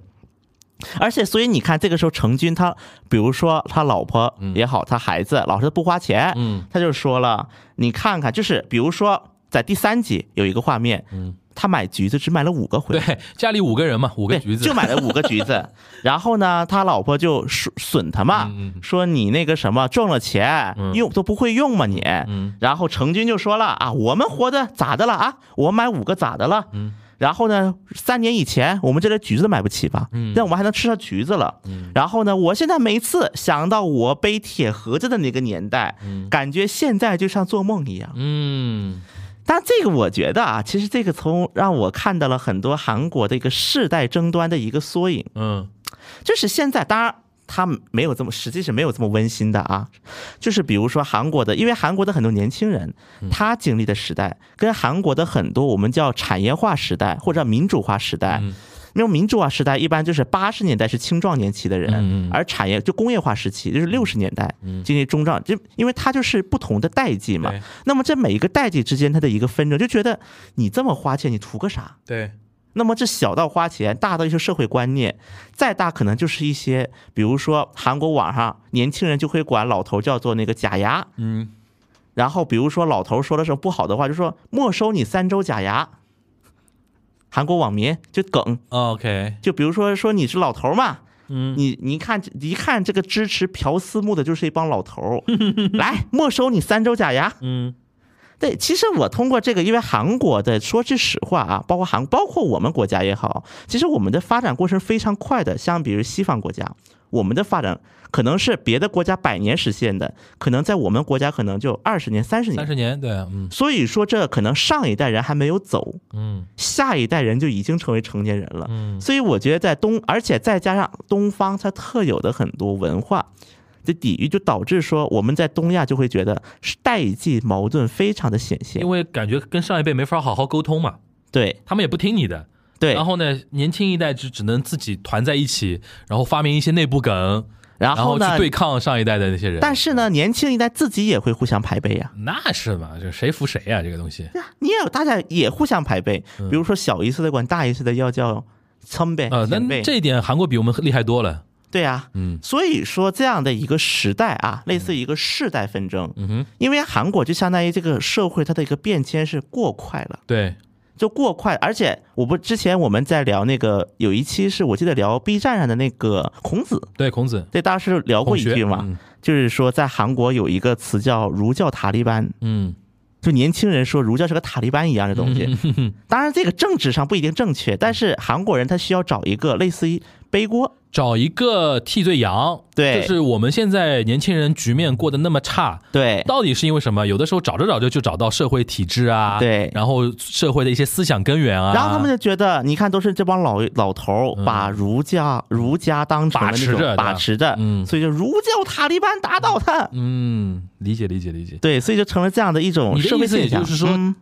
Speaker 3: 而且，所以你看，这个时候成军他，比如说他老婆也好，他孩子老是不花钱，
Speaker 5: 嗯
Speaker 3: 他就说了，你看看，就是比如说在第三集有一个画面，
Speaker 5: 嗯
Speaker 3: 他买橘子只买了五个回来，
Speaker 5: 对，家里五个人嘛，五个
Speaker 3: 哎对，
Speaker 5: 橘子
Speaker 3: 就买了五个橘
Speaker 5: (laughs)
Speaker 3: 子。然后呢，他老婆就损损他嘛，
Speaker 5: 嗯嗯
Speaker 3: 说你那个什么挣了钱、
Speaker 5: 嗯
Speaker 3: 用都不会用嘛你。
Speaker 5: 嗯
Speaker 3: 然后成军就说了啊，我们活的咋的了啊？我买五个咋的了？
Speaker 5: 嗯
Speaker 3: 然后呢，三年以前我们这里橘子都买不起吧？
Speaker 5: 嗯
Speaker 3: 但我们还能吃上橘子了。然后呢，我现在每次想到我背铁盒子的那个年代，感觉现在就像做梦一样。
Speaker 5: 嗯
Speaker 3: 但这个我觉得啊，其实这个从让我看到了很多韩国的一个世代争端的一个缩影，
Speaker 5: 嗯
Speaker 3: 就是现在当然。他没有这么，实际是没有这么温馨的啊，就是比如说韩国的，因为韩国的很多年轻人，他经历的时代跟韩国的很多我们叫产业化时代或者民主化时代
Speaker 5: 嗯，
Speaker 3: 那种民主化时代一般就是八十年代是青壮年期的
Speaker 5: 嗯嗯嗯
Speaker 3: 人，而产业就工业化时期就是六十年代经历中壮，就因为它就是不同的代际嘛
Speaker 5: 对，
Speaker 3: 那么这每一个代际之间它的一个纷争，就觉得你这么花钱你图个啥？
Speaker 5: 对，
Speaker 3: 那么这小到花钱，大到一些社会观念，再大可能就是一些，比如说韩国网上年轻人就会管老头叫做那个假牙，
Speaker 5: 嗯
Speaker 3: 然后比如说老头说了什么不好的话，就说没收你三周假牙。韩国网民就梗，
Speaker 5: ，OK，
Speaker 3: 就比如说说你是老头嘛，
Speaker 5: 嗯
Speaker 3: 你你一看一看这个支持朴思木的就是一帮老
Speaker 5: (laughs)
Speaker 3: 头儿，来没收你三周假牙。
Speaker 5: 嗯
Speaker 3: 对，其实我通过这个，因为韩国的说句实话啊，包括韩，包括我们国家也好，其实我们的发展过程非常快的，相比于西方国家，我们的发展可能是别的国家百年实现的，可能在我们国家可能就二十年、三十
Speaker 5: 三
Speaker 3: 年。
Speaker 5: 十年，对，嗯
Speaker 3: 所以说，这可能上一代人还没有走，
Speaker 5: 嗯
Speaker 3: 下一代人就已经成为成年人了。
Speaker 5: 嗯
Speaker 3: 所以我觉得在东，而且再加上东方它特有的很多文化的底蕴，就导致说我们在东亚就会觉得是代际矛盾非常的显现
Speaker 5: 因。为感觉跟上一辈没法好好沟通嘛，
Speaker 3: 对
Speaker 5: 他们也不听你的，
Speaker 3: 对，
Speaker 5: 然后呢，年轻一代就只能自己团在一起，然后发明一些内部梗，然
Speaker 3: 然
Speaker 5: 后
Speaker 3: 后
Speaker 5: 去
Speaker 3: 呢？
Speaker 5: 对抗上一代的那些人。
Speaker 3: 但是呢，年轻一代自己也会互相排辈呀、
Speaker 5: 那是嘛，就谁服谁啊呀？这个东西，
Speaker 3: 你也有大家也互相排辈，比如说小一岁的管大一岁的要叫称辈
Speaker 5: 嗯呃，
Speaker 3: 前辈
Speaker 5: 那这一点韩国比我们厉害多了。
Speaker 3: 对啊，
Speaker 5: 嗯
Speaker 3: 所以说这样的一个时代啊，类似于一个世代纷争，
Speaker 5: 嗯哼，
Speaker 3: 因为韩国就相当于这个社会它的一个变迁是过快了。
Speaker 5: 对，
Speaker 3: 就过快，而且我不之前我们在聊那个有一期是我记得聊 B 站上的那个孔子，
Speaker 5: 对，孔子
Speaker 3: 对，当时聊过一句嘛，
Speaker 5: 孔学嗯
Speaker 3: 就是说在韩国有一个词叫儒教塔利班，
Speaker 5: 嗯
Speaker 3: 就年轻人说儒教是个塔利班一样的东西。
Speaker 5: 嗯
Speaker 3: 当然，这个政治上不一定正确，但是韩国人他需要找一个类似于背锅，
Speaker 5: 找一个替罪羊，
Speaker 3: 对
Speaker 5: 就是我们现在年轻人局面过得那么差。
Speaker 3: 对
Speaker 5: 到底是因为什么？有的时候找着找着就找到社会体制啊，
Speaker 3: 对
Speaker 5: 然后社会的一些思想根源啊，
Speaker 3: 然后他们就觉得，你看，都是这帮老老头儿把儒家、儒家当成了那
Speaker 5: 把持着
Speaker 3: 种把持着，
Speaker 5: 嗯
Speaker 3: 所以就儒教塔利班打倒他，
Speaker 5: 嗯，理解理解理解。
Speaker 3: 对，所以就成了这样的一种
Speaker 5: 你的
Speaker 3: 社
Speaker 5: 意
Speaker 3: 会
Speaker 5: 思也
Speaker 3: 现象。
Speaker 5: 就是说
Speaker 3: 嗯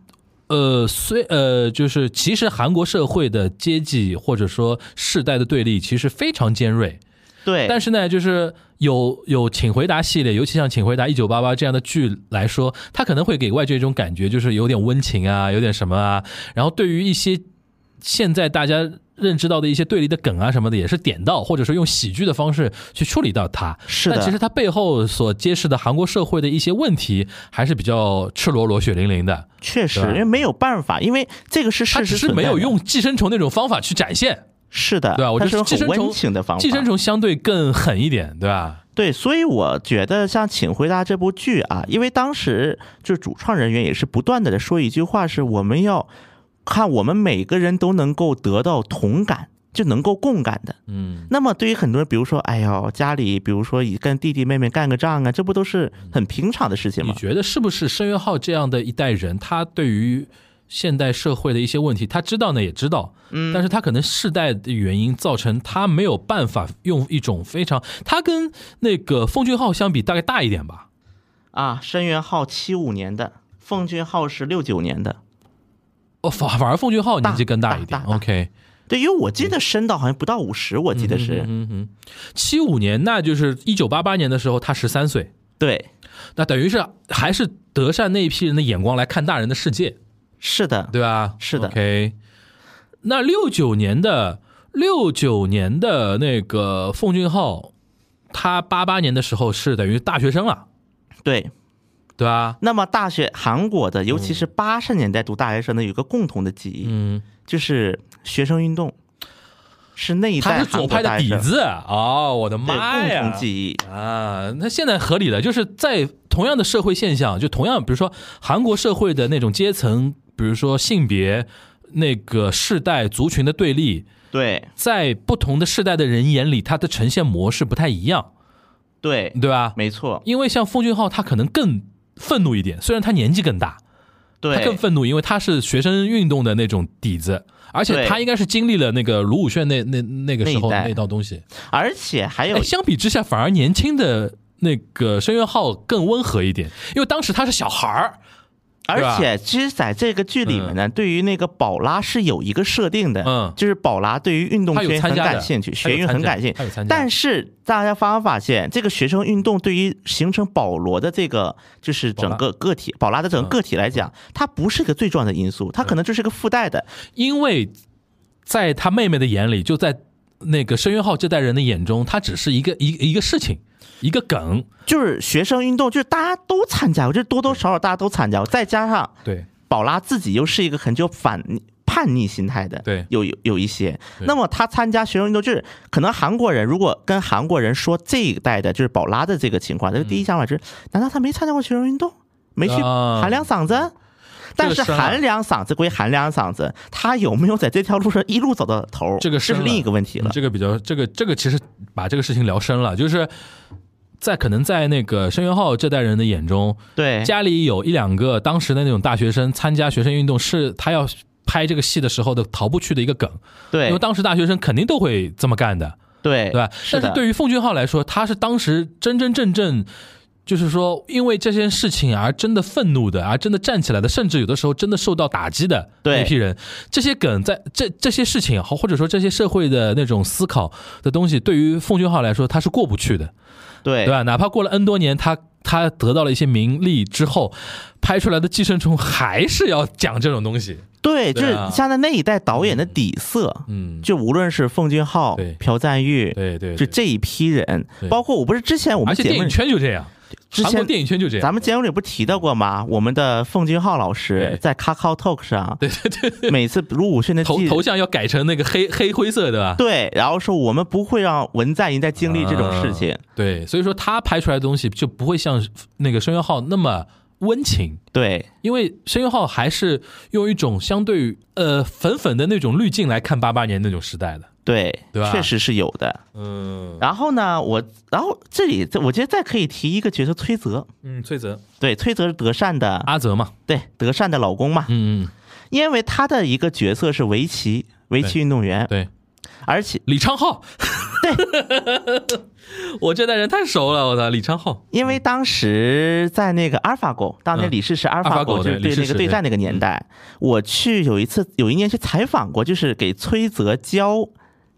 Speaker 5: 呃，虽呃，就是其实韩国社会的阶级或者说世代的对立其实非常尖锐，
Speaker 3: 对，
Speaker 5: 但是呢，就是有有《请回答》系列，尤其像《请回答一九八八》这样的剧来说，它可能会给外界一种感觉，就是有点温情啊，有点什么啊。然后对于一些现在大家认知到的一些对立的梗啊什么的，也是点到，或者说用喜剧的方式去处理到它。
Speaker 3: 是的
Speaker 5: 但其实它背后所揭示的韩国社会的一些问题，还是比较赤裸裸、血淋淋的。
Speaker 3: 确实，
Speaker 5: 对吧
Speaker 3: 因为没有办法，因为这个是
Speaker 5: 它只
Speaker 3: 事实
Speaker 5: 是
Speaker 3: 存在
Speaker 5: 没
Speaker 3: 的，
Speaker 5: 有用寄生虫那种方法去展现，
Speaker 3: 是的，
Speaker 5: 对吧？我
Speaker 3: 它
Speaker 5: 觉
Speaker 3: 是
Speaker 5: 得寄
Speaker 3: 很
Speaker 5: 生
Speaker 3: 温
Speaker 5: 虫
Speaker 3: 情的方法。
Speaker 5: 寄生虫相对更狠一点，对吧？
Speaker 3: 对，所以我觉得像《请回答》这部剧啊，因为当时就是主创人员也是不断的在说一句话，是我们要看我们每个人都能够得到同感，就能够共感的。
Speaker 5: 嗯，
Speaker 3: 那么对于很多人，比如说，哎呦，家里比如说以跟弟弟妹妹干个仗啊，这不都是很平常的事情
Speaker 5: 你
Speaker 3: 吗？
Speaker 5: 觉得是不是申元浩这样的一代人，他对于现代社会的一些问题，他知道呢，也知道，嗯，但是他可能世代的原因造成他没有办法用一种非常，他跟那个奉俊昊相比，大概大一点吧，
Speaker 3: 啊，申元浩七五年的，奉俊昊是六九年的。
Speaker 5: 哦，反反而奉俊昊年纪更大一点
Speaker 3: 大大大
Speaker 5: ，OK，
Speaker 3: 对，因为我记得申到好像不到五十，我记得是、
Speaker 5: 嗯哼，七五年，那就是一九八八年的时候，他十三岁，
Speaker 3: 对，
Speaker 5: 那等于是还是德善那一批人的眼光来看大人的世界，
Speaker 3: 是的，
Speaker 5: 对吧？
Speaker 3: 是的
Speaker 5: OK，那六九年的六九年的那个奉俊昊，他八八年的时候是等于大学生了，
Speaker 3: 对，
Speaker 5: 对吧？
Speaker 3: 那么大学韩国的，尤其是八十年代读大学生的，有一个共同的记忆，
Speaker 5: 嗯，
Speaker 3: 就是学生运动，是那一
Speaker 5: 他
Speaker 3: 代
Speaker 5: 是
Speaker 3: 韩
Speaker 5: 左
Speaker 3: 国
Speaker 5: 派
Speaker 3: 大
Speaker 5: 的
Speaker 3: 学
Speaker 5: 底
Speaker 3: 生
Speaker 5: 子哦，我的
Speaker 3: 对
Speaker 5: 妈
Speaker 3: 共
Speaker 5: 呀！
Speaker 3: 同记忆。
Speaker 5: 啊，那现在合理的就是在同样的社会现象，就同样，比如说韩国社会的那种阶层，比如说性别、那个世代、族群的对立，
Speaker 3: 对
Speaker 5: 在不同的世代的人眼里，它的呈现模式不太一样，
Speaker 3: 对，
Speaker 5: 对吧？
Speaker 3: 没错，
Speaker 5: 因为像奉俊昊，他可能更愤怒一点，虽然他年纪更大，他
Speaker 3: 对
Speaker 5: 更愤怒，因为他是学生运动的那种底子，而且
Speaker 3: 对
Speaker 5: 他应该是经历了那个卢武铉那那那个时候
Speaker 3: 那一代
Speaker 5: 那道东西。
Speaker 3: 而且还有
Speaker 5: 哎，相比之下，反而年轻的那个申元浩更温和一点，因为当时他是小孩儿，对吧
Speaker 3: 而且，其实在这个剧里面呢，对于那个宝拉是有一个设定的，
Speaker 5: 嗯
Speaker 3: 就是宝拉对于运动
Speaker 5: 他有
Speaker 3: 圈很
Speaker 5: 参加的
Speaker 3: 感兴趣，
Speaker 5: 他有
Speaker 3: 学运
Speaker 5: 参
Speaker 3: 很
Speaker 5: 加
Speaker 3: 感兴趣
Speaker 5: 他有参加。
Speaker 3: 但是大家发发现，这个学生运动对于形成保罗的这个就是整个个体宝拉的整个个体来
Speaker 5: 嗯
Speaker 3: 讲，它不是一个最重要的因素，它可能就是个附带的。
Speaker 5: 因为在他妹妹的眼里，就在那个申元浩这代人的眼中，他只是一个一一个事情，一个梗。
Speaker 3: 就是学生运动，就是大家都参加过，就是多多少少大家都参加过，再加上
Speaker 5: 对，
Speaker 3: 宝拉自己又是一个很具有反叛逆心态的，
Speaker 5: 对
Speaker 3: 有有有一些。
Speaker 5: 对
Speaker 3: 那么他参加学生运动，就是可能韩国人如果跟韩国人说这一代的就是宝拉的这个情
Speaker 5: 嗯
Speaker 3: 况，那个第一想法就是，难道他没参加过学生运动，没去
Speaker 5: 啊
Speaker 3: 喊两嗓子？但是
Speaker 5: 深了
Speaker 3: 喊两嗓子归喊两嗓子，他有没有在这条路上一路走到头，
Speaker 5: 这个
Speaker 3: 是
Speaker 5: 深了
Speaker 3: 另一个问题
Speaker 5: 嗯
Speaker 3: 了。
Speaker 5: 这个比较，这个这个其实把这个事情聊深了，就是在可能在那个申元浩这代人的眼中，
Speaker 3: 对，
Speaker 5: 家里有一两个当时的那种大学生参加学生运动，是他要拍这个戏的时候的逃不去的一个梗，因
Speaker 3: 对
Speaker 5: 为，当时大学生肯定都会这么干的，
Speaker 3: 对，
Speaker 5: 对吧？
Speaker 3: 是
Speaker 5: 但
Speaker 3: 的
Speaker 5: 是，对于奉俊昊来说，他是当时真真正正。就是说，因为这件事情而真的愤怒的，而真的站起来的，甚至有的时候真的受到打击的
Speaker 3: 对
Speaker 5: 那批人，这些梗在这这些事情，或者说这些社会的那种思考的东西，对于奉俊昊来说，他是过不去的。
Speaker 3: 对
Speaker 5: 对吧？啊哪怕过了 N 多年，他他得到了一些名利之后，拍出来的《寄生虫》还是要讲这种东西。
Speaker 3: 对，就
Speaker 5: 对
Speaker 3: 是
Speaker 5: 啊
Speaker 3: 像在那一代导演的底色，
Speaker 5: 嗯，
Speaker 3: 就无论是奉俊昊
Speaker 5: 对、
Speaker 3: 朴赞玉，
Speaker 5: 对对
Speaker 3: 就
Speaker 5: 对
Speaker 3: 这一批人
Speaker 5: 对，
Speaker 3: 包括我不是之前我
Speaker 5: 而
Speaker 3: 们
Speaker 5: 且
Speaker 3: 节
Speaker 5: 电
Speaker 3: 目
Speaker 5: 影
Speaker 3: 里，
Speaker 5: 圈就这样，
Speaker 3: 之前
Speaker 5: 韩国电影圈就这样。
Speaker 3: 咱们节目里不提到过吗？我们的奉俊昊老
Speaker 5: 对
Speaker 3: 师在 Kakao Talk 上，对对对，每次卢武铉的
Speaker 5: 头
Speaker 3: 记
Speaker 5: 头像要改成那个黑黑灰色的吧？啊
Speaker 3: 对，然后说我们不会让文在寅再经历这种事情，
Speaker 5: 对，所以说他拍出来的东西就不会像那个申元浩那么温情。
Speaker 3: 对
Speaker 5: 因为申元浩还是用一种相对呃粉粉的那种滤镜来看八八年那种时代的，
Speaker 3: 对
Speaker 5: 对吧
Speaker 3: 确实是有的。
Speaker 5: 嗯
Speaker 3: 然后呢，我然后这里我觉得再可以提一个角色崔泽，
Speaker 5: 嗯，崔泽
Speaker 3: 对，崔泽是德善的，
Speaker 5: 阿泽嘛，
Speaker 3: 对德善的老公嘛，
Speaker 5: 啊嗯嗯
Speaker 3: 因为他的一个角色是围棋，围棋运动员，
Speaker 5: 对，
Speaker 3: 而且
Speaker 5: 李昌镐，对， (laughs) 我这代人太熟了，我操，李昌镐，
Speaker 3: 因为当时在那个阿尔法狗，当年
Speaker 5: 嗯
Speaker 3: 李世石阿尔法
Speaker 5: AlphaGo，
Speaker 3: 狗就是
Speaker 5: 对李嗯
Speaker 3: 对
Speaker 5: 世
Speaker 3: 那
Speaker 5: 石
Speaker 3: 个对战那个年代，我去有一次有一年去采访过，就是给崔泽教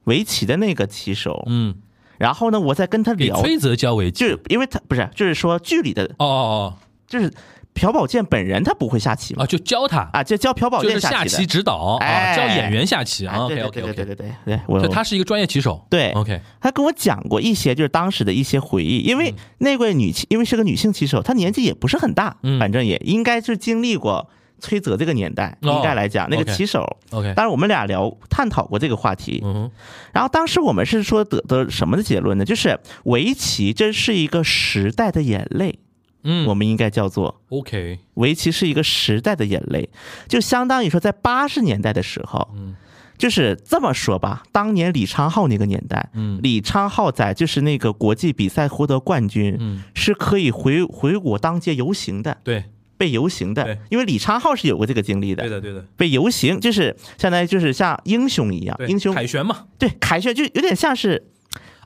Speaker 3: 围棋的那个棋手，
Speaker 5: 嗯，
Speaker 3: 然后呢，我在跟他
Speaker 5: 给
Speaker 3: 聊，
Speaker 5: 崔泽教为
Speaker 3: 就是因为他不是就是说剧里的
Speaker 5: 哦哦
Speaker 3: 就是朴宝剑本人他不会下棋嘛
Speaker 5: 啊，？就教他，
Speaker 3: 啊，就教朴宝
Speaker 5: 就是
Speaker 3: 剑
Speaker 5: 下
Speaker 3: 棋
Speaker 5: 棋指导啊，
Speaker 3: 哎
Speaker 5: 教演员下棋
Speaker 3: 的。
Speaker 5: 啊。
Speaker 3: 啊，对
Speaker 5: OK
Speaker 3: 对
Speaker 5: OK
Speaker 3: 对对对
Speaker 5: OK，
Speaker 3: 对对对，我
Speaker 5: 就他是一个专业棋手。
Speaker 3: 对
Speaker 5: OK，
Speaker 3: 他跟我讲过一些就是当时的一些回忆，
Speaker 5: 嗯
Speaker 3: 因为那位女棋，因为是个女性棋手，她年纪也不是很大，
Speaker 5: 嗯
Speaker 3: 反正也应该是经历过崔泽这个年代，
Speaker 5: 哦
Speaker 3: 应该来讲那个
Speaker 5: OK
Speaker 3: 棋手。
Speaker 5: OK，
Speaker 3: 当然，我们俩聊探讨过这个话题，
Speaker 5: 嗯哼，
Speaker 3: 然后当时我们是说得得什么的结论呢？就是围棋真是一个时代的眼泪，
Speaker 5: 嗯，
Speaker 3: 我们应该叫做
Speaker 5: OK，
Speaker 3: 围棋是一个时代的眼泪，就相当于说在八十年代的时候，
Speaker 5: 嗯，
Speaker 3: 就是这么说吧，当年李昌镐那个年代，
Speaker 5: 嗯
Speaker 3: 李昌镐在就是那个国际比赛获得冠军，
Speaker 5: 嗯，
Speaker 3: 是可以回回国当街游行的，
Speaker 5: 对，
Speaker 3: 被游行的
Speaker 5: 对，
Speaker 3: 因为李昌镐是有过这个经历的，
Speaker 5: 对的，对的，
Speaker 3: 被游行就是相当于就是像英雄一样，
Speaker 5: 对，
Speaker 3: 英雄
Speaker 5: 凯旋嘛，
Speaker 3: 对凯旋就有点像是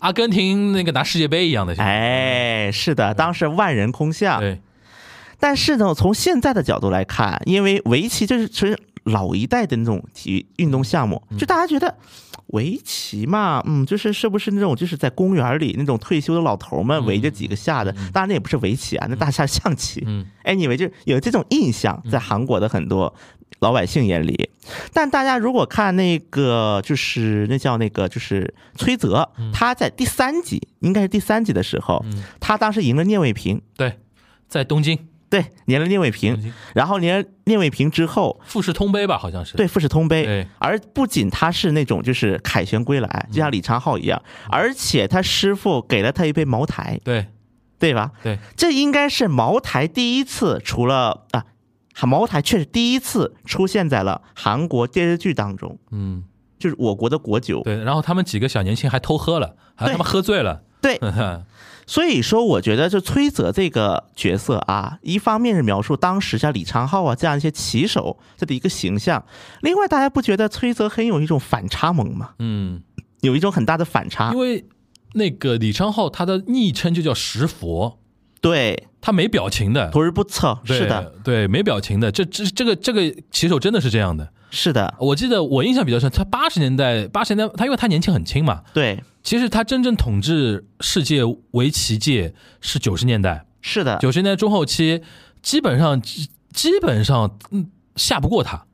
Speaker 5: 阿根廷那个拿世界杯一样的，
Speaker 3: 哎，是的，当时万人空巷，
Speaker 5: 对，
Speaker 3: 但是呢，从现在的角度来看，因为围棋就是纯老一代的那种体育运动项目，就大家觉得围棋嘛，嗯，就是是不是那种就是在公园里那种退休的老头们围着几个下的？当然那也不是围棋啊，那大下象棋。
Speaker 5: 嗯，
Speaker 3: anyway，就有这种印象在韩国的很多老百姓眼里。但大家如果看那个，就是那叫那个，就是崔泽，他在第三集，应该是第三集的时候，他当时赢了聂卫平，
Speaker 5: 对，在东京，
Speaker 3: 对，赢了聂卫
Speaker 5: 东京
Speaker 3: 平，然后赢了聂卫平之后。
Speaker 5: 富士通杯吧，好像是，
Speaker 3: 对，富士通
Speaker 5: 对
Speaker 3: 杯，而不仅他是那种就是凯旋归来，就像李昌镐一样，而且他师傅给了他一杯茅台，
Speaker 5: 对
Speaker 3: 对吧？
Speaker 5: 对，
Speaker 3: 这应该是茅台第一次，除了啊，茅台确实第一次出现在了韩国电视剧当中，
Speaker 5: 嗯，
Speaker 3: 就是我国的国酒。
Speaker 5: 对，然后他们几个小年轻还偷喝了，还
Speaker 3: 对
Speaker 5: 他妈喝醉了，
Speaker 3: 对
Speaker 5: 呵呵
Speaker 3: 所以说我觉得就崔泽这个角色啊，一方面是描述当时像李昌镐啊这样一些棋手他的一个形象，另外大家不觉得崔泽很有一种反差萌吗？
Speaker 5: (laughs) 嗯，
Speaker 3: 有一种很大的反差
Speaker 5: 因，为那个李昌镐他的昵称就叫石佛，
Speaker 3: 对，
Speaker 5: 他没表情的，
Speaker 3: 投之不测，
Speaker 5: 对
Speaker 3: 是的，，
Speaker 5: 对，没表情的，这这这个这个棋手真的是这样的。
Speaker 3: 是的，
Speaker 5: 我记得我印象比较深，他八十年代八十年代，他因为他年纪很轻嘛，
Speaker 3: 对，
Speaker 5: 其实他真正统治世界围棋界是九十年代，
Speaker 3: 是的，
Speaker 5: 九十年代中后期，基本上基基本上嗯下不过他，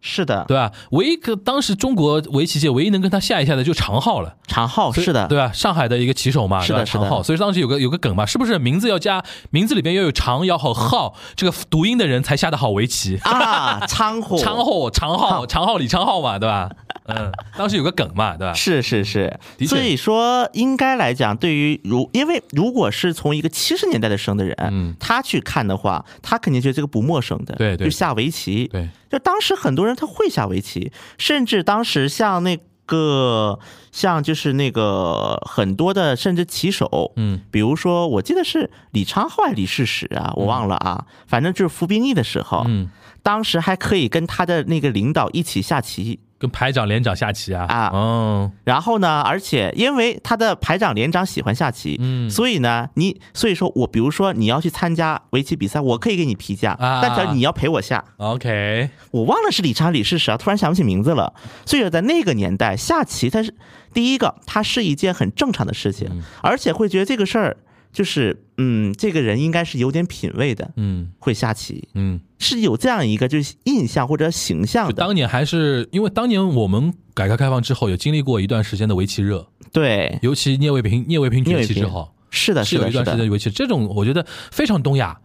Speaker 3: 是的，
Speaker 5: 对吧？唯一个当时中国围棋界唯一能跟他下一下的就常浩了。
Speaker 3: 长镐
Speaker 5: 所以
Speaker 3: 哦是的，
Speaker 5: 对吧？上海的一个棋手嘛，
Speaker 3: 是的
Speaker 5: 对吧
Speaker 3: 是
Speaker 5: 常
Speaker 3: 的
Speaker 5: 浩，所以当时有个有个梗嘛，是不是名字要加名字里边要有常，要好浩这个读音的人才下得好围棋？
Speaker 3: 啊，仓虎，
Speaker 5: 常浩、常浩、常浩、李常浩嘛，对吧？嗯，当时有个梗嘛，对吧？
Speaker 3: 是是是
Speaker 5: 的确，
Speaker 3: 所以说应该来讲，对于如因为如果是从一个七十年代的生的人，
Speaker 5: 嗯
Speaker 3: 他去看的话，他肯定觉得这个不陌生的，
Speaker 5: 对对
Speaker 3: 就下围棋，
Speaker 5: 对，
Speaker 3: 就当时很多人他会下围棋，甚至当时像那个像就是那个很多的甚至棋手，
Speaker 5: 嗯，
Speaker 3: 比如说我记得是李昌镐还是李世石啊，我忘了啊，反正就是服兵役的时候，
Speaker 5: 嗯，
Speaker 3: 当时还可以跟他的那个领导一起下棋，
Speaker 5: 跟排长、连长下棋啊，
Speaker 3: 啊
Speaker 5: 嗯，
Speaker 3: 然后呢，而且因为他的排长连长喜欢下棋，
Speaker 5: 嗯
Speaker 3: 所以呢，你所以说我比如说你要去参加围棋比赛，我可以给你批假，
Speaker 5: 啊
Speaker 3: 但只要你要陪我下，
Speaker 5: OK，
Speaker 3: 我忘了是李昌李世石啊，突然想不起名字了。所以在那个年代，下棋它是第一个，它是一件很正常的事情，
Speaker 5: 嗯
Speaker 3: 而且会觉得这个事儿就是嗯，这个人应该是有点品位的，
Speaker 5: 嗯
Speaker 3: 会下棋。
Speaker 5: 嗯，
Speaker 3: 是有这样一个就是印象或者形象
Speaker 5: 就
Speaker 3: 的，
Speaker 5: 当年还是因为当年我们改革开放之后，有经历过一段时间的围棋热，
Speaker 3: 对，
Speaker 5: 尤其聂卫平、聂卫平崛起
Speaker 3: 聂卫平
Speaker 5: 之后，
Speaker 3: 是的，
Speaker 5: 是
Speaker 3: 是
Speaker 5: 有
Speaker 3: 的，
Speaker 5: 一
Speaker 3: 是
Speaker 5: 段时间的
Speaker 3: 的，
Speaker 5: 围棋，这种我觉得非常东亚，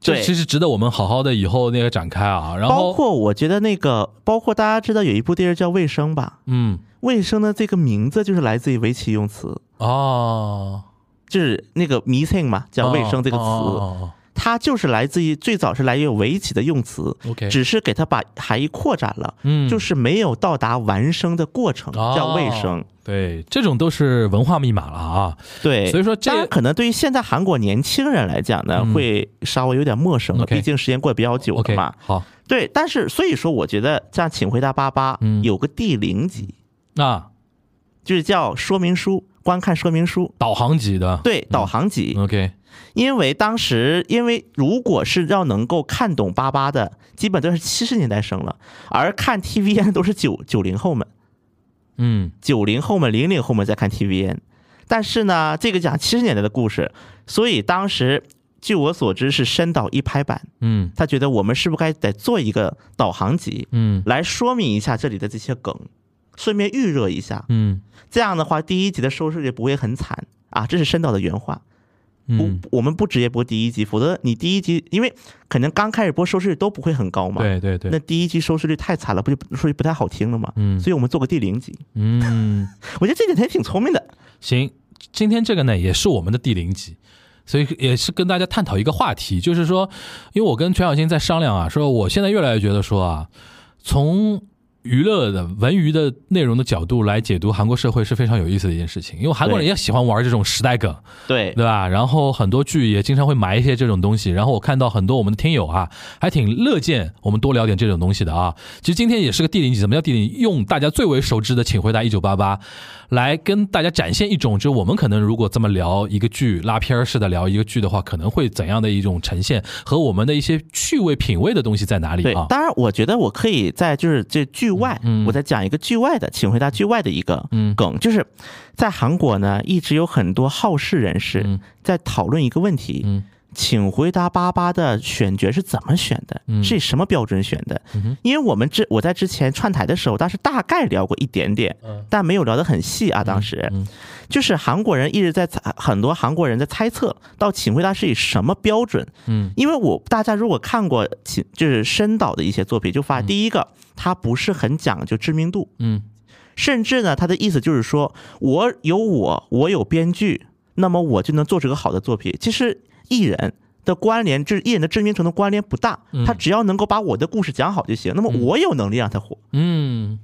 Speaker 5: 这
Speaker 3: 对
Speaker 5: 其实值得我们好好的以后那个展开啊。然
Speaker 3: 包
Speaker 5: 后，
Speaker 3: 括我觉得那个，包括大家知道有一部电视叫《卫生》吧，
Speaker 5: 嗯，
Speaker 3: 《卫生》的这个名字就是来自于围棋用词，
Speaker 5: 哦，
Speaker 3: 就是那个迷信嘛，叫“卫生”这个词，
Speaker 5: 哦
Speaker 3: 它就是来自于最早是来源于围棋的用词，
Speaker 5: ，OK，
Speaker 3: 只是给它把含义扩展了，
Speaker 5: 嗯
Speaker 3: 就是没有到达完生的过程，
Speaker 5: 哦
Speaker 3: 叫卫生。
Speaker 5: 对，这种都是文化密码了啊。
Speaker 3: 对，
Speaker 5: 所以说这
Speaker 3: 当然可能对于现在韩国年轻人来讲呢，
Speaker 5: 嗯
Speaker 3: 会稍微有点陌生了，
Speaker 5: OK
Speaker 3: 毕竟时间过得比较久了
Speaker 5: OK，
Speaker 3: 嘛。
Speaker 5: 好，
Speaker 3: 对，但是所以说，我觉得像《请回答八八》
Speaker 5: 嗯
Speaker 3: 有个第零集，
Speaker 5: 那
Speaker 3: 就是叫说明书，观看说明书，
Speaker 5: 导航级的，
Speaker 3: 对，导航集。
Speaker 5: ，OK，
Speaker 3: 因为当时，因为如果是要能够看懂八八的，基本都是七十年代生了，而看 TVN 都是九九零后们，
Speaker 5: 嗯
Speaker 3: 九零后们、零零后们在看 TVN。但是呢，这个讲七十年代的故事，所以当时据我所知是深岛一拍板，
Speaker 5: 嗯
Speaker 3: 他觉得我们是不是该得做一个导航集，
Speaker 5: 嗯
Speaker 3: 来说明一下这里的这些梗，顺便预热一下。
Speaker 5: 嗯
Speaker 3: 这样的话，第一集的收视也不会很惨啊。这是深岛的原话，不
Speaker 5: 嗯，，
Speaker 3: 我们不直接播第一集，否则你第一集，因为可能刚开始播收视率都不会很高嘛。。
Speaker 5: 对对对，
Speaker 3: 那第一集收视率太惨了，不就说句不太好听了嘛？
Speaker 5: 嗯
Speaker 3: 所以我们做个第零集，
Speaker 5: 嗯，
Speaker 3: 我觉得这点他也挺聪明的。
Speaker 5: 行，今天这个呢也是我们的第零集，所以也是跟大家探讨一个话题，就是说，因为我跟全小新在商量啊，说我现在越来越觉得说啊，从娱乐的文娱的内容的角度来解读韩国社会是非常有意思的一件事情，因为韩国人
Speaker 3: 对
Speaker 5: 也喜欢玩这种时代梗，
Speaker 3: 对
Speaker 5: 对吧？然后很多剧也经常会埋一些这种东西，然后我看到很多我们的听友啊，还挺乐见我们多聊点这种东西的啊。其实今天也是个第零集，怎么叫第零集？用大家最为熟知的《请回答一九八八》来跟大家展现一种，就是我们可能如果这么聊一个剧，拉片儿似的聊一个剧的话，可能会怎样的一种呈现和我们的一些趣味品味的东西在哪里
Speaker 3: 对
Speaker 5: 啊，？
Speaker 3: 当然，我觉得我可以在就是这剧外，
Speaker 5: 嗯嗯嗯
Speaker 3: 我再讲一个剧外的，请回答剧外的一个梗，就是在韩国呢，一直有很多好事人士
Speaker 5: 嗯
Speaker 3: 在讨论一个问题，
Speaker 5: 嗯
Speaker 3: 请回答八八的选角是怎么选的？
Speaker 5: 嗯
Speaker 3: 是以什么标准选的？
Speaker 5: 哼
Speaker 3: 因为我们之我在之前串台的时候，当时大概聊过一点点，但没有聊得很细啊。当时、
Speaker 5: 嗯
Speaker 3: 就是韩国人一直在猜，很多韩国人在猜测到请回答是以什么标准？
Speaker 5: 嗯，
Speaker 3: 因为我大家如果看过请就是深岛的一些作品，就发现第一个它不是很讲究知名度，
Speaker 5: 嗯
Speaker 3: 甚至呢，他的意思就是说，我有我，我有编剧，那么我就能做出个好的作品。其实艺人的关联，就是艺人的知名程度关联不大
Speaker 5: 嗯，
Speaker 3: 他只要能够把我的故事讲好就行。那么我有能力让他火。
Speaker 5: 嗯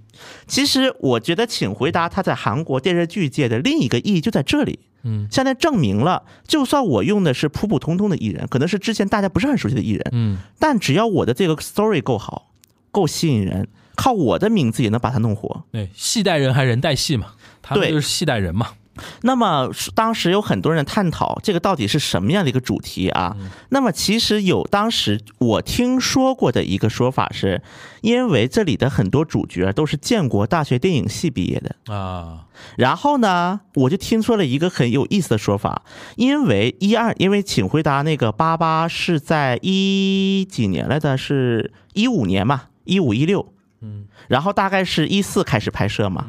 Speaker 3: 其实我觉得《请回答》它在韩国电视剧界的另一个意义就在这里。
Speaker 5: 嗯
Speaker 3: 现在证明了，就算我用的是普普通通的艺人，可能是之前大家不是很熟悉的艺人，
Speaker 5: 嗯
Speaker 3: 但只要我的这个 story 够好，够吸引人，靠我的名字也能把它弄火。
Speaker 5: 对，戏带人还人带戏嘛，他们
Speaker 3: 对
Speaker 5: 就是戏带人嘛。
Speaker 3: 那么是当时有很多人探讨这个到底是什么样的一个主题啊？那么其实有当时我听说过的一个说法是，因为这里的很多主角都是建国大学电影系毕业的。
Speaker 5: 啊，
Speaker 3: 然后呢，我就听说了一个很有意思的说法，因为一二，因为请回答那个八八是在一几年来的，是一五年嘛，一五一六，
Speaker 5: 嗯，
Speaker 3: 然后大概是一四开始拍摄嘛。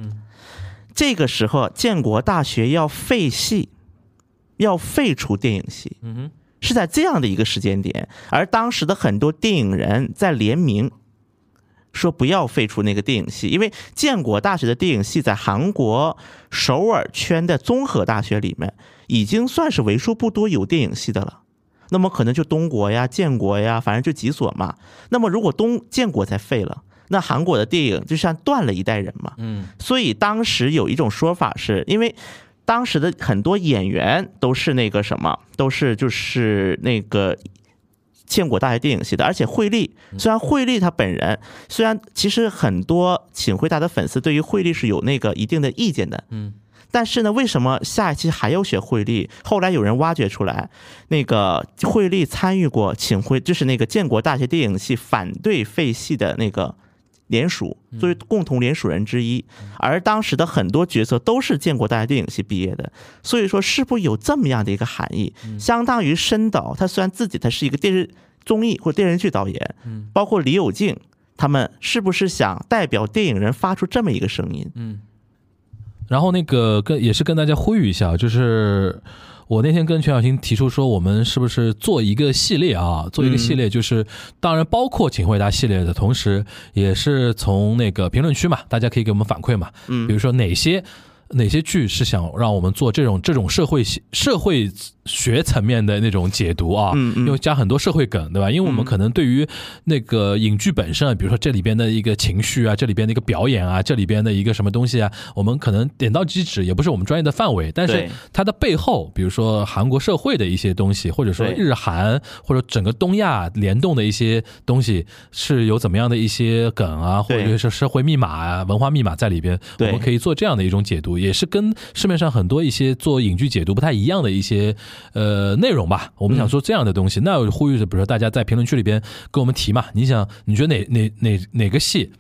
Speaker 3: 这个时候，建国大学要废系，要废除电影系，
Speaker 5: 嗯哼，
Speaker 3: 是在这样的一个时间点。而当时的很多电影人在联名。说不要废除那个电影系，因为建国大学的电影系在韩国首尔圈的综合大学里面，已经算是为数不多有电影系的了。那么可能就东国呀、建国呀，反正就几所嘛。那么如果东建国再废了，那韩国的电影就像断了一代人嘛。
Speaker 5: 嗯
Speaker 3: 所以当时有一种说法是，因为当时的很多演员都是那个什么，都是就是那个建国大学电影系的，而且惠利虽然惠利他本人虽然其实很多请回答的粉丝对于惠利是有那个一定的意见的，
Speaker 5: 嗯。
Speaker 3: 但是呢，为什么下一期还要学惠利？后来有人挖掘出来，那个惠利参与过请惠，就是那个建国大学电影系反对废系的那个联署，作为共同联署人之一。而当时的很多角色都是建国大学电影系毕业的，所以说是不是有这么样的一个含义？相当于深岛，他虽然自己他是一个电视综艺或电视剧导演，包括李友静。他们是不是想代表电影人发出这么一个声音？
Speaker 5: 然后那个跟也是跟大家呼吁一下，就是我那天跟全小新提出说，我们是不是做一个系列啊？做一个系列，就是、当然包括请回答系列的同时，也是从那个评论区嘛，大家可以给我们反馈嘛。嗯，比如说哪些。哪些剧是想让我们做这种这种社会系社会学层面的那种解读啊？
Speaker 3: 嗯嗯
Speaker 5: 因为加很多社会梗，对吧？因为我们可能对于那个影剧本身啊，比如说这里边的一个情绪啊，这里边的一个表演啊，这里边的一个什么东西啊，我们可能点到即止，也不是我们专业的范围。但是
Speaker 3: 对
Speaker 5: 它的背后，比如说韩国社会的一些东西，或者说
Speaker 3: 对
Speaker 5: 日韩或者整个东亚联动的一些东西，是有怎么样的一些梗啊，或
Speaker 3: 对
Speaker 5: 者是社会密码啊、文化密码在里边，我
Speaker 3: 对
Speaker 5: 们可以做这样的一种解读，也是跟市面上很多一些做影剧解读不太一样的一些呃内容吧。我们想说这样的东
Speaker 3: 嗯
Speaker 5: 西，那我呼吁着，比如说大家在评论区里边跟我们提嘛，你想你觉得哪哪哪哪个戏？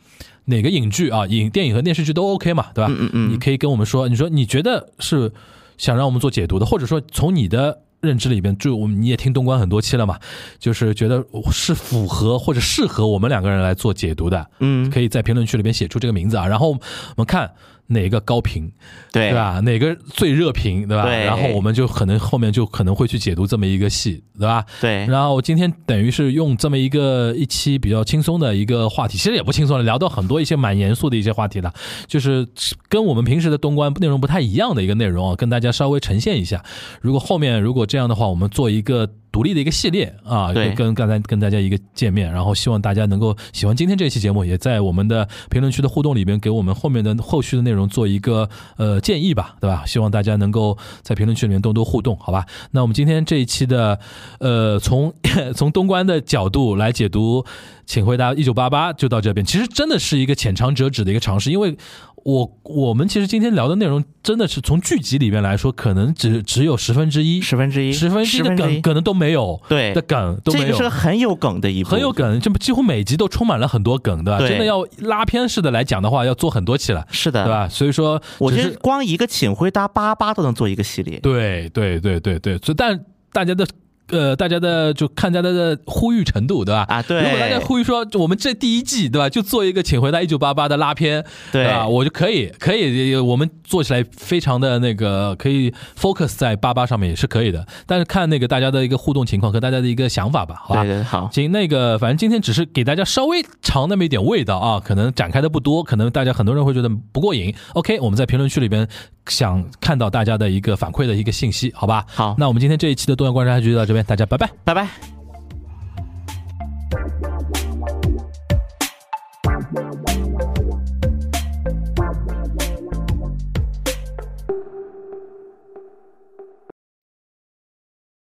Speaker 5: 哪个影剧啊，影电影和电视剧都 OK 嘛，对吧？
Speaker 3: 嗯嗯嗯
Speaker 5: 你可以跟我们说，你说你觉得是想让我们做解读的，或者说从你的认知里边，就我们你也听东关很多期了嘛，就是觉得是符合或者适合我们两个人来做解读的，
Speaker 3: 嗯，
Speaker 5: 可以在评论区里边写出这个名字啊，然后我们看哪个高频，
Speaker 3: 对
Speaker 5: 对吧？哪个最热评，对吧？
Speaker 3: 对
Speaker 5: 然后我们就可能后面就可能会去解读这么一个戏，对吧？
Speaker 3: 对
Speaker 5: 然后今天等于是用这么一个一期比较轻松的一个话题，其实也不轻松了，聊到很多一些蛮严肃的一些话题了，就是跟我们平时的东关内容不太一样的一个内容啊，跟大家稍微呈现一下。如果后面如果这样的话，我们做一个独立的一个系列啊，
Speaker 3: 对
Speaker 5: 跟跟刚才跟大家一个见面，然后希望大家能够喜欢今天这期节目，也在我们的评论区的互动里边给我们后面的后续的内容做一个呃建议吧，对吧？希望大家能够在评论区里面多多互动，好吧？那我们今天这一期的呃，从 (coughs) 从东关的角度来解读，请回答一九八八就到这边。其实真的是一个浅尝辄止的一个尝试，因为我我们其实今天聊的内容真的是从剧集里面来说，可能只只有十分之一，
Speaker 3: 十分之一，
Speaker 5: 十分之一的梗可能都没有，
Speaker 3: 对
Speaker 5: 的梗都
Speaker 3: 这
Speaker 5: 没
Speaker 3: 个是个
Speaker 5: 有。
Speaker 3: 很有梗的一部，
Speaker 5: 很有，梗，这么几乎每集都充满了很多梗，对吧？
Speaker 3: 对
Speaker 5: 真的要拉片式的来讲的话，要做很多期了，
Speaker 3: 是的，
Speaker 5: 对？吧？所以说，
Speaker 3: 我
Speaker 5: 只
Speaker 3: 觉
Speaker 5: 是
Speaker 3: 得光一个请回答八八都能做一个系列，
Speaker 5: 对对对对对，所以但大家的。呃，大家的就看大家的呼吁程度，对吧？
Speaker 3: 啊对
Speaker 5: 如果大家呼吁说，就我们这第一季，对吧？就做一个《请回答一九八八》的拉片，
Speaker 3: 对
Speaker 5: 吧？我就可以，可以，我们做起来非常的那个，可以 focus 在八八上面也是可以的。但是看那个大家的一个互动情况和大家的一个想法吧，好吧？
Speaker 3: 对对好，
Speaker 5: 行，那个反正今天只是给大家稍微尝那么一点味道啊，可能展开的不多，可能大家很多人会觉得不过瘾。OK，我们在评论区里边想看到大家的一个反馈的一个信息，好吧？
Speaker 3: 好
Speaker 5: 那我们今天这一期的东阳观察局就到这边，大家拜拜。
Speaker 3: 拜拜。